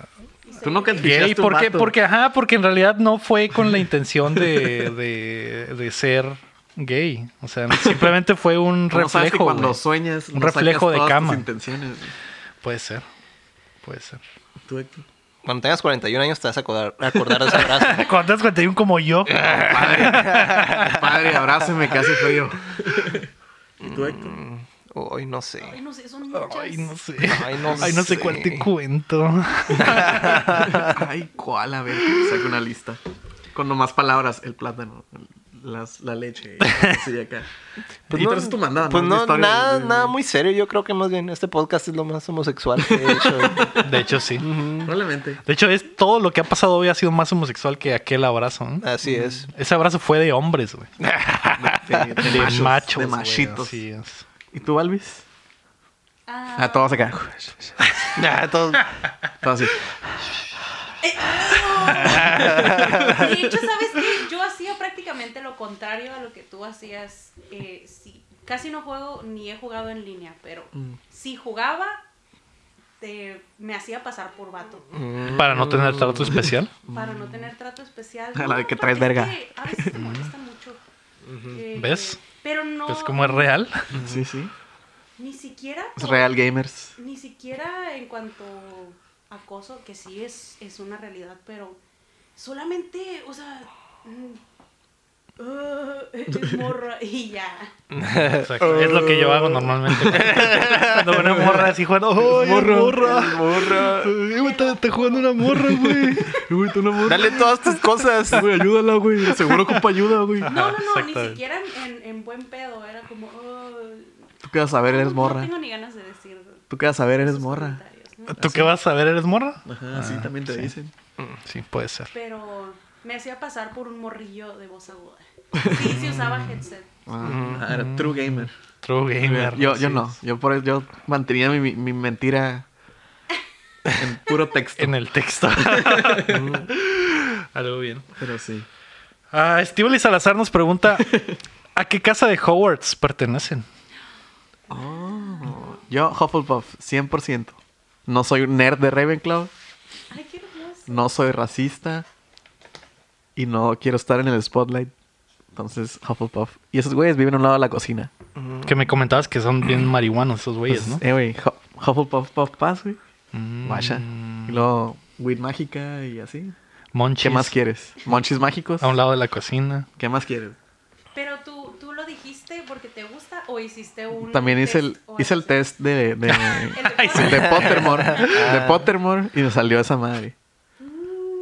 C: Tú no
A: gay.
C: cantificaste un
A: ¿Por qué?
C: vato.
A: Porque, ajá, porque en realidad no fue con la intención de, de, de ser gay. O sea, simplemente fue un
C: ¿Cómo sabes que
A: reflejo.
C: cuando
A: güey.
C: sueñas...
A: Un
C: no sacas
A: reflejo de
C: todas
A: cama.
C: Tus intenciones. güey?
A: Puede ser. Puede ser.
C: Tú, Héctor.
B: Cuando tengas 41 años te vas a acordar, a acordar de ese abrazo.
A: Cuando es 41 como yo.
C: Padre, abráceme que hace frío. ¿Y tú, Héctor?
B: Hoy no sé.
D: Ay, no sé, son muchas.
A: Ay, no sé.
B: Ay, no
A: Ay, no sé cuál te
B: sé.
A: cuento.
C: Ay, ¿cuál? A ver, saca una lista. Con nomás palabras. El plátano, el- las, la leche. así de acá. y tú eres tu mandada,
B: Pues
C: Una
B: no,
C: historia
B: nada,
C: de-
B: nada muy serio. Yo creo que más bien este podcast es lo más homosexual que he hecho.
A: De hecho, sí.
C: Probablemente.
A: De hecho, es todo lo que ha pasado hoy ha sido más homosexual que aquel abrazo. ¿no?
C: Ah.
B: Así es.
A: Ese abrazo fue de hombres, güey.
C: De, Ah, de
A: De
C: machos,
A: machos.
C: De
A: güey,
C: machitos.
A: así es.
C: ¿Y tú, Alvis?
D: Ah,
C: A todos acá.
B: Ya, todo-
C: Ah, Todos así.
D: Eh, De hecho, ¿sabes qué? Yo hacía prácticamente lo contrario a lo que tú hacías. eh, sí. Casi no juego ni he jugado en línea, pero
C: Mm,
D: si jugaba, te- me hacía pasar por vato.
A: Para no tener trato especial.
D: Para no tener trato especial.
C: A la de
D: No,
C: que traes
D: porque
C: verga.
D: es que a veces te molesta mucho. Eh,
A: ¿Ves?
D: Pero no.
A: Es como es real.
C: Sí, sí.
D: Ni siquiera.
C: Es real gamers.
D: Ni siquiera en cuanto a acoso, que sí es, es una realidad, pero solamente, o sea, mm, "Ah, es morra y ya.
A: Exacto. Es lo que yo hago normalmente. Cuando veo una morra así jugando. ¡Ay, es morra! Ay, güey, está, está jugando una morra, güey.
C: Uy, tú no
B: Dale todas tus cosas.
C: Güey, ayúdala, güey. Seguro ocupa ayuda, güey.
D: No, no, no, ni
A: Exactamente.
D: siquiera en, en- en buen pedo, era como, "Ah,
C: Tú qué vas a ver, eres
D: no- No
C: morra.
D: tengo ni ganas de decir.
C: Tú qué vas a ver, eres
D: esos
C: morra.
D: comentarios, ¿no?
A: ¿Tú qué vas a ver? ¿Eres morra? Ah,
C: Ajá, así también te dicen.
A: Sí, puede ser.
D: Pero me hacía pasar por un morrillo de voz aguda. Sí, sí usaba headset.
A: Mm.
C: Ah, era true gamer.
A: True gamer.
C: Yo,
A: así
C: yo no.
A: es.
C: Yo, por, eso- yo mantenía mi, mi- mi mentira en puro texto.
A: En el texto. Algo bien.
C: Pero sí.
A: Ah, Estíbali Salazar nos pregunta: ¿A qué casa de Howards pertenecen?
C: Yo, Hufflepuff, 100%. No soy un nerd de Ravenclaw.
D: Ay, qué hermoso.
C: No soy racista. Y no quiero estar en el spotlight. Entonces, Hufflepuff. Y esos güeyes viven a un lado de la cocina.
A: Que me comentabas que son bien marihuanos esos güeyes, ¿no?
C: Entonces, Eh, güey. Hu- Hufflepuff, Puff, Pass, güey.
A: Mm,
C: Guacha. Y luego, Weed Mágica y así.
A: Monchis. Ah,
C: ¿Qué más quieres? Monchis Mágicos.
A: A un lado de la cocina.
C: ¿Qué más quieres?
D: Pero tú, tú lo dijiste porque te gusta o hiciste un.
C: También hice el,
D: test o
C: hice el
D: algo así?
C: test de, de,
D: El de
C: de Pottermore. De Pottermore y me salió esa madre.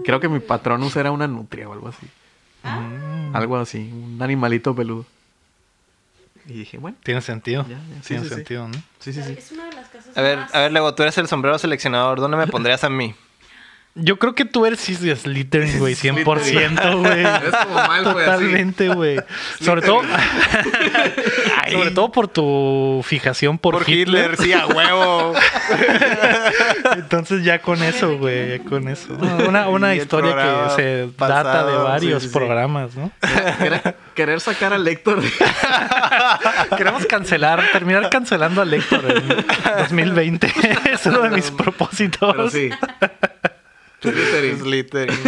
C: Creo que mi patronus era una nutria o algo así.
A: Ah.
C: Algo así, un animalito peludo. Y dije, bueno,
A: Tiene sentido.
C: Ya, ya. Sí,
A: Tiene
C: sí, sí.
A: sentido, ¿no?
C: sí, sí, sí.
D: Es una de las casas
B: A ver,
D: más-
B: a ver, Lego, tú eres el sombrero seleccionador. ¿Dónde me pondrías a mí?
A: Yo creo que tú eres sí, sí, Slytherin, güey, 100%, güey.
C: como mal,
A: Totalmente, güey. Sobre todo, sobre todo por tu fijación por, Hitler.
B: sí, a huevo.
A: Entonces ya con eso, güey, ya con eso. Una, una
B: Y el
A: historia que
B: programa
A: se data
B: pasado,
A: de
B: sí,
A: varios
C: sí, sí.
A: programas, ¿no?
C: Querer, querer sacar al Héctor de-
A: Queremos cancelar, terminar cancelando al Héctor en 2020. es uno de mis propósitos.
C: Pero sí.
B: Slytherin.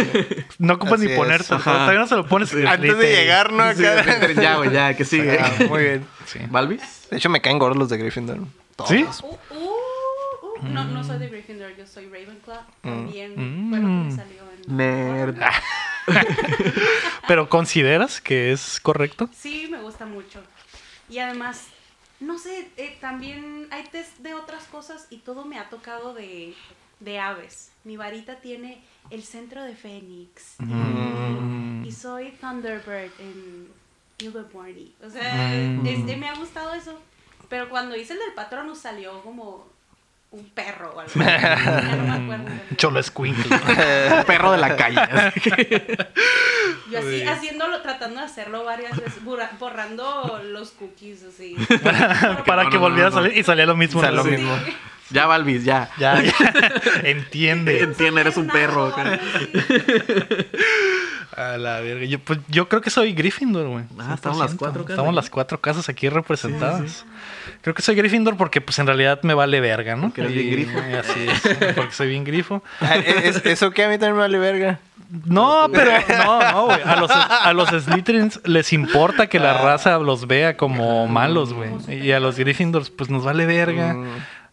A: No ocupas ni
B: Así es.
A: ponerte.
C: Ajá.
A: Todavía no se lo pones.
B: Antes de
A: Slytherin.
B: llegar, ¿no?
C: Sí,
B: Acá-
C: Slytherin, ya, güey, ya, que sigue.
B: Ah, muy bien.
A: Sí.
C: ¿Balvis?
B: De hecho, me caen gordos los de Gryffindor. Todos.
A: ¿Sí?
D: Uh, uh, uh. No, no soy de Gryffindor, yo soy Ravenclaw.
B: Mm.
D: También fue lo que me salió en.
C: Nerd.
A: Pero consideras que es correcto.
D: Sí, me gusta mucho. Y además, no sé, eh, también hay test de otras cosas y todo me ha tocado de, de aves. Mi varita tiene el centro de Fénix. y-
A: Mm.
B: Mm.
D: Y soy Thunderbird en Ilvermorny. O sea,
A: Mm.
D: este, me ha gustado eso. Pero cuando hice el del patronus salió como un perro o algo. así. Ya no me acuerdo.
A: Cholo escuincle.
C: Ah, Perro de la calle.
D: Yo así, haciéndolo, tratando de hacerlo varias veces, borra- borrando los cookies así. Pero
A: Para
C: No,
A: que
C: no, no,
A: volviera
C: no.
A: a salir y salía lo mismo.
B: Sale lo
A: Sí.
D: Sí.
B: mismo.
C: Ya, Balvis, ya.
A: Ya, ya. Entiende.
C: Entiende, eres un perro,
D: Fernando,
C: cara.
D: sí.
A: A la verga. Yo, pues, yo creo que soy Gryffindor, güey.
C: Ah, estamos las
A: 100%.
C: cuatro casas
A: Estamos
C: aquí.
A: las cuatro casas aquí representadas. Creo que soy Gryffindor porque, pues, en realidad me vale verga, ¿no?
C: Porque eres bien
A: Y-
C: grifo.
A: Así es, porque soy bien grifo.
B: Ah, es- eso que a mí también me vale verga.
A: No,
C: pues.
A: pero no, no, güey. A los, a los Slytherins les importa que
C: Ah.
A: la raza los vea como malos, güey. Y a los Gryffindors, pues nos vale verga.
B: Mm.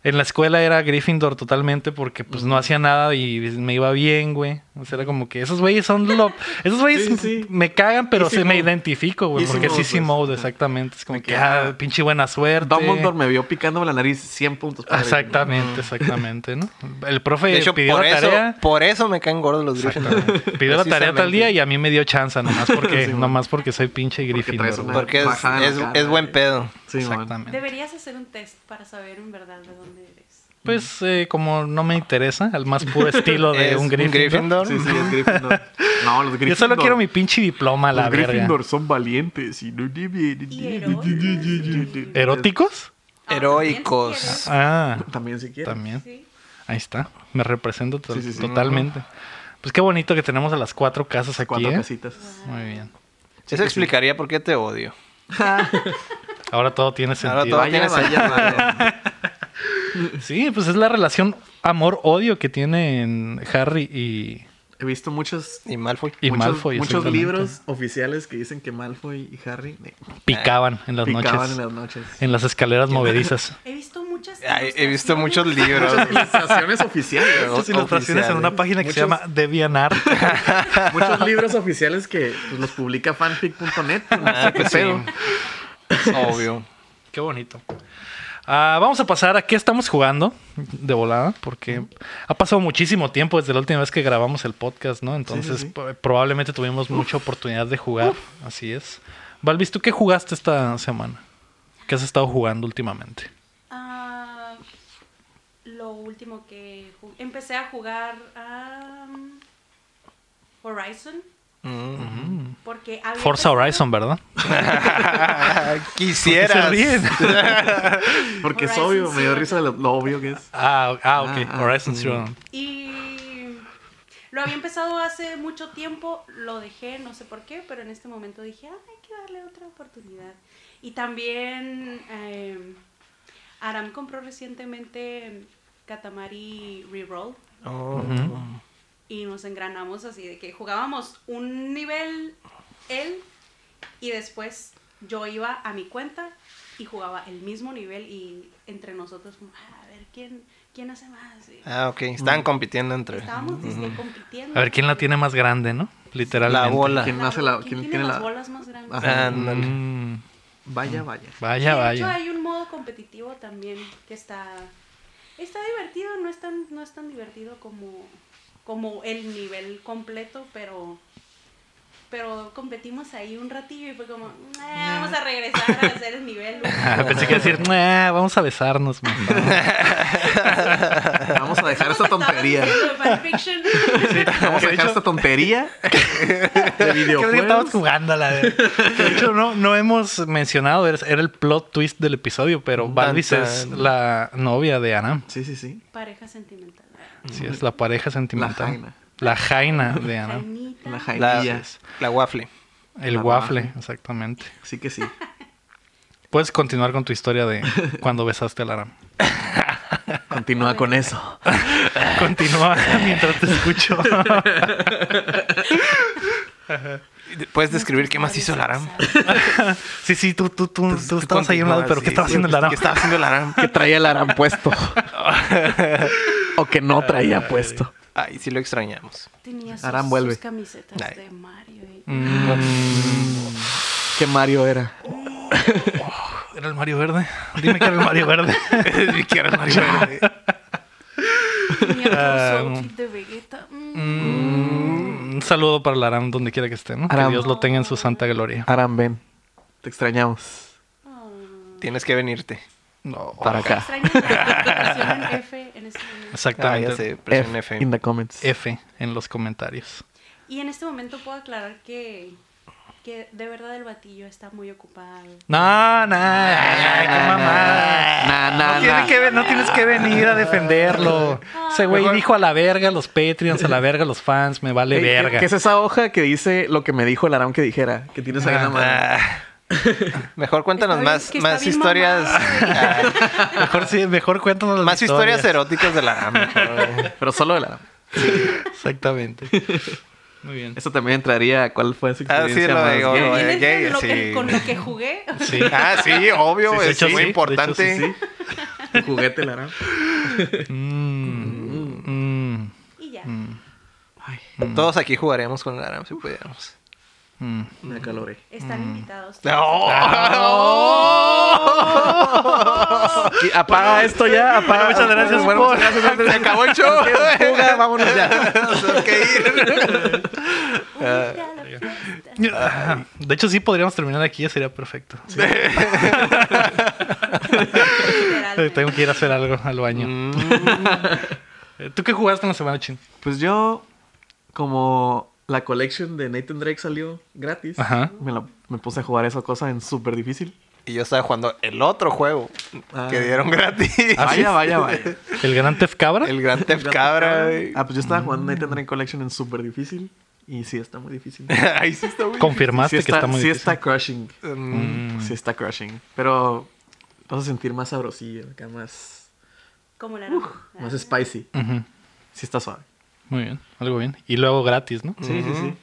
A: En la escuela era Gryffindor totalmente porque pues no hacía nada y me iba bien, güey. O sea, era como que esos güeyes son lo... Esos güeyes
C: Sí, sí.
A: me cagan, pero
C: Easy
A: se me
C: mode.
A: identifico, güey.
C: Easy
A: Porque es
C: mode,
A: Easy
C: pues.
A: Mode, exactamente. Es como que,
C: queda-
A: ah, pinche buena suerte.
C: Dumbledore me vio picándome la nariz 100 puntos. para
A: Exactamente, exactamente, ¿no? El profe
B: De hecho,
A: pidió
B: por
A: la
B: eso,
A: tarea.
B: por eso me caen gordos los Gryffindor.
A: Pidió la tarea tal
B: Precisamente.
A: día y a mí me dio chance, nomás porque, nomás porque soy pinche
C: traes
A: Gryffindor.
C: una-
A: güey.
B: Porque es,
C: Bajada en la
B: es-
C: cara,
B: es buen
C: eh.
B: pedo.
C: Sí, mon.
A: Exactamente.
D: Deberías hacer un test para saber en verdad de dónde eres.
A: Pues eh, como no me interesa, al más puro estilo de
B: Es
A: un Gryffindor.
C: Sí, sí, es Gryffindor. No, los Gryffindor.
A: Yo solo quiero mi pinche diploma, a la
C: los
A: verga.
C: Gryffindor son valientes y no deben-
D: Y heroicos.
A: ¿Eróticos?
D: Ah,
A: Ah,
B: Heroicos.
D: también si
C: También si quieren.
A: también.
D: quieres, sí.
A: Ahí está. Me represento to-
C: Sí, sí, sí.
A: totalmente. Pues qué bonito que tenemos a las cuatro casas aquí.
C: Cuatro
A: ¿eh?
C: casitas.
A: Muy bien.
B: Eso explicaría por qué te odio.
A: Ahora todo tiene
B: Ahora
A: sentido.
B: todo tiene
C: Vaya, vaya, vaya.
A: Sí, pues es la relación amor-odio que tienen Harry y,
C: He visto muchos...
B: Y Malfoy.
A: y
C: muchos,
A: Malfoy.
C: muchos
A: exactamente.
C: libros oficiales que dicen que Malfoy y Harry eh,
A: Picaban en las
C: picaban
A: noches. Eh.
C: en las noches.
A: En las escaleras movedizas.
D: He visto muchas.
B: Ay, he visto
D: ilustraciones.
B: muchos libros.
C: Ilustraciones oficiales.
A: Muchas ilustraciones en una página que se llama DeviantArt.
C: Muchos libros oficiales que pues, los publica fanfic.net. pues, no
B: Ah,
C: sé qué
B: pues sí.
C: pedo.
B: Obvio.
A: Qué bonito. Ah, vamos a pasar a qué estamos jugando de volada, porque ha pasado muchísimo tiempo desde la última vez que grabamos el podcast, ¿no? Entonces,
C: sí.
A: p- probablemente tuvimos mucha oportunidad de jugar. Así es. Valvis, ¿tú qué jugaste esta semana? ¿Qué has estado jugando últimamente?
D: Ah, lo último que ju- empecé a jugar am, Horizon
B: Mm.
D: porque había
A: Forza
D: empezado-
A: Horizon, ¿verdad? Ah, ¿Por qué se
B: Ah, Quisieras.
A: ríen?
C: Porque es
D: Horizon
C: obvio, me dio
D: Zero.
C: risa lo, lo obvio que es.
A: Ah, o- ah, ok.
C: Ah,
A: Horizon Zero Dawn.
D: Y lo había empezado hace mucho tiempo, lo dejé, no sé por qué, pero en este momento dije, "Ah, hay que darle otra oportunidad. Y también eh, Aram compró recientemente Katamari Reroll
B: Oh.
D: y nos engranamos así de que jugábamos un nivel él y después yo iba a mi cuenta y jugaba el mismo nivel y entre nosotros como, "Ah, a ver quién quién hace más. Y-
B: Ah, ok.
A: Mm.
B: Estaban compitiendo entre.
D: Estábamos dizque, compitiendo.
A: A ver quién la tiene más grande, ¿no? Literalmente.
B: La bola.
C: ¿Quién
D: Claro,
C: hace la.?
D: ¿quién
C: ¿Quién
D: tiene
C: tiene
D: las
C: la.?
D: bolas más grandes?
C: Ajá.
B: Ándale.
A: Mm.
C: Vaya, vaya.
A: Vaya,
D: de hecho,
A: vaya.
D: hay un modo competitivo también que está. Está divertido, no es tan, no es tan divertido como, como el nivel completo, pero. Pero competimos ahí un ratillo y fue como, "Ah, vamos a regresar a hacer el nivel.
A: Ah, pensé que iba a decir, "Nah, vamos a besarnos. man".
C: Vamos a dejar esa
D: Estamos
C: tontería.
D: haciendo fanfiction.
C: Vamos a
A: De
C: dejar
A: hecho-
C: esta tontería de
A: Que ahorita estamos
C: videojuegos.
A: jugando a la de... Que de hecho, no, no hemos mencionado, era era el plot twist del episodio, pero
B: Tan,
A: Balvis es
B: tan.
A: la novia de Anam.
C: Sí, sí, sí.
D: Pareja sentimental.
A: Sí, es la pareja sentimental.
C: La jaina.
A: La jaina de Anam.
D: Jainita.
C: La
B: La,
C: jainilla.
B: la waffle.
A: El
C: La
A: waffle,
C: waffle.
A: exactamente.
C: Sí que sí.
A: Puedes continuar con tu historia de cuando besaste a la Aram.
C: Continúa con eso.
A: Continúa mientras te escucho.
B: ¿Puedes describir qué más hizo el Aram?
A: Sí, sí, tú, tú, tú, tú estabas ahí a un lado, pero ¿qué estaba haciendo el Aram?
B: ¿Qué estaba haciendo el Aram?
C: Que traía el arán puesto. o que no traía puesto.
B: Ay, sí lo extrañamos.
D: Tenía sus,
C: Aram vuelve.
D: sus camisetas
B: Ay.
D: de Mario. y-
C: Que Mario era.
A: ¿Era el Mario Verde? Dime que era el Mario Verde.
B: Ni siquiera Mario Verde.
D: Tenía
A: Ah,
D: otro outfit de Vegeta. Mm.
A: Mm, un saludo para el Aram, donde quiera que esté, ¿no?
C: Aram.
A: Que Dios lo tenga en su santa gloria.
C: Aram, ven. Te extrañamos.
D: Oh.
B: Tienes que venirte.
A: No.
C: Para acá.
D: Extraño la versión en F en este momento.
B: Ah, ya
A: Exactamente.
B: sé, presiona
C: F
B: F.
C: In the comments.
A: F en los comentarios.
D: Y en este momento puedo aclarar que, que de verdad el batillo está muy ocupado.
A: No, no, ay, qué mamada.
C: Nah, nah,
A: no, tiene
C: nah.
A: que, ve- no tienes que venir a defenderlo. Ese güey
B: Mejor-
A: dijo a la verga a los Patreons, a la verga a los fans, me vale
C: Ey, ¿qué-
A: verga.
C: ¿Qué es esa hoja que dice lo que me dijo el Aram que dijera? Que tienes ahí en la mano.
B: Ah. Mejor cuéntanos
D: Está bien-
B: más,
D: que está
B: más
D: bien
B: historias. ah,
A: Mejor, sí, mejor cuéntanos las
B: más historias eróticas del Aram. mejor.
C: Pero solo el Aram.
A: Exactamente. Muy bien.
C: Eso también entraría a cuál fue su
B: Ah, sí, lo
C: experiencia más
B: digo,
C: gay.
B: lo
D: ¿Quién
B: de-
D: es
B: gay,
D: con, lo que,
B: sí.
D: con lo que jugué?
A: Sí.
B: Ah, sí, obvio,
A: Sí, de
B: es
A: hecho,
B: muy
A: sí,
B: importante.
A: de hecho, sí,
C: El juguete el Aram.
A: Mm, mm,
D: Y ya.
C: Ay,
B: Todos aquí jugaríamos con el Aram si pudiéramos.
A: mm.
C: me acaloré.
D: Están
B: mm.
D: invitados.
B: Ah.
C: Y apaga esto ya. Apaga.
A: muchas gracias por-
C: Se acabó el show. Fuga, vámonos ya.
B: eh,
D: Unida a la fiesta.
A: Ah, De hecho, sí podríamos terminar aquí, ya sería perfecto.
D: Literalmente.
A: Tengo que ir a hacer algo al baño. Eh, ¿Tú qué jugaste en la semana, Chin?
C: Pues yo, como la collection de Nathan Drake salió gratis,
A: Ajá.
C: me, la- me puse a jugar esa cosa en súper difícil.
B: Y yo estaba jugando el otro juego
C: Ah.
B: que dieron gratis.
A: Ah, sí?
C: Vaya, vaya, vaya.
A: ¿El gran Tef Cabra?
B: El Gran Theft Cabra. güey.
C: Ah, pues yo estaba jugando Nathan Drake Collection en súper difícil. Y sí, está muy difícil.
B: Ah. Ahí sí está muy
A: Confirmaste
C: sí está,
A: que está muy
C: sí
A: difícil. Mm.
C: está crushing.
B: Mm.
C: Sí está crushing. Pero vas a sentir más sabrosillo, acá más,
D: Como la noche.
C: más spicy.
A: Ujú.
C: Sí está suave.
A: Muy bien, algo bien. Y luego gratis, ¿no?
C: Sí, sí, sí.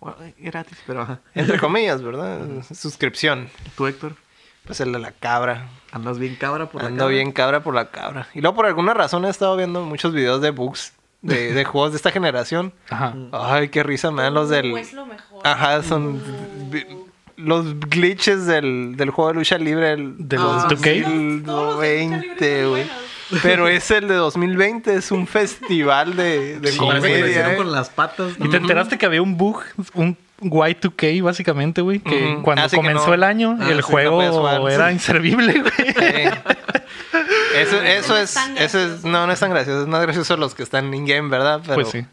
C: Bueno, eh, gratis, pero ajá.
B: Entre comillas, ¿verdad? Suscripción.
C: Tú, Héctor,
B: Pues el de la cabra.
C: andas bien cabra por la
B: Ando
C: cabra.
B: bien cabra por la cabra. Y luego por alguna razón he estado viendo muchos videos de bugs de, de juegos de esta generación.
A: Ajá.
B: Ay, qué risa me dan los del...
D: Es pues lo mejor.
B: Ajá, son
C: Mm.
B: vi- los glitches del, del juego de lucha libre el-
A: De los 2K.
D: Todos- todos los de lucha libre
B: 2020,
D: son
B: güey.
D: buenos.
B: Pero es el de 2020, es un festival de, de
A: Sí,
C: Como que lo
B: comedia.
C: hicieron
B: eh.
C: con las patas.
A: Y te enteraste que había un bug, un Y2K básicamente, güey, que
B: Ujú.
A: cuando
B: Ah, sí que
A: comenzó
B: no.
A: el año
B: Ah, sí,
A: el
B: no
A: juego
B: podías jugar.
A: era inservible, güey.
B: Eh, Eso, eso
D: No
B: es,
D: es tan
B: eso es,
D: gracioso.
B: no, no es tan gracioso, es más gracioso los que están in-game, ¿verdad? Pero,
A: Pues sí.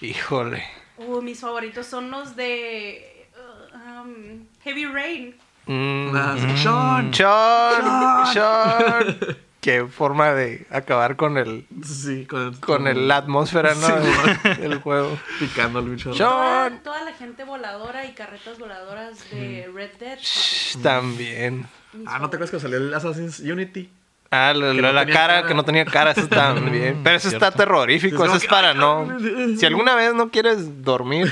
B: Híjole.
D: Uh, mis favoritos son los de uh, um, Heavy Rain.
B: Mm.
C: Las- Sean.
B: Sean, Sean. Qué forma de acabar con el
C: Sí, con el,
B: con el, la atmósfera, ¿no?
C: Sí,
B: el juego.
C: picando al bicho.
D: Y
B: Sean.
D: toda, toda la gente voladora y carretas voladoras de
B: Mm.
D: Red Dead.
B: Shh, También.
D: Mis
C: Ah, ¿no te acuerdas que salió el Assassin's Unity?
B: Ah, lo-
C: Que
B: lo-
C: no
B: la
C: tenía
B: cara,
C: cara. Mm,
B: que no tenía cara, eso también. Pero eso está terrorífico, eso
C: Es como
B: es
C: que,
B: para
C: ay,
B: no.
C: cabrón.
B: Si alguna vez no quieres dormir,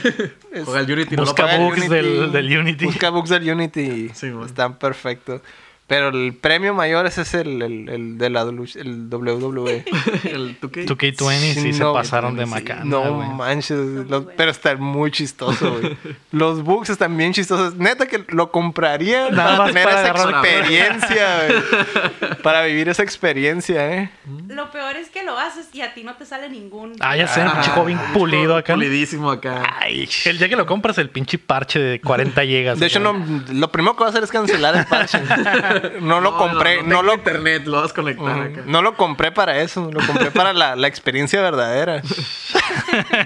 B: es-
C: Juega el Unity, no lo
A: Busca
B: apaga
C: pagas.
B: el
A: bugs
B: Unity.
A: del, del Unity.
B: busca bugs del Unity.
C: Sí, man.
B: Están perfectos. Pero el premio mayor ese es el, el, el de la W- E. el WWE.
C: El 2K.
A: 2K20 sí se
B: No,
A: pasaron de
B: sí,
A: macana,
B: No
A: güey.
B: manches, los-
D: buenos.
B: pero está muy chistoso, güey. Los bugs están bien chistosos. Neta que lo compraría
A: Nada
B: para
A: más
B: tener
A: para
B: esa
A: agarrar una
B: experiencia, güey. Para vivir esa experiencia, ¿eh?
D: Lo peor es que lo haces y a ti no te sale ningún.
A: Ah, ya sé, un
C: Ajá.
A: pinche joven pulido acá.
C: Pulidísimo
B: Ah,
C: acá.
A: Ay, el día que lo compras, el pinche parche de 40 llegas.
B: De hecho, no,
A: güey.
B: lo primero que voy a hacer es cancelar el parche. No lo compré, no,
C: tengo
B: lo...
C: internet, lo vas a conectar
A: Mm.
C: acá.
B: No lo compré para eso, lo compré para la, la experiencia verdadera.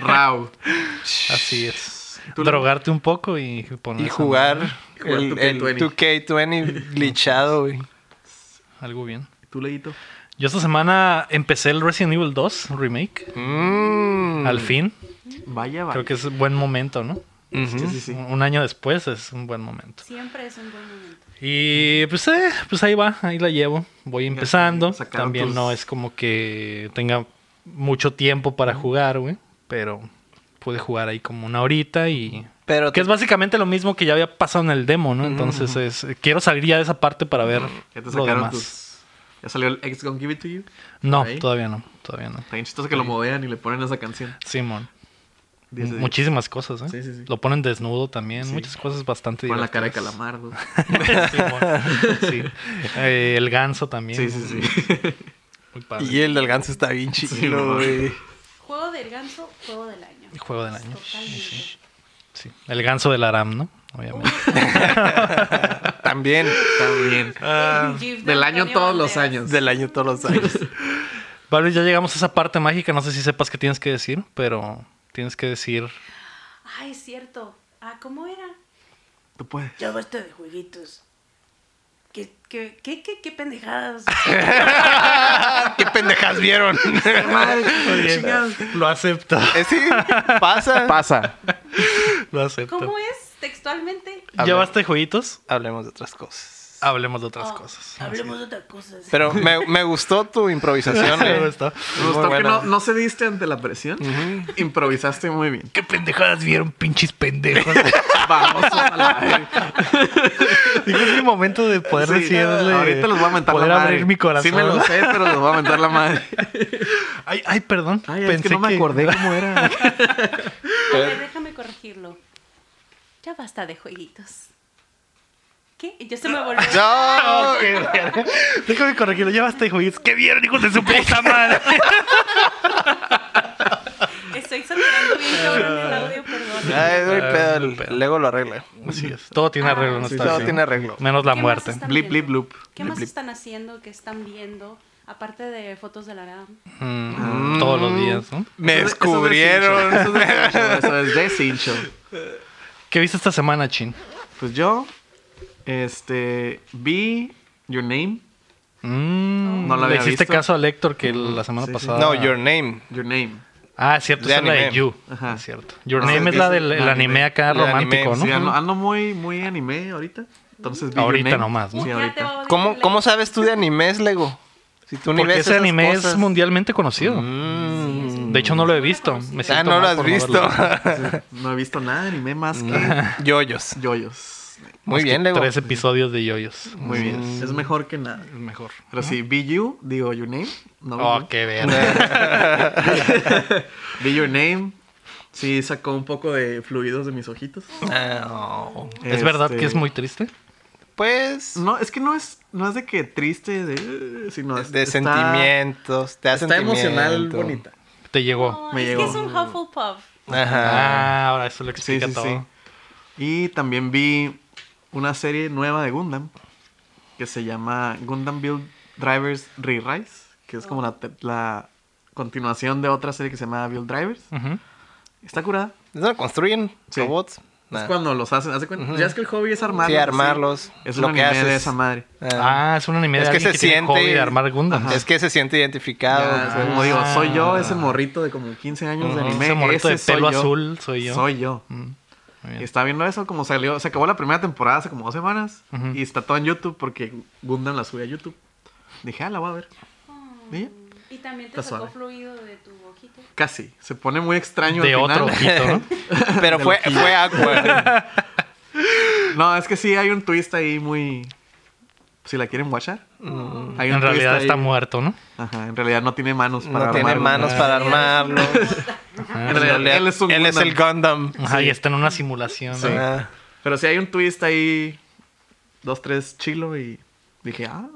C: Raw.
A: Así es.
C: Tú lo-
A: Drogarte un poco y poner
B: Y
A: esa
B: jugar
C: Jugar
B: el,
C: 2K20.
B: el 2K20 glitchado, güey.
A: madre. Algo bien.
C: Tú leíto.
A: Yo esta semana empecé el Resident Evil 2 Remake.
B: Mm.
A: Al fin.
C: Vaya, vaya.
A: Creo que es un buen momento, ¿no?
B: Ujú.
C: Sí, sí, sí.
A: Un un año después es un buen momento.
D: Siempre es un buen momento.
A: Y pues, eh, pues ahí va, ahí la llevo. Voy empezando.
C: sacaron
A: También
C: tus-
A: no es como que tenga mucho tiempo para jugar, güey. Pero pude jugar ahí como una horita y...
B: Pero
A: Que es básicamente lo mismo que ya había pasado en el demo, ¿no? Entonces es... Quiero salir ya de esa parte para ver
C: Ya te
A: lo
C: sacaron
A: demás.
C: tus... Ya salió el X Gonna Give It To You.
A: No,
C: ahí?
A: todavía no, todavía no.
C: Está bien chistoso que lo modean y le ponen esa canción.
A: Simón.
C: 10 de 10.
A: Muchísimas cosas, ¿eh?
C: Sí, sí, sí.
A: Lo ponen desnudo también.
C: Sí.
A: Muchas cosas bastante
C: Con la cara de
A: divertidas.
C: calamardo.
A: Simón, sí. Eh, el ganso también.
C: Sí, sí, sí.
A: Muy padre.
B: Y el del ganso está bien
C: Sí,
B: chido,
C: mamá.
B: güey.
D: Juego del ganso, juego del año.
A: Juego del año.
D: Totalmente.
A: Sí. El ganso del Aram, ¿no? Obviamente.
B: También.
C: También.
D: El GIF
C: Ah,
D: de
C: Del año
D: Antonio
C: todos los
D: Banderas.
C: años.
B: Del año todos los años.
A: Vale, ya llegamos a esa parte mágica. No sé si sepas qué tienes que decir, pero tienes que decir.
D: Ay, es cierto. Ah, ¿cómo era?
C: Tú puedes.
D: Ya basta de jueguitos. ¿Qué, qué, qué, qué, qué pendejadas?
B: ¿Qué pendejas vieron?
A: Lo acepto.
B: Eh, sí, pasa.
C: Pasa.
A: Lo acepto.
D: ¿Cómo es textualmente?
B: A
A: ¿Ya
B: ver.
A: basta de jueguitos?
B: Hablemos de otras cosas.
A: Hablemos de otras
D: Oh,
A: cosas.
D: Hablemos de otras cosas.
B: Pero me, me gustó tu improvisación.
A: Me
B: eh.
A: gustó.
C: Me
B: Muy
C: gustó que
B: buena.
C: no, no cediste ante la presión. Improvisaste muy bien.
A: ¿Qué pendejadas vieron, pinches pendejos?
C: Vamos a la
A: Digo, es mi momento de poder
C: Sí,
A: decirle.
C: Ahorita los voy a mentar
A: poder
C: la madre.
A: abrir mi corazón.
C: Sí me lo sé, pero los voy a mentar la madre.
A: Ay, ay, perdón.
C: Ay, es que no me acordé cómo era.
D: A
C: eh,
D: ver, déjame corregirlo. Ya basta de jueguitos. ¿Qué? Yo se me volvió.
B: No,
A: Qué verga. Déjame corregirlo. Ya basta de jueguitos. ¿Qué vieron, hijos de su puta madre?
D: Estoy saturando bien cabrón el audio, perdón.
B: Ay, güey,
A: Ah,
B: pedo,
A: no hay pedo.
B: Luego lo arregla.
A: Así es. Mm. Todo tiene arreglo. no
B: Ah, Sí,
A: está
B: todo
A: así.
B: tiene arreglo.
A: Menos la
D: ¿Qué más
A: muerte.
D: están
C: Blip, blip,
D: viendo?
C: bloop.
D: ¿Qué
C: Blip,
D: más
C: blip.
D: están haciendo? ¿Qué están viendo? Aparte de fotos de la RAM.
A: Mm, todos los días, ¿no?
B: Me
C: Eso- eso es
B: descubrieron.
C: deshincho, Eso es deshincho. eso es deshincho.
A: ¿Qué viste esta semana, Chin?
C: Pues yo, este, vi Your Name.
A: Mm,
C: No la
A: ¿Le
C: había
A: hiciste
C: visto.
A: caso al Héctor que la semana
C: Sí, sí.
A: pasada?
B: No, Your Name.
C: Your Name.
A: Ah, es cierto,
B: De
A: esa es la de
B: anime.
A: You.
C: Ajá.
A: Es cierto. Your
C: Ah,
A: Name
C: sí,
A: es la
C: sí,
A: del
C: sí.
A: el anime acá
B: El anime,
A: romántico,
C: Sí,
A: ¿no?
C: ando, ando muy, muy anime ahorita. Entonces vi Your
A: Ahorita
C: Name.
A: nomás, ¿no?
C: Sí,
D: Ya te
C: ahorita.
D: va a
B: ¿Cómo,
D: odiar.
B: ¿Cómo sabes tú de animes, Lego? Si tú ni
A: Porque
B: ves
A: ese
B: esas
A: anime es
B: cosas.
A: mundialmente conocido.
B: Mm.
A: De hecho, no lo he visto. Me
D: Ah,
B: Ah,
A: siento
B: no lo
A: mal
B: has
A: por
B: visto.
A: verlo.
C: No he visto nada de anime más que
B: Yoyos.
C: yoyos.
B: Muy
A: Más que
B: bien, Lego.
A: Tres episodios de Yoyos.
C: Muy bien. Es mejor que nada.
A: Es mejor.
C: Pero si vi You, digo Your Name. No,
A: Oh,
C: no.
A: qué verga.
C: Vi Your Name. Sí, sacó un poco de fluidos de mis ojitos.
B: No.
A: ¿Es verdad
C: Este,
A: que es muy triste?
B: Pues
C: No, es que no es, no es de que triste, de, sino es,
B: de
C: está-
B: sentimientos, te hace
C: Está emocional, bonita.
A: Te llegó.
D: No,
C: Me
D: es
C: llegó.
D: que es un Hufflepuff.
B: Ajá.
A: Ah, ahora eso lo
C: Sí,
A: explica
C: sí,
A: todo.
C: sí. Y también vi una serie nueva de Gundam que se llama Gundam Build Drivers Re-Rise, que es como la, te- la continuación de otra serie que se llama Build Drivers.
A: Ujú.
C: Está curada.
B: ¿No construyen
C: Sí.
B: robots? Nah.
A: Ah.
C: Es cuando los hacen, hace cuenta. Ya es que el hobby es armarlos.
B: Sí,
C: así.
B: armarlos,
C: Es
B: lo
C: un
B: que
C: anime de
B: haces.
C: esa madre.
B: Ah.
A: Ah, es un anime de
B: Es que
A: alguien
B: se
A: que tiene el hobby
B: siente-
A: de armar Gundam.
C: Ajá.
B: Es que se siente identificado.
C: Ya,
B: pues.
C: como digo, soy yo,
A: Ah.
C: ese morrito de como 15 años de
A: Ujú,
C: anime.
A: ese morrito de
C: ese soy
A: pelo
C: yo.
A: azul, soy yo.
C: Soy yo.
A: Muy bien.
C: Y Estaba viendo eso, como salió, se acabó la primera temporada hace como dos semanas
A: Ujú.
C: y está todo en YouTube porque Gundam la sube a YouTube. Dije, ah, la voy a ver. ¿Sí?
D: Y también te
C: Está
D: sacó
C: suave.
D: fluido de tu ojito.
C: Casi, se pone muy extraño.
A: De
C: al final.
A: otro ojito, ¿no?
B: Pero fue, fue Aqua.
C: No, es que sí, hay un twist ahí muy... si la quieren watchar. Hay un
A: Mm, En realidad
C: twist ahí.
A: está muerto, ¿no?
C: Ajá, en realidad no tiene manos para
B: No tiene
C: armarlo.
B: manos para armarlo.
D: Uh,
A: Ajá.
C: En realidad, Ah, él es un
B: él es el Gundam.
A: Ajá, y está en una simulación.
C: Sí.
A: ¿no?
B: Ah,
C: Pero sí hay un twist ahí, dos, tres chilo y dije, ah,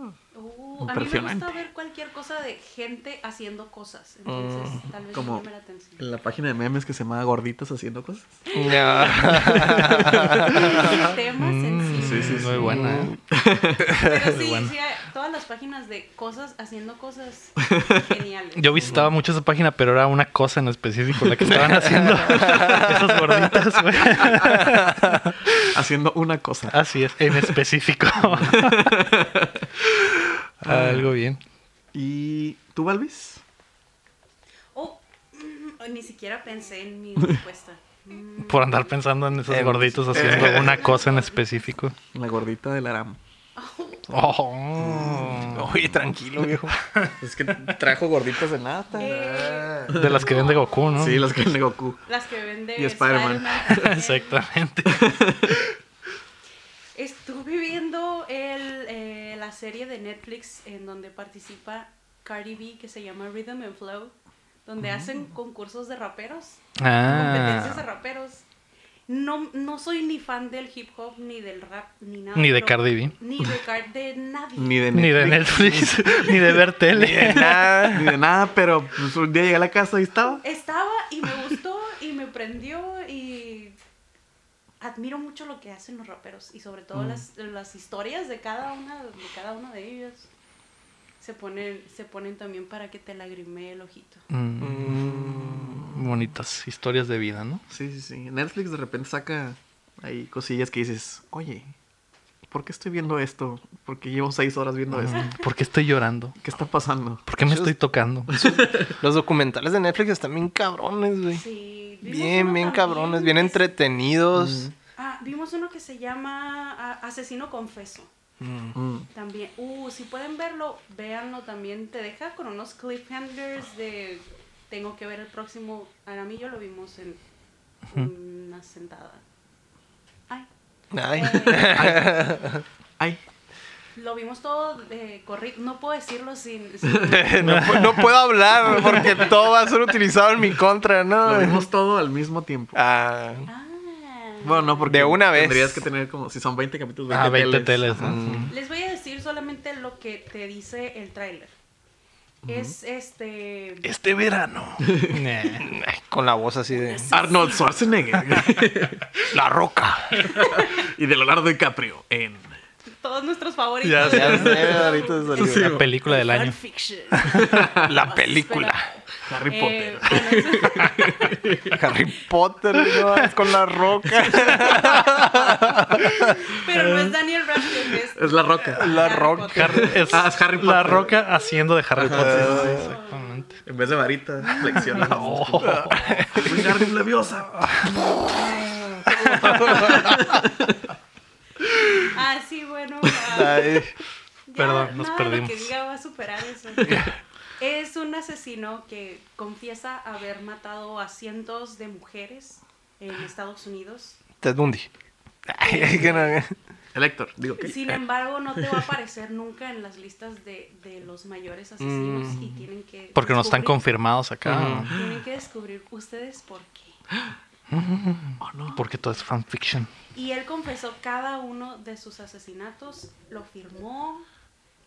D: Uh, a mí me
C: Impresionante.
D: gusta ver cualquier cosa de gente haciendo cosas. Entonces,
A: Mm.
D: tal vez
C: Como-
D: me llame la atención.
C: la página de memes que se llama Gorditas Haciendo Cosas.
D: Temas
A: Mm,
D: sencillos.
C: Sí, sí,
A: Muy
C: sí.
A: buena. ¿eh?
D: Pero sí, sí, hay- todas las páginas de cosas haciendo cosas geniales.
A: Yo visitaba mucho esa página, pero era una cosa en específico la que estaban haciendo esas gorditas, güey.
C: Haciendo una cosa.
A: Así es, en específico.
C: Ah.
A: Algo bien.
C: ¿Y tú, Valvis?
D: Oh, mm, ni siquiera pensé en mi respuesta. Mm,
A: Por andar pensando en esos
B: Eh,
A: gorditos haciendo una cosa en específico.
C: La gordita del Aram.
A: Oh.
B: Oye, tranquilo, viejo.
C: Es que trajo gorditas de nata.
D: eh,
A: De las que vende Goku, ¿no?
C: Sí, las que le Goku.
D: las que vende
C: Y Spider-Man.
D: también.
A: Exactamente.
D: Estuve viendo el, eh, la serie de Netflix en donde participa Cardi B que se llama Rhythm and Flow, donde hacen
C: Mm.
D: concursos de raperos, competencias de
A: Ah,
D: raperos. No, no soy ni fan del hip hop, ni del rap, ni nada.
A: Ni de
D: pero-
A: Cardi B.
D: Ni de Cardi de nadie.
C: Ni de
A: ni de
C: Netflix,
A: Netflix, ni de ver tele.
B: Nada.
C: ni de nada, pero pues, un día llegué a la casa y estaba.
D: Estaba y me gustó y me prendió y admiro mucho lo que hacen los raperos y sobre
B: Mm.
D: todo las, las historias de cada una de cada uno de ellos. Se ponen, se ponen también para que te lagrimee el ojito.
A: Mm,
C: Mm.
A: bonitas historias de vida, ¿no?
C: Sí, sí, sí. Netflix de repente saca ahí cosillas que dices, oye, ¿por qué estoy viendo esto? ¿Por qué llevo seis horas viendo esto?
A: Mm, ¿Por qué estoy llorando?
C: ¿Qué está pasando?
A: ¿Por qué me estoy tocando?
B: Los documentales de Netflix están bien cabrones, güey.
D: Sí,
B: Bien,
D: vimos uno
B: bien
D: también
B: cabrones, bien
D: que-
B: entretenidos.
D: Ah, vimos uno que se llama ah, Asesino Confeso.
C: Mm.
D: También, uh, si pueden verlo, véanlo también. Te deja con unos cliffhangers de tengo que ver el próximo. Ahora mí yo lo vimos en una sentada. Ay,
B: Ay.
D: eh,
C: Ay,
D: lo vimos todo de corrido. No puedo decirlo sin. sin-
B: No, pu- no puedo hablar porque todo va a ser utilizado en mi contra,
C: lo
B: ¿no?
C: vimos todo al mismo tiempo.
B: Ah,
D: Ah.
C: Bueno, no, porque
B: De una vez.
C: tendrías que tener como, si son 20 capítulos, 20,
A: Ah, 20
C: teles.
A: teles.
C: Ajá.
A: ¿no?
D: Les voy a decir solamente lo que te dice el tráiler. Es este.
A: Este verano. Nah.
B: ay, con la voz así de
C: Arnold Schwarzenegger
B: La Roca.
C: y de Leonardo DiCaprio en...
D: Todos nuestros favoritos.
A: Ya sé.
B: Ya sé, ahorita salió.
D: Sí,
A: La película del año.
D: Fanfiction.
B: La película.
C: Harry
D: Eh,
C: Potter.
D: bueno, eso-
B: Harry Potter, ¿no? Es con La Roca.
D: Pero no es Daniel Radcliffe, es
C: Es La Roca.
B: La
D: Harry
B: Roca.
D: Potter.
A: Harry- es
C: Ah, es Harry
A: La
C: Potter.
A: roca haciendo de Harry
C: Ajá,
A: Potter.
C: sí,
A: Sí, exactamente.
C: En vez de varita, flexiona.
A: Oh.
C: Wingardium Leviosa.
D: Ah, sí, bueno. ah,
B: Ay,
D: ya
A: Perdón, nos
D: nada de Lo que
A: perdimos.
D: diga va a superar eso. Es un asesino que confiesa haber matado a cientos de mujeres en Estados Unidos.
B: Ted Bundy. Ay, ay, que no-
C: El Héctor, digo que...
D: Sin embargo, no te va a aparecer nunca en las listas de, de los mayores asesinos y tienen que.
A: Mm. Porque no están
D: descubrir-
A: confirmados acá.
D: Tienen que descubrir ustedes por qué.
C: Ah,
A: Porque todo es fanfiction.
D: Y él confesó cada uno de sus asesinatos, lo firmó,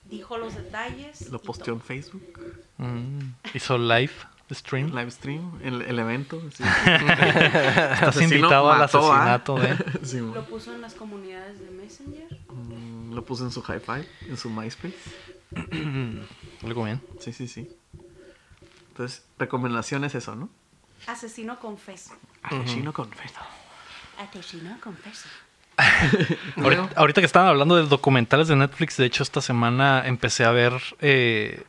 D: dijo los detalles.
C: Lo
D: y
C: posteó en Facebook,
A: Mm. Hizo live
C: en
A: stream.
C: live stream, el, el evento. sí.
A: Estás
C: Asesino
A: invitado al
C: mató ¿ah? a-
A: asesinato ¿eh? de.
C: Sí,
D: todo.
C: mo.
D: Lo puso en las comunidades de Messenger.
C: Mm, lo puso en su hi-fi, en su MySpace.
A: Algo bien.
C: Sí, sí, sí. Entonces, recomendación es eso, ¿no?
D: Asesino confeso.
C: Chino con fe.
D: Asesino confeso.
A: Ahorita, ahorita que estaban hablando de documentales de Netflix, de hecho, esta semana empecé a ver eh,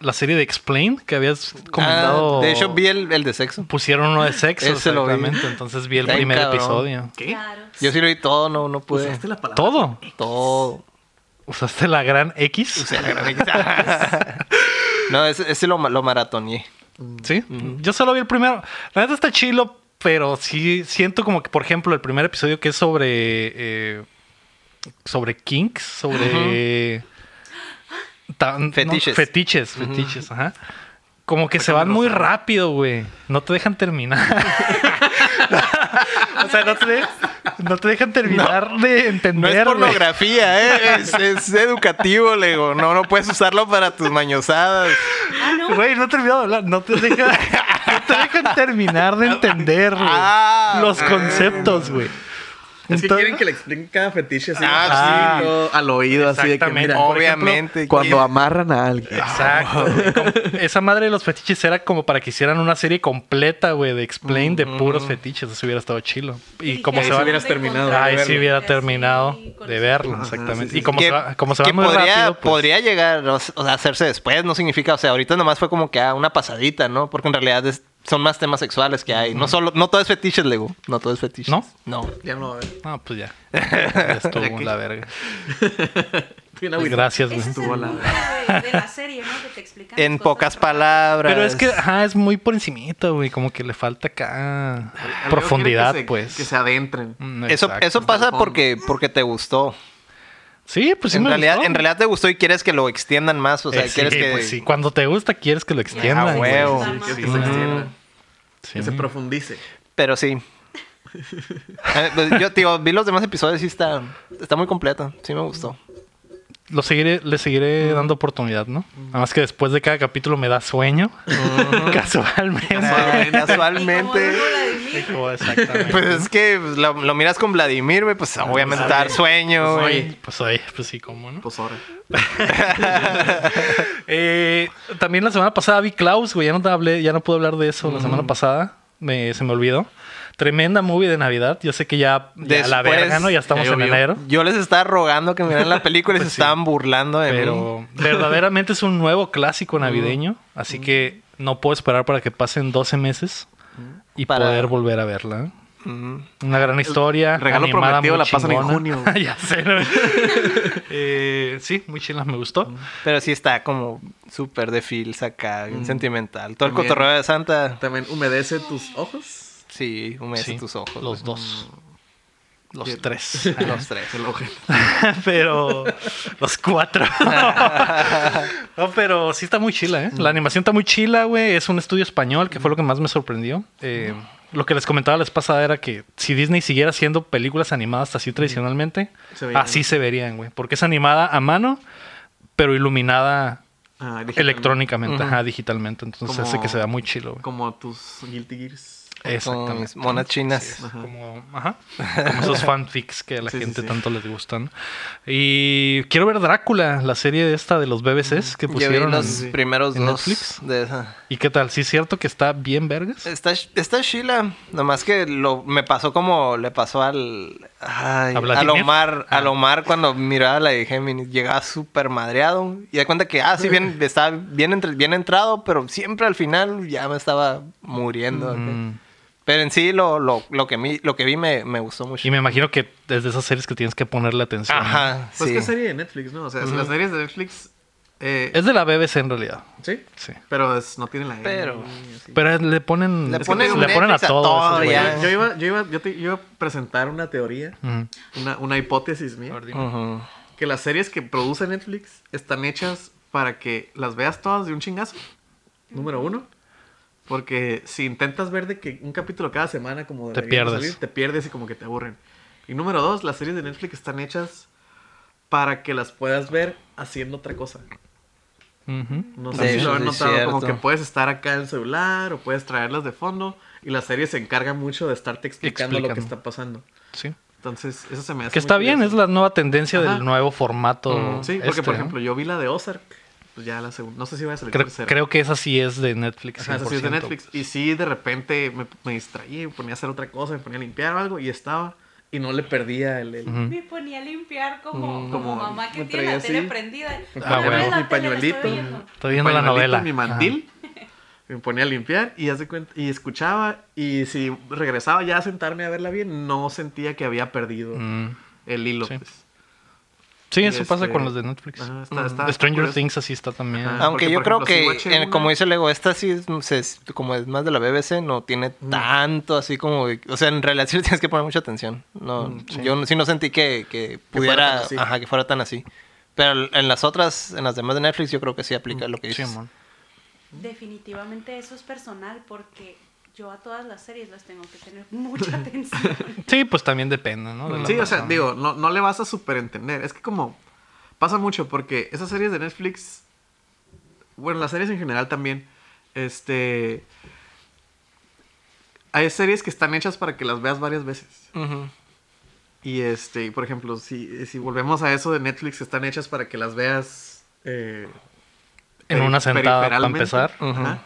A: la serie de Explain que habías comentado.
B: Ah, de hecho, vi el, el de sexo.
A: Pusieron uno de sexo,
B: Ese lo vi.
A: exactamente. Entonces vi el
B: Está bien
A: primer
B: cabrón.
A: episodio.
C: ¿Qué?
D: Claro.
B: Yo sí lo vi todo, no, no pude.
C: ¿Usaste la palabra?
A: Pues, Todo.
B: Todo.
A: Usaste la gran X.
B: O sea, la gran- No, ese, ese lo, ma- lo maratoneé.
A: Sí, yo solo vi el primero. La neta está chilo, pero sí siento como que, por ejemplo, el primer episodio que es sobre. eh, sobre Kinks, sobre. tan- no,
B: Fetiches.
A: fetiches, fetiches, ajá. Como que se van muy rápido, güey. No te dejan terminar. o sea, no te, de- no te dejan terminar de
B: No
A: entender, güey.
B: es pornografía, ¿eh? es, es educativo, le digo. No, no puedes usarlo para tus mañosadas.
D: Ah, no.
A: Güey, no he terminado de hablar. No te dejan, no te dejan terminar de entender, güey.
B: Ah,
A: los
B: ah.
A: conceptos, güey.
C: Es que
A: Entonces-
C: quieren que le expliquen cada fetiche así,
B: Ah,
A: sí.
C: todo al oído, así de que
A: Exactamente.
C: mira,
A: Por ejemplo,
B: Obviamente.
C: cuando amarran a alguien.
A: Exacto. güey. Como- Esa madre de los fetiches era como para que hicieran una serie completa, güey, de explain de puros fetiches. Eso hubiera estado chilo. Y como se va.
C: ahí
D: dijeras,
C: sí hubieras
D: "Dónde
C: terminado de
D: encontrar
A: Ay,
C: verlo".
A: sí hubiera
D: así,
A: terminado
D: con
A: de
D: eso".
A: verlo,
C: Ajá,
A: exactamente.
C: sí, sí,
A: Y como
B: que-
A: se va, como se va
B: que
A: muy
B: podría,
A: rápido, pues,
B: podría llegar o, s- o sea, hacerse después, no significa, o sea, ahorita nomás fue como que ah, una pasadita, ¿no? Porque en realidad es- son más temas sexuales que hay. No solo, no todo es fetiches, Lego. No todo es fetiches.
A: ¿No?
B: No.
C: Ya no, a ver.
A: No, pues ya. Ya estuvo
C: qué?
A: la verga.
C: Estoy en agüita.
A: Pues Gracias,
D: Ese
A: güey.
D: es el
C: Estuvo la-
D: punto de, de la serie, ¿no? Que te explican.
B: En
D: cosas
B: pocas
D: raras.
B: palabras.
A: Pero es que, ah, ajá, es muy por encimita, güey. Como que le falta acá
C: Algo
A: profundidad,
C: quieren que se-
A: pues.
C: Que se adentren.
A: Mm,
B: Eso,
A: exacto.
B: eso pasa
C: Fondo.
B: porque, porque te gustó.
A: Sí, pues sí
B: en,
A: me
B: realidad,
A: gustó.
B: en realidad te gustó y quieres que lo extiendan más. O sea,
A: Eh, sí,
B: quieres que.
A: pues sí, cuando te gusta quieres que lo extiendan.
B: Ah,
A: güey.
B: huevo.
D: Sí,
C: Que,
D: sí,
C: se extienda,
A: Mm,
C: que
A: sí.
C: se profundice.
B: Pero sí. Eh, pues, Yo, tío, vi los demás episodios y sí está, está muy completa. Sí me gustó.
A: Lo seguiré, le seguiré dando oportunidad, ¿no? Nada más que después de cada capítulo me da sueño. Casualmente.
B: Eh,
D: Y como
B: Casualmente.
D: dijo la de mí,
A: Oh, Exactamente.
B: Pues es que pues, lo, lo miras con Vladimir, güey, pues obviamente te va a dar sueño,
A: Pues,
B: güey.
A: oye, pues oye, pues sí, cómo no.
C: Pues ahora.
A: Eh, también la semana pasada vi Klaus, güey. Ya no te hablé, ya no pude hablar de eso la
C: Mm.
A: semana pasada. Me, se me olvidó. Tremenda movie de Navidad. Yo sé que ya, ya la
B: Después,
A: verga, ¿no? Ya estamos
C: ya
A: en
C: llovió.
A: enero.
B: Yo les estaba rogando que miraran la película y se estaban burlando de mí.
A: Pues Pero verdaderamente es un nuevo clásico navideño. Así que no puedo esperar para que pasen 12 meses y
B: Para-
A: poder volver a verla.
B: Mm.
A: Una gran historia.
C: regalo
A: animada,
C: prometido
A: muy
C: la pasan en
A: chingona.
C: junio, güey.
A: ya sé. ¿no? Eh, sí, muy chila, me gustó.
B: Pero sí está como súper de feels acá, bien
A: Mm.
B: sentimental. Todo el
C: También.
B: cotorreo de Santa,
C: También humedece tus ojos.
B: sí,
C: Pues,
B: humedece
A: Sí,
B: tus ojos.
A: Los
B: güey.
A: dos.
C: Mm,
A: Los
C: Sí.
A: tres.
B: Los tres.
C: El ojo.
A: pero los cuatro. no, pero sí está muy chila, ¿eh? La animación está muy chila, güey. Es un estudio español, que fue lo que más me sorprendió. Eh, lo que les comentaba la vez pasada era que si Disney siguiera haciendo películas animadas así tradicionalmente,
C: Se verían.
A: así se verían, güey. Porque es animada a mano, pero iluminada
C: Ah, digitalmente.
A: electrónicamente, ajá, digitalmente. Entonces
C: Como-
A: hace que se vea muy chilo, güey.
C: Como tus Guilty Gears.
B: Con mis
A: Exactamente.
B: monas chinas.
C: Ajá.
A: Como, ajá, como esos fanfics que a la
C: Sí, sí,
A: gente
C: sí.
A: tanto les gustan. Y quiero ver Drácula, la serie esta de los BBCs que
B: Yo vi
A: pusieron.
B: los
A: en-
B: primeros
A: en
B: dos
A: Netflix.
B: de esa.
A: ¿Y qué tal? ¿Sí es cierto que está bien vergas?
B: Está, está Sheila, nomás que lo, me pasó como le pasó al. Ay,
A: ¿A
B: al
A: Vladimir? Ah.
B: Omar. Al Omar cuando miraba la de Géminis. Llegaba súper madreado. Y da cuenta que, ah, sí, bien, estaba bien, entre- bien entrado, pero siempre al final ya me estaba muriendo. acá.
A: Mm.
B: Pero en sí, lo, lo, lo, que, mi- lo que vi me, me gustó mucho.
A: Y me imagino que es de esas series que tienes que ponerle atención.
B: Ajá.
C: Pues
B: sí.
C: qué serie de Netflix, ¿no? O sea, las series de Netflix. eh,
A: Es de la BBC en realidad.
C: sí.
A: Sí.
C: Pero es- no tiene la E,
B: Pero-
C: ni así.
A: Pero le ponen,
B: Le
A: es que
B: ponen
A: le ponen a
B: Netflix a
A: todo.
B: todo,
A: esos güeyes.
B: Oh, ya.
C: Yo iba, yo iba, yo te- yo iba a presentar una teoría,
A: Ujú.
C: una, una hipótesis mía,
B: Ujú.
C: que las series que produce Netflix están hechas para que las veas todas de un chingazo. Número uno. Porque si intentas ver de que un capítulo cada semana como de
A: Te
C: la que iba a
A: pierdes.
C: te pierdes y como que te aburren. Y número dos, las series de Netflix están hechas para que las puedas ver haciendo otra cosa.
A: Ujú.
C: No
B: De
C: sé si
B: hecho,
C: lo han
B: sí es
C: notado, como
B: cierto.
C: que puedes estar acá en el celular o puedes traerlas de fondo y la serie se encarga mucho de estarte explicando lo que
A: Explicando.
C: está pasando.
A: Sí.
C: Entonces, eso se me hace
A: Que
C: muy
A: está bien, es
C: curioso.
A: la nueva tendencia
C: Ajá.
A: del nuevo formato.
C: Sí, porque
A: este,
C: por
A: ¿no?
C: ejemplo, yo vi la de Ozark, pues ya la segunda, no sé si voy a salir
A: Creo, creo que esa sí es de Netflix.
C: Ajá, esa sí es de
A: 100%.
C: Netflix. Y sí, de repente me, me distraí, me ponía a hacer otra cosa, me ponía a limpiar o algo y estaba y no le perdía el... el-
A: Ujú.
D: Me ponía a limpiar como,
C: Mm.
D: como
C: Como
D: mamá que
C: me
D: tiene
C: traía
D: la tele
C: así.
D: prendida.
A: Ah, bueno.
D: Mi
C: Mi pañuelito.
A: Estoy viendo la
C: pañuelito,
A: novela.
C: Mi
A: Ajá.
C: mandil. Me ponía a limpiar y, haz de cuenta- y escuchaba. Y si regresaba ya a sentarme a verla bien, no sentía que había perdido
A: Mm.
C: el hilo.
A: Sí.
C: pues.
A: Sí,
C: Y
A: eso pasa
C: este-
A: con los de Netflix.
C: Ajá, está- está
A: Stranger
C: curioso.
A: Things así está también. Ah,
C: Ajá.
B: Aunque
C: Ah, porque,
B: yo
C: por
B: creo
C: ejemplo, si
B: que,
C: watché
B: en-
C: una-
B: como dice Lego, esta sí, es, se- es- como es más de la BBC, no tiene
C: Mm.
B: tanto así como... de- O sea, en realidad sí le tienes que poner mucha atención. No, Yo no- sí no sentí que, que
C: Mm, fuera
B: pudiera...
C: tan así.
B: ajá, que fuera tan así. Pero en las otras, en las demás de Netflix, yo creo que sí
C: Mm,
B: aplica lo que
A: Sí,
B: dices.
A: mon.
D: Definitivamente eso es personal porque yo a todas las series las tengo que tener mucha atención.
A: Sí, pues también depende, ¿no? De la
C: Sí, o sea,
A: persona.
C: digo, no, no le vas a superentender. Es que como pasa mucho porque esas series de Netflix, bueno, las series en general también, este... Hay series que están hechas para que las veas varias veces.
B: Ujú.
C: Y este, y por ejemplo, si, si volvemos a eso de Netflix, que están hechas para que las veas... eh,
A: En una sentada, para
C: periferalmente.
A: empezar.
C: Ajá.
B: Ujú.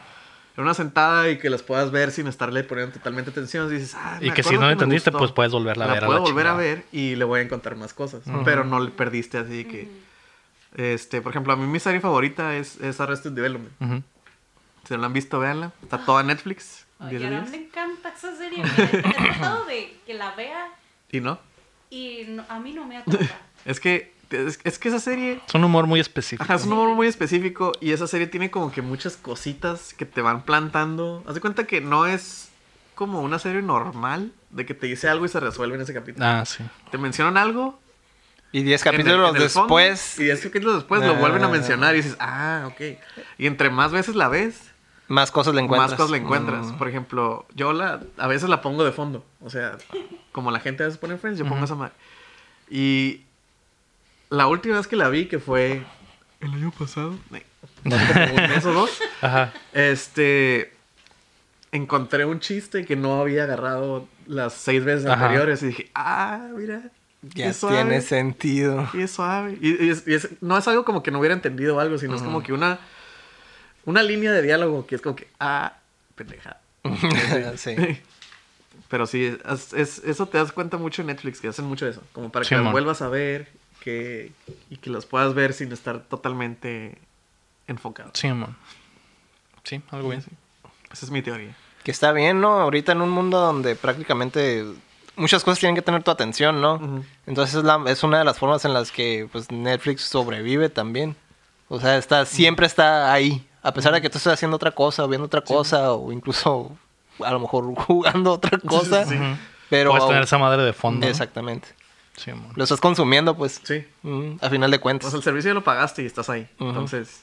C: En una sentada y que las puedas ver sin estarle poniendo totalmente atención. Dices, ah, me
A: Y que si
C: acuerdo
A: no
C: me
A: entendiste,
C: gustó.
A: pues puedes volverla a
C: la
A: ver. a
C: puedo
A: la
C: volver a
A: chingada.
C: ver y le voy a encontrar más cosas. Pero no le perdiste así que... Este, por ejemplo, a mí mi serie favorita es, es Arrested Development.
A: Ujú.
C: Si no la han visto, véanla. Está toda en Netflix.
D: Ay,
C: 10
D: y a
C: de
D: Aram
C: 10.
D: le encanta esa serie. mira, he tratado de que la vea
C: Y no.
D: y no- a mí no me atrapa.
C: Es que, es, es que esa serie...
A: Es un humor muy específico.
C: Ajá, es un humor muy específico y esa serie tiene como que muchas cositas que te van plantando. Haz de cuenta que no es como una serie normal de que te dice algo y se resuelve en ese capítulo.
A: Ah, sí.
C: Te mencionan algo
B: Y 10
C: en el-
B: capítulos
C: en el fondo,
B: después,
C: y 10 capítulos después lo
B: Ah.
C: vuelven a mencionar y dices, ah, ok. Y entre más veces la ves,
B: más cosas le encuentras.
C: más cosas la encuentras.
B: Mm.
C: Por ejemplo, yo la a veces la pongo de fondo. O sea, como la gente a veces pone Friends, yo pongo esa madre. Y la última vez que la vi, que fue el año pasado, como un mes o dos,
A: Ajá.
C: este, encontré un chiste que no había agarrado las seis veces
A: Ajá.
C: anteriores y dije, ah, mira. qué
B: Ya
C: suave".
B: tiene sentido.
C: Y es suave. Y, y es- y es- no es algo como que no hubiera entendido algo, sino es como que una, una línea de diálogo que es como que, ah, pendeja.
B: sí.
C: Pero sí, es- es- eso te das cuenta mucho en Netflix, que hacen mucho eso. Como para que
A: Simón.
C: las vuelvas a ver que, y que las puedas ver sin estar totalmente enfocado.
A: Sí, mon. Sí, algo bien.
C: Esa es mi teoría.
B: Que está bien, ¿no? Ahorita en un mundo donde prácticamente muchas cosas tienen que tener tu atención, ¿no?
C: Ujú.
B: Entonces es, la- es una de las formas en las que pues, Netflix sobrevive también. O sea, está, siempre está ahí. A pesar de que tú estés haciendo otra cosa, viendo otra cosa, o incluso a lo mejor jugando otra cosa.
A: Ujú.
B: Pero
A: Puedes tener esa madre de fondo. ¿no?
B: Exactamente.
A: Sí, mon.
B: Lo estás consumiendo, pues.
C: Sí.
B: Mm, a final de
C: Pues
B: cuentas.
C: el servicio ya lo pagaste y estás ahí.
B: Ujú.
C: Entonces,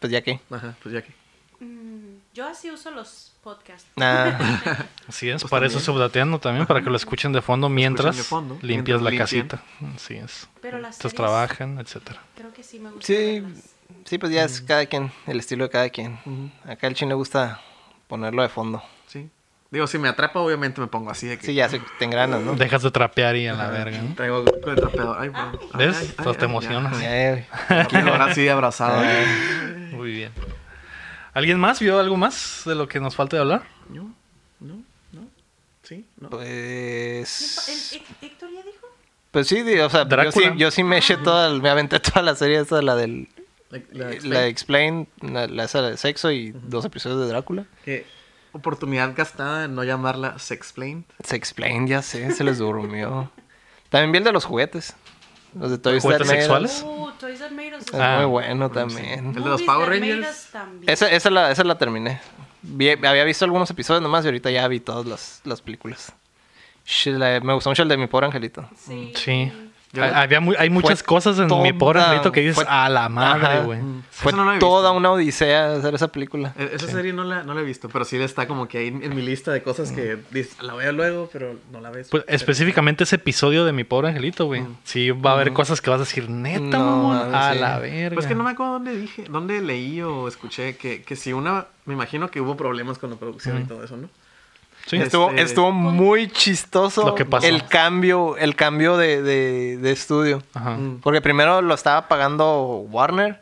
B: Pues ya qué.
C: ajá, pues ya que.
D: Mm, yo así uso los podcasts.
B: Nah.
A: Así es,
C: Pues
A: para eso
C: también.
A: subdateando también, para que lo escuchen de fondo mientras
C: de fondo,
A: limpias
C: mientras
A: la
C: limpian.
A: casita. Así es.
D: Pero las
A: Entonces
D: series
A: trabajan, etcétera.
D: creo que sí me gusta.
B: Sí,
D: verlas.
B: sí, pues ya es cada quien, el estilo de cada quien. Acá el chin le gusta ponerlo de fondo.
C: Sí. Digo, si me atrapa, obviamente me pongo así de que.
B: Sí, ya se te engranas, ¿no?
A: Dejas de trapear y a la verga, ¿no?
C: Traigo con el trapeador. Ay, bueno.
A: ¿Ves?
C: Ay, ay,
A: Hasta
C: ay,
A: te
C: ya.
A: emocionas.
B: Ya, eh.
C: Aquí ahora sí abrazado.
A: Muy bien. ¿Alguien más vio algo más de lo que nos falta de hablar?
C: ¿No? ¿No? ¿No? ¿Sí? ¿No?
B: Pues.
D: ¿El- el- ¿Héctor ya dijo?
B: Pues sí, di- o sea, yo sí,
A: Drácula.
B: yo sí me eché toda, el- me aventé toda la serie esa, la del.
C: La, la-
B: La de Explain, la, la esa de sexo y dos episodios de Drácula.
C: que oportunidad gastada en no llamarla Sexplained.
B: Se Explain, ya sé, se les durmió. También vi el de los juguetes. Los de Toy
A: ¿Juguetes sexuales?
D: Uh, Toys R Made Us.
B: Es
A: Ah.
B: muy bueno también.
C: ¿El de los
D: Movies
C: Power
D: that made
C: Rangers?
D: us también.
B: Esa, esa, la, esa la terminé. Vi- había visto algunos episodios nomás y ahorita ya vi todas las, las películas. Sh- la- me gustó mucho el de mi pobre angelito.
D: Sí.
A: Sí.
C: Yo-
A: Ha- había muy- hay muchas
B: Fue
A: cosas en mi
B: toda-
A: pobre angelito que dices,
B: fue-
A: a la madre,
B: Ajá.
A: güey.
B: Fue
C: Esa no la he
B: toda
C: visto.
B: una odisea hacer esa película.
C: E- Esa serie no la, no la he visto, pero sí está como que ahí en, en mi lista de cosas que dices, la veo luego, pero no la ves.
A: Mm. Pues, específicamente ese episodio de mi pobre angelito, güey.
C: Mm.
A: Sí, va a haber cosas que vas a decir, neta,
B: No,
A: mamón,
B: mames,
A: a
B: sí.
A: la verga.
C: Pues que no me acuerdo dónde dije, dónde leí o escuché que, que si una, me imagino que hubo problemas con la producción y todo eso, ¿no?
A: Sí.
C: Es-
B: Estuvo,
C: Este-
B: estuvo muy chistoso
A: Lo que pasó.
B: el cambio, el cambio de, de- de estudio.
A: Ajá.
C: Mm.
B: Porque primero lo estaba pagando Warner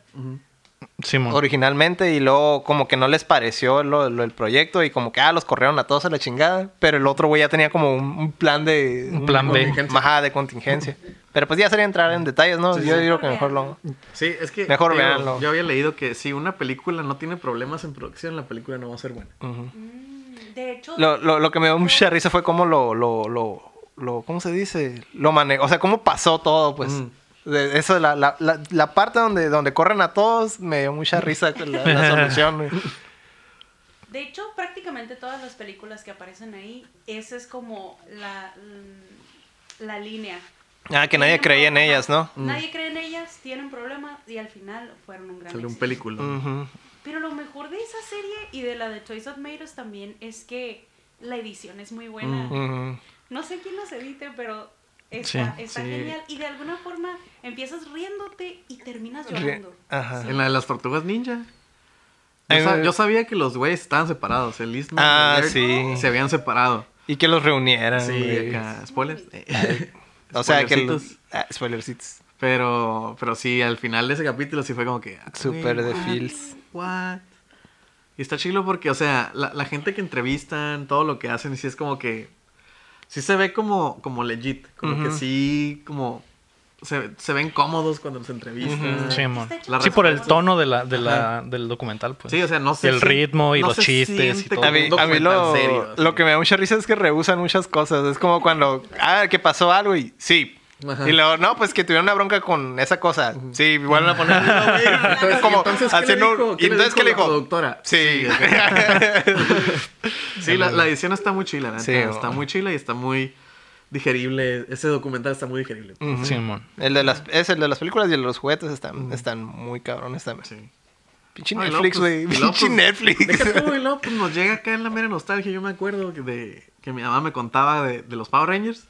A: Simón.
B: originalmente y luego como que no les pareció lo, lo- el proyecto y como que ah, los corrieron a todos a la chingada. Pero el otro güey ya tenía como un, un plan de...
A: Un plan B.
B: contingencia. Ajá, de contingencia. Pero pues ya sería entrar en detalles, ¿no?
C: Sí,
B: Yo
C: sí.
B: digo que mejor lo...
C: Sí, es que
B: Mejor
C: digo,
B: véanlo.
C: yo había leído que si una película no tiene problemas en producción, la película no va a ser buena.
D: Mm, De hecho,
B: Lo, lo- lo que me dio mucha risa fue cómo lo, lo, lo, lo- ¿cómo se dice? Lo manejó, o sea, cómo pasó todo, pues.
C: Mm.
B: De- eso, la, la, la, la parte donde, donde corren a todos, me dio mucha risa con la, la solución. güey.
D: de hecho, prácticamente todas las películas que aparecen ahí, esa es como la, mm, la línea.
B: Ah, que nadie
D: tienen
B: creía en
D: problemas.
B: ellas, ¿no? Mm.
D: Nadie cree en ellas, tienen problemas y al final fueron un gran
C: Salió un
D: éxito.
C: película.
B: Ujú.
D: Pero lo mejor de esa serie y de la de Toys of Us también es que la edición es muy buena.
C: Mm.
B: Ujú.
D: No sé quién los edite, pero está,
C: Sí,
D: está
C: sí.
D: genial. Y de alguna forma empiezas riéndote y terminas
B: Re-
D: llorando.
B: Ajá.
C: En la de las tortugas ninja.
B: Ay,
C: Yo, sa-
B: me-
C: yo sabía que los güeyes estaban separados. El Isma y
B: Ah,
C: el Eric
B: sí.
C: se habían separado.
B: Y que los reunieran.
C: Sí,
B: güey.
C: acá. Spoilers. Eh,
B: O sea, que los...
C: Spoilercitos.
B: Ah, spoilercitos.
C: Pero, pero sí, al final de ese capítulo sí fue como que. ah, güey,
B: Super de
C: what?
B: feels.
C: What? Y está chilo porque, o sea, la, la gente que entrevistan, todo lo que hacen, sí es como que. Sí se ve como, como legit. Como que
B: Ujú.
C: sí, como. Se, se ven cómodos cuando los entrevistan.
B: Ujú.
A: Sí, mon.
D: Está
A: Mm, Sí, por el
D: chistoso.
A: tono de la, de la, del documental, pues.
C: Sí, o sea, no se
A: El
C: sien-
A: ritmo y
C: no
A: los
C: se
A: chistes y
C: siente
A: todo.
B: A mí,
C: Un
B: a mí
C: documental
B: lo,
C: serio, así.
B: lo que me da mucha risa es que rehusan muchas cosas. Es como cuando, ah, que pasó algo y sí.
C: Ajá.
B: Y luego, no, pues que tuvieron una bronca con esa cosa. Sí, vuelven a poner.
C: Entonces,
B: como,
C: ¿y entonces qué le
B: haciendo un-
C: dijo?
B: ¿Y entonces qué le
C: la
B: dijo?
C: productora?
B: Sí.
C: Sí, la, la edición está muy chila, la neta.
B: Sí,
C: está
B: o-
C: muy chila y está muy digerible. Ese documental está muy digerible.
B: Mm.
A: Sí, mon.
B: el de las, es el de las películas y el de los juguetes están, están muy cabrones también.
C: Sí.
B: Pinche
C: No, y luego,
B: Netflix,
C: pues,
B: güey.
C: y luego,
B: Pinche
C: pues,
B: Netflix.
C: Deja tú, y luego, pues, nos llega acá en la mera nostalgia. Yo me acuerdo que de que mi mamá me contaba de, de los Power Rangers,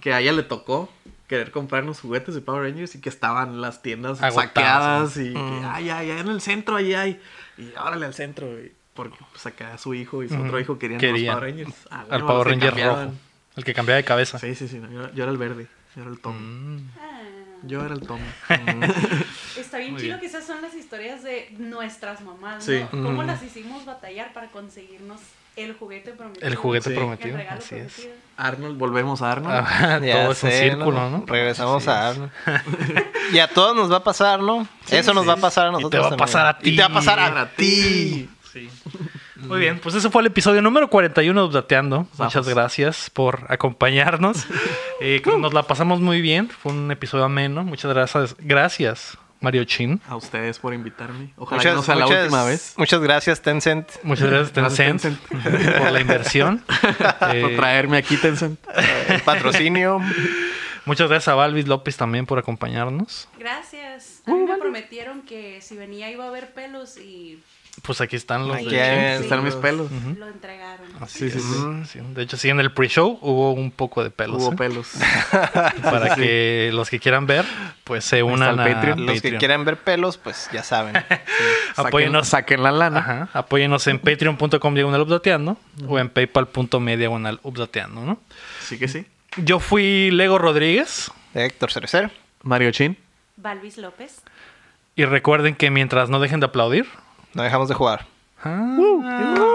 C: que a ella le tocó querer comprarnos juguetes de Power Rangers y que estaban las tiendas
A: Agotadas,
C: saqueadas y que, ay, ay, ay, en el centro, ahí hay. Y órale al centro, güey, Porque pues acá su hijo y su otro hijo querían
A: Querían
C: los Power Rangers. Ah,
A: Al
C: bueno,
A: Power
C: se
A: Ranger
C: cambiaban.
A: rojo. El que cambiaba de cabeza. Mm.
C: Sí, sí, sí. no, yo, yo era el verde. Yo era el Tom.
D: Ah.
C: Yo era el Tom.
D: Está bien
A: Muy
D: chido
A: bien.
D: que esas son las historias de nuestras mamás,
C: Sí.
D: ¿no? ¿Cómo las hicimos batallar para conseguirnos el juguete prometido?
A: El juguete
C: Sí.
A: prometido.
D: El regalo
A: Así es.
D: prometido.
C: Arnold, volvemos a Arnold.
A: Ajá,
B: Ah, Ya
A: todo es un
B: sé,
A: círculo, ¿no?
B: Regresamos a Arno. y a todos nos va a pasar, ¿no? Eso nos
C: sí.
B: va a pasar a nosotros.
A: te va a
B: también.
A: pasar a
B: Y te va a
A: ti.
B: pasar a,
C: A
B: ti.
C: ti.
A: Sí. Muy bien, pues ese fue el episodio número 41 de Dateando. Muchas
C: Vamos.
A: gracias por acompañarnos. Eh, que nos la pasamos muy bien. Fue un episodio ameno. Muchas gracias. Gracias, Mario Chin.
C: A ustedes por invitarme. Ojalá que no sea la última vez.
B: Muchas gracias, Tencent.
A: Muchas gracias, Tencent,
C: Gracias,
A: por la inversión.
C: Por
A: Eh,
C: traerme aquí, Tencent.
B: Eh, patrocinio.
A: muchas gracias a Valvis López también por acompañarnos.
D: Gracias.
A: Uh,
D: A mí me prometieron que si venía iba a haber pelos y
A: Pues aquí están los.
B: Aquí
A: de-
B: hay-
C: Aquí Están mis pelos.
D: lo entregaron.
A: Así
C: Sí, sí,
A: es. Sí, De hecho, sí, en el pre-show hubo un poco de pelos.
C: Hubo
A: ¿eh?
C: pelos.
A: Para
C: Sí.
A: que los que quieran ver, pues se unan
C: está el
A: a
C: Patreon.
B: Los que
A: Patreon.
B: quieran ver pelos, pues ya saben.
C: Saquen-
A: Apóyennos.
C: Saquen la lana.
A: Ajá. Apóyenos en patreon.com diagonal updateando o en paypal.me diagonal updateando, ¿no?
C: Sí que sí.
A: Yo fui Lego Rodríguez
B: De Héctor Cerecer.
C: Mario Chin.
D: Balvis López.
A: y recuerden que mientras no dejen de aplaudir.
B: No dejamos de jugar.
A: Ah.